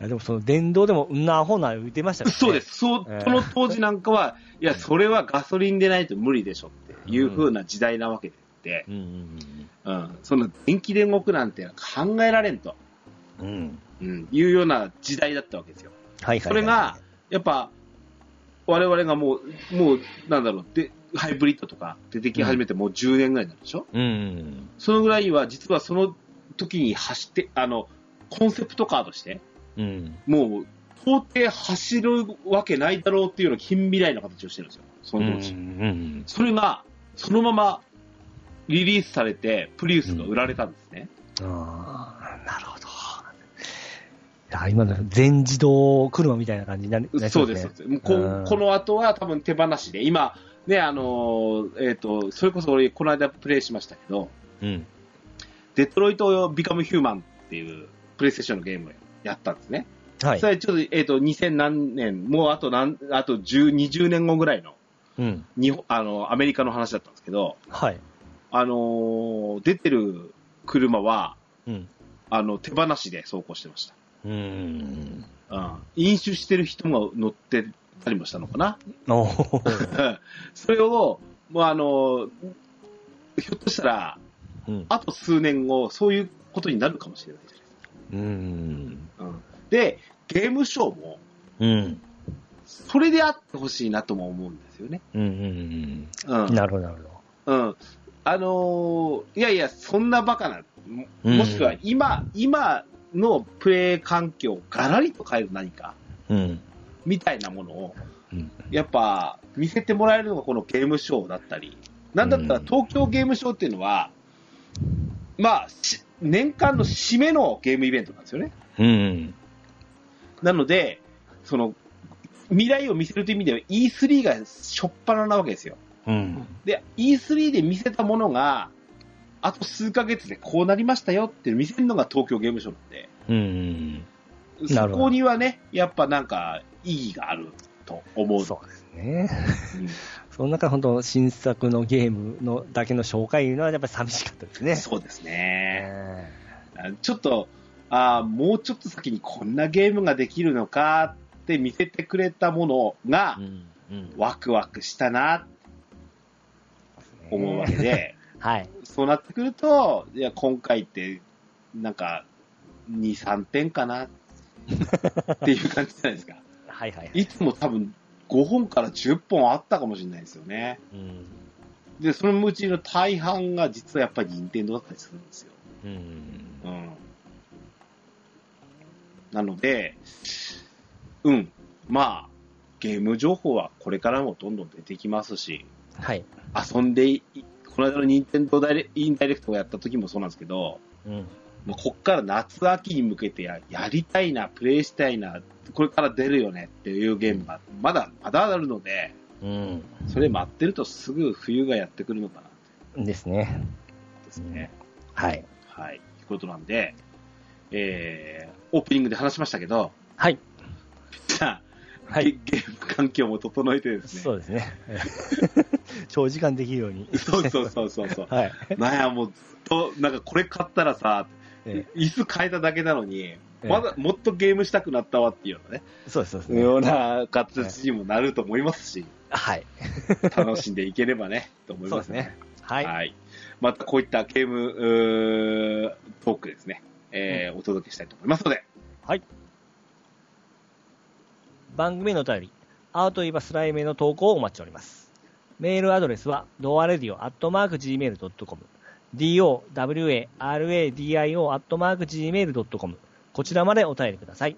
Speaker 2: やでもその電動でも、うんなアホな浮いてましたからね。
Speaker 1: そうです。そう、
Speaker 2: えー
Speaker 1: その当時なんかは、いや、それはガソリンでないと無理でしょっていう風な時代なわけでって、
Speaker 2: うん
Speaker 1: うん、そんな電気で動くなんて考えられんと、
Speaker 2: うんうん。うん。
Speaker 1: うん、いうような時代だったわけですよ。
Speaker 2: はいはいはい、
Speaker 1: それが、やっぱ、我々がもう、もう、なんだろう、で、ハイブリッドとか出てき始めてもう10年ぐらいになるでしょ、
Speaker 2: うん。
Speaker 1: そのぐらいは、実はその時に走って、あの、コンセプトカーとして、
Speaker 2: うん。
Speaker 1: もう、到底走るわけないだろうっていうような近未来の形をしてるんですよ。そ
Speaker 2: うん。う
Speaker 1: の当時。
Speaker 2: ん。
Speaker 1: それが、そのままリリースされて、プリウスが売られたんですね。
Speaker 2: ああ、なるほど。いや今の全自動車みたいな感じになりなり
Speaker 1: そう
Speaker 2: ね
Speaker 1: です、そうです。もうこ
Speaker 2: うん
Speaker 1: この後は多分手放しで、今、ね、あのーえっ、と、それこそ俺、この間プレイしましたけど、
Speaker 2: うん。
Speaker 1: デトロイト・ビカム・ヒューマンっていうプレイステーションのゲームをやったんですね。
Speaker 2: はい
Speaker 1: そ。れちょっと、えっ、と、2000何年、もうあと何、あと10、20年後ぐらいの、
Speaker 2: うん。
Speaker 1: 日本、あの、アメリカの話だったんですけど、
Speaker 2: はい。
Speaker 1: あのー出てる車は、
Speaker 2: うん。
Speaker 1: あの、手放しで走行してました。
Speaker 2: うん。
Speaker 1: うん。飲酒してる人も乗ってたりもしたのかな。
Speaker 2: おー
Speaker 1: それを、もうあの、ひょっとしたら、
Speaker 2: うん。
Speaker 1: あと数年後、そういうことになるかもしれないじゃないです
Speaker 2: うん。
Speaker 1: か。うんで、ゲームショーも、
Speaker 2: うん。
Speaker 1: それであってほしいなとも思うんですよね。
Speaker 2: うんうん
Speaker 1: うん
Speaker 2: うん。。なるほど、なるほど。
Speaker 1: うん。あのーいやいや、そんなバカな、も
Speaker 2: うん
Speaker 1: もしくは今、今のプレイ環境をガラリと変える何か、
Speaker 2: うん。
Speaker 1: みたいなものを、
Speaker 2: うん
Speaker 1: やっぱ見せてもらえるのがこのゲームショーだったり、なんだったら
Speaker 2: うん
Speaker 1: 東京ゲームショーっていうのは、まあ、し年間の締めのゲームイベントなんですよね。
Speaker 2: うん。
Speaker 1: なので、その、未来を見せるという意味では E3 がしょっぱななわけですよ。
Speaker 2: うん。
Speaker 1: で、E3 で見せたものが、あと数ヶ月でこうなりましたよって見せるのが東京ゲームショーなんで、
Speaker 2: うん。な
Speaker 1: そ
Speaker 2: るほど
Speaker 1: こにはね、やっぱなんか意義があると思う。
Speaker 2: そうですね。
Speaker 1: うん
Speaker 2: その中、本当新作のゲームのだけの紹介いうのはやっぱり寂しかったですね。
Speaker 1: そうですね。
Speaker 2: ね
Speaker 1: ちょっと、あーもうちょっと先にこんなゲームができるのかって見せてくれたものが
Speaker 2: う、ん。うん。
Speaker 1: ワクワクしたなと思うわけで、
Speaker 2: はい。
Speaker 1: そうなってくると、いや、今回って、なんか、2、3点かな、っていう感じじゃないです か。
Speaker 2: はいはいはい。
Speaker 1: いつも多分、5本から10本あったかもしれないですよね。
Speaker 2: うん。
Speaker 1: で、そのうちの大半が実はやっぱり任天堂だったりするんですよ。
Speaker 2: うん。
Speaker 1: うん。なので、うん。まあ、ゲーム情報はこれからもどんどん出てきますし、
Speaker 2: はい。
Speaker 1: 遊んでい、この間の任天堂ダイレインダイレクトをやった時もそうなんですけど、
Speaker 2: うん。
Speaker 1: もうこっから夏秋に向けてややりたいな、プレイしたいな、これから出るよねっていうゲームがまだ、まだあるので、
Speaker 2: うん。
Speaker 1: それ待ってるとすぐ冬がやってくるのかなって
Speaker 2: ですね。
Speaker 1: ことですね。
Speaker 2: はい。
Speaker 1: はい。いうことなんで、えー、オープニングで話しましたけど、
Speaker 2: はい。
Speaker 1: じゃあ、
Speaker 2: はい
Speaker 1: ゲゲーム環境も整えてですね。
Speaker 2: そうですね。 長時間できるように。
Speaker 1: そうそうそうそうそう。
Speaker 2: はい。
Speaker 1: なんや、もうずっと、なんかこれ買ったらさ、
Speaker 2: え
Speaker 1: 椅子変えただけなのに、
Speaker 2: え
Speaker 1: まだもっとゲームしたくなったわっていうようなね、
Speaker 2: そうです、そうですね。
Speaker 1: ような形にもなると思いますし、
Speaker 2: はい。
Speaker 1: 楽しんでいければね、と思い
Speaker 2: そう
Speaker 1: ま
Speaker 2: ですすね。。はい。
Speaker 1: はい。またこういったゲームうートークですね、えーお届けしたいと思いますので、
Speaker 2: 番組のお便り、アートいえばスライムへの投稿をお待ちしております。メールアドレスは、ドアレディオアットマーク Gmail.com、dowaradio アットマーク Gmail.com、こちらまでお便りください。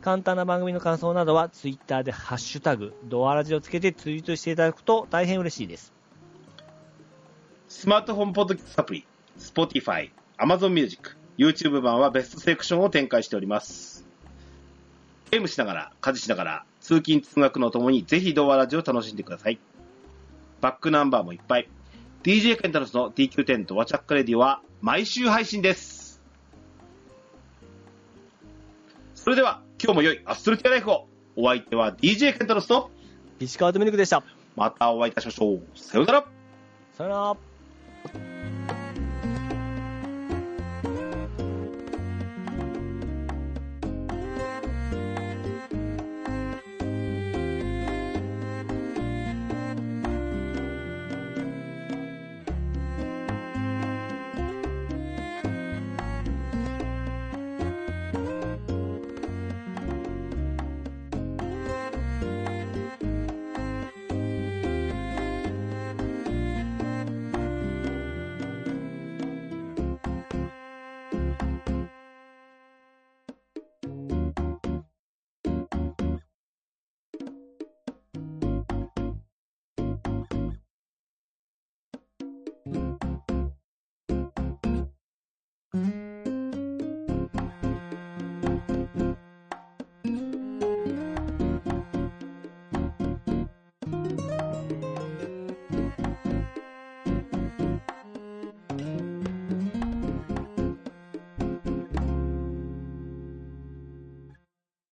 Speaker 2: 簡単な番組の感想などは、ツイッターでハッシュタグ、ドアラジをつけてツイートしていただくと大変嬉しいです。
Speaker 1: スマートフォンポッドキャストアプリ、Spotify、Amazon Music、YouTube 版はベストセクションを展開しております。ゲームしながら、家事しながら、通勤通学のともに、ぜひ動画ラジオを楽しんでください。バックナンバーもいっぱい。DJ ケンタロスの DQ10 とワチャックレディは毎週配信です。それでは、今日も良いアストルティアライフを。お相手は DJ ケンタロスと、
Speaker 2: 石川とみるくでした。
Speaker 1: またお会いいたしましょう。さようなら。
Speaker 2: さよなら。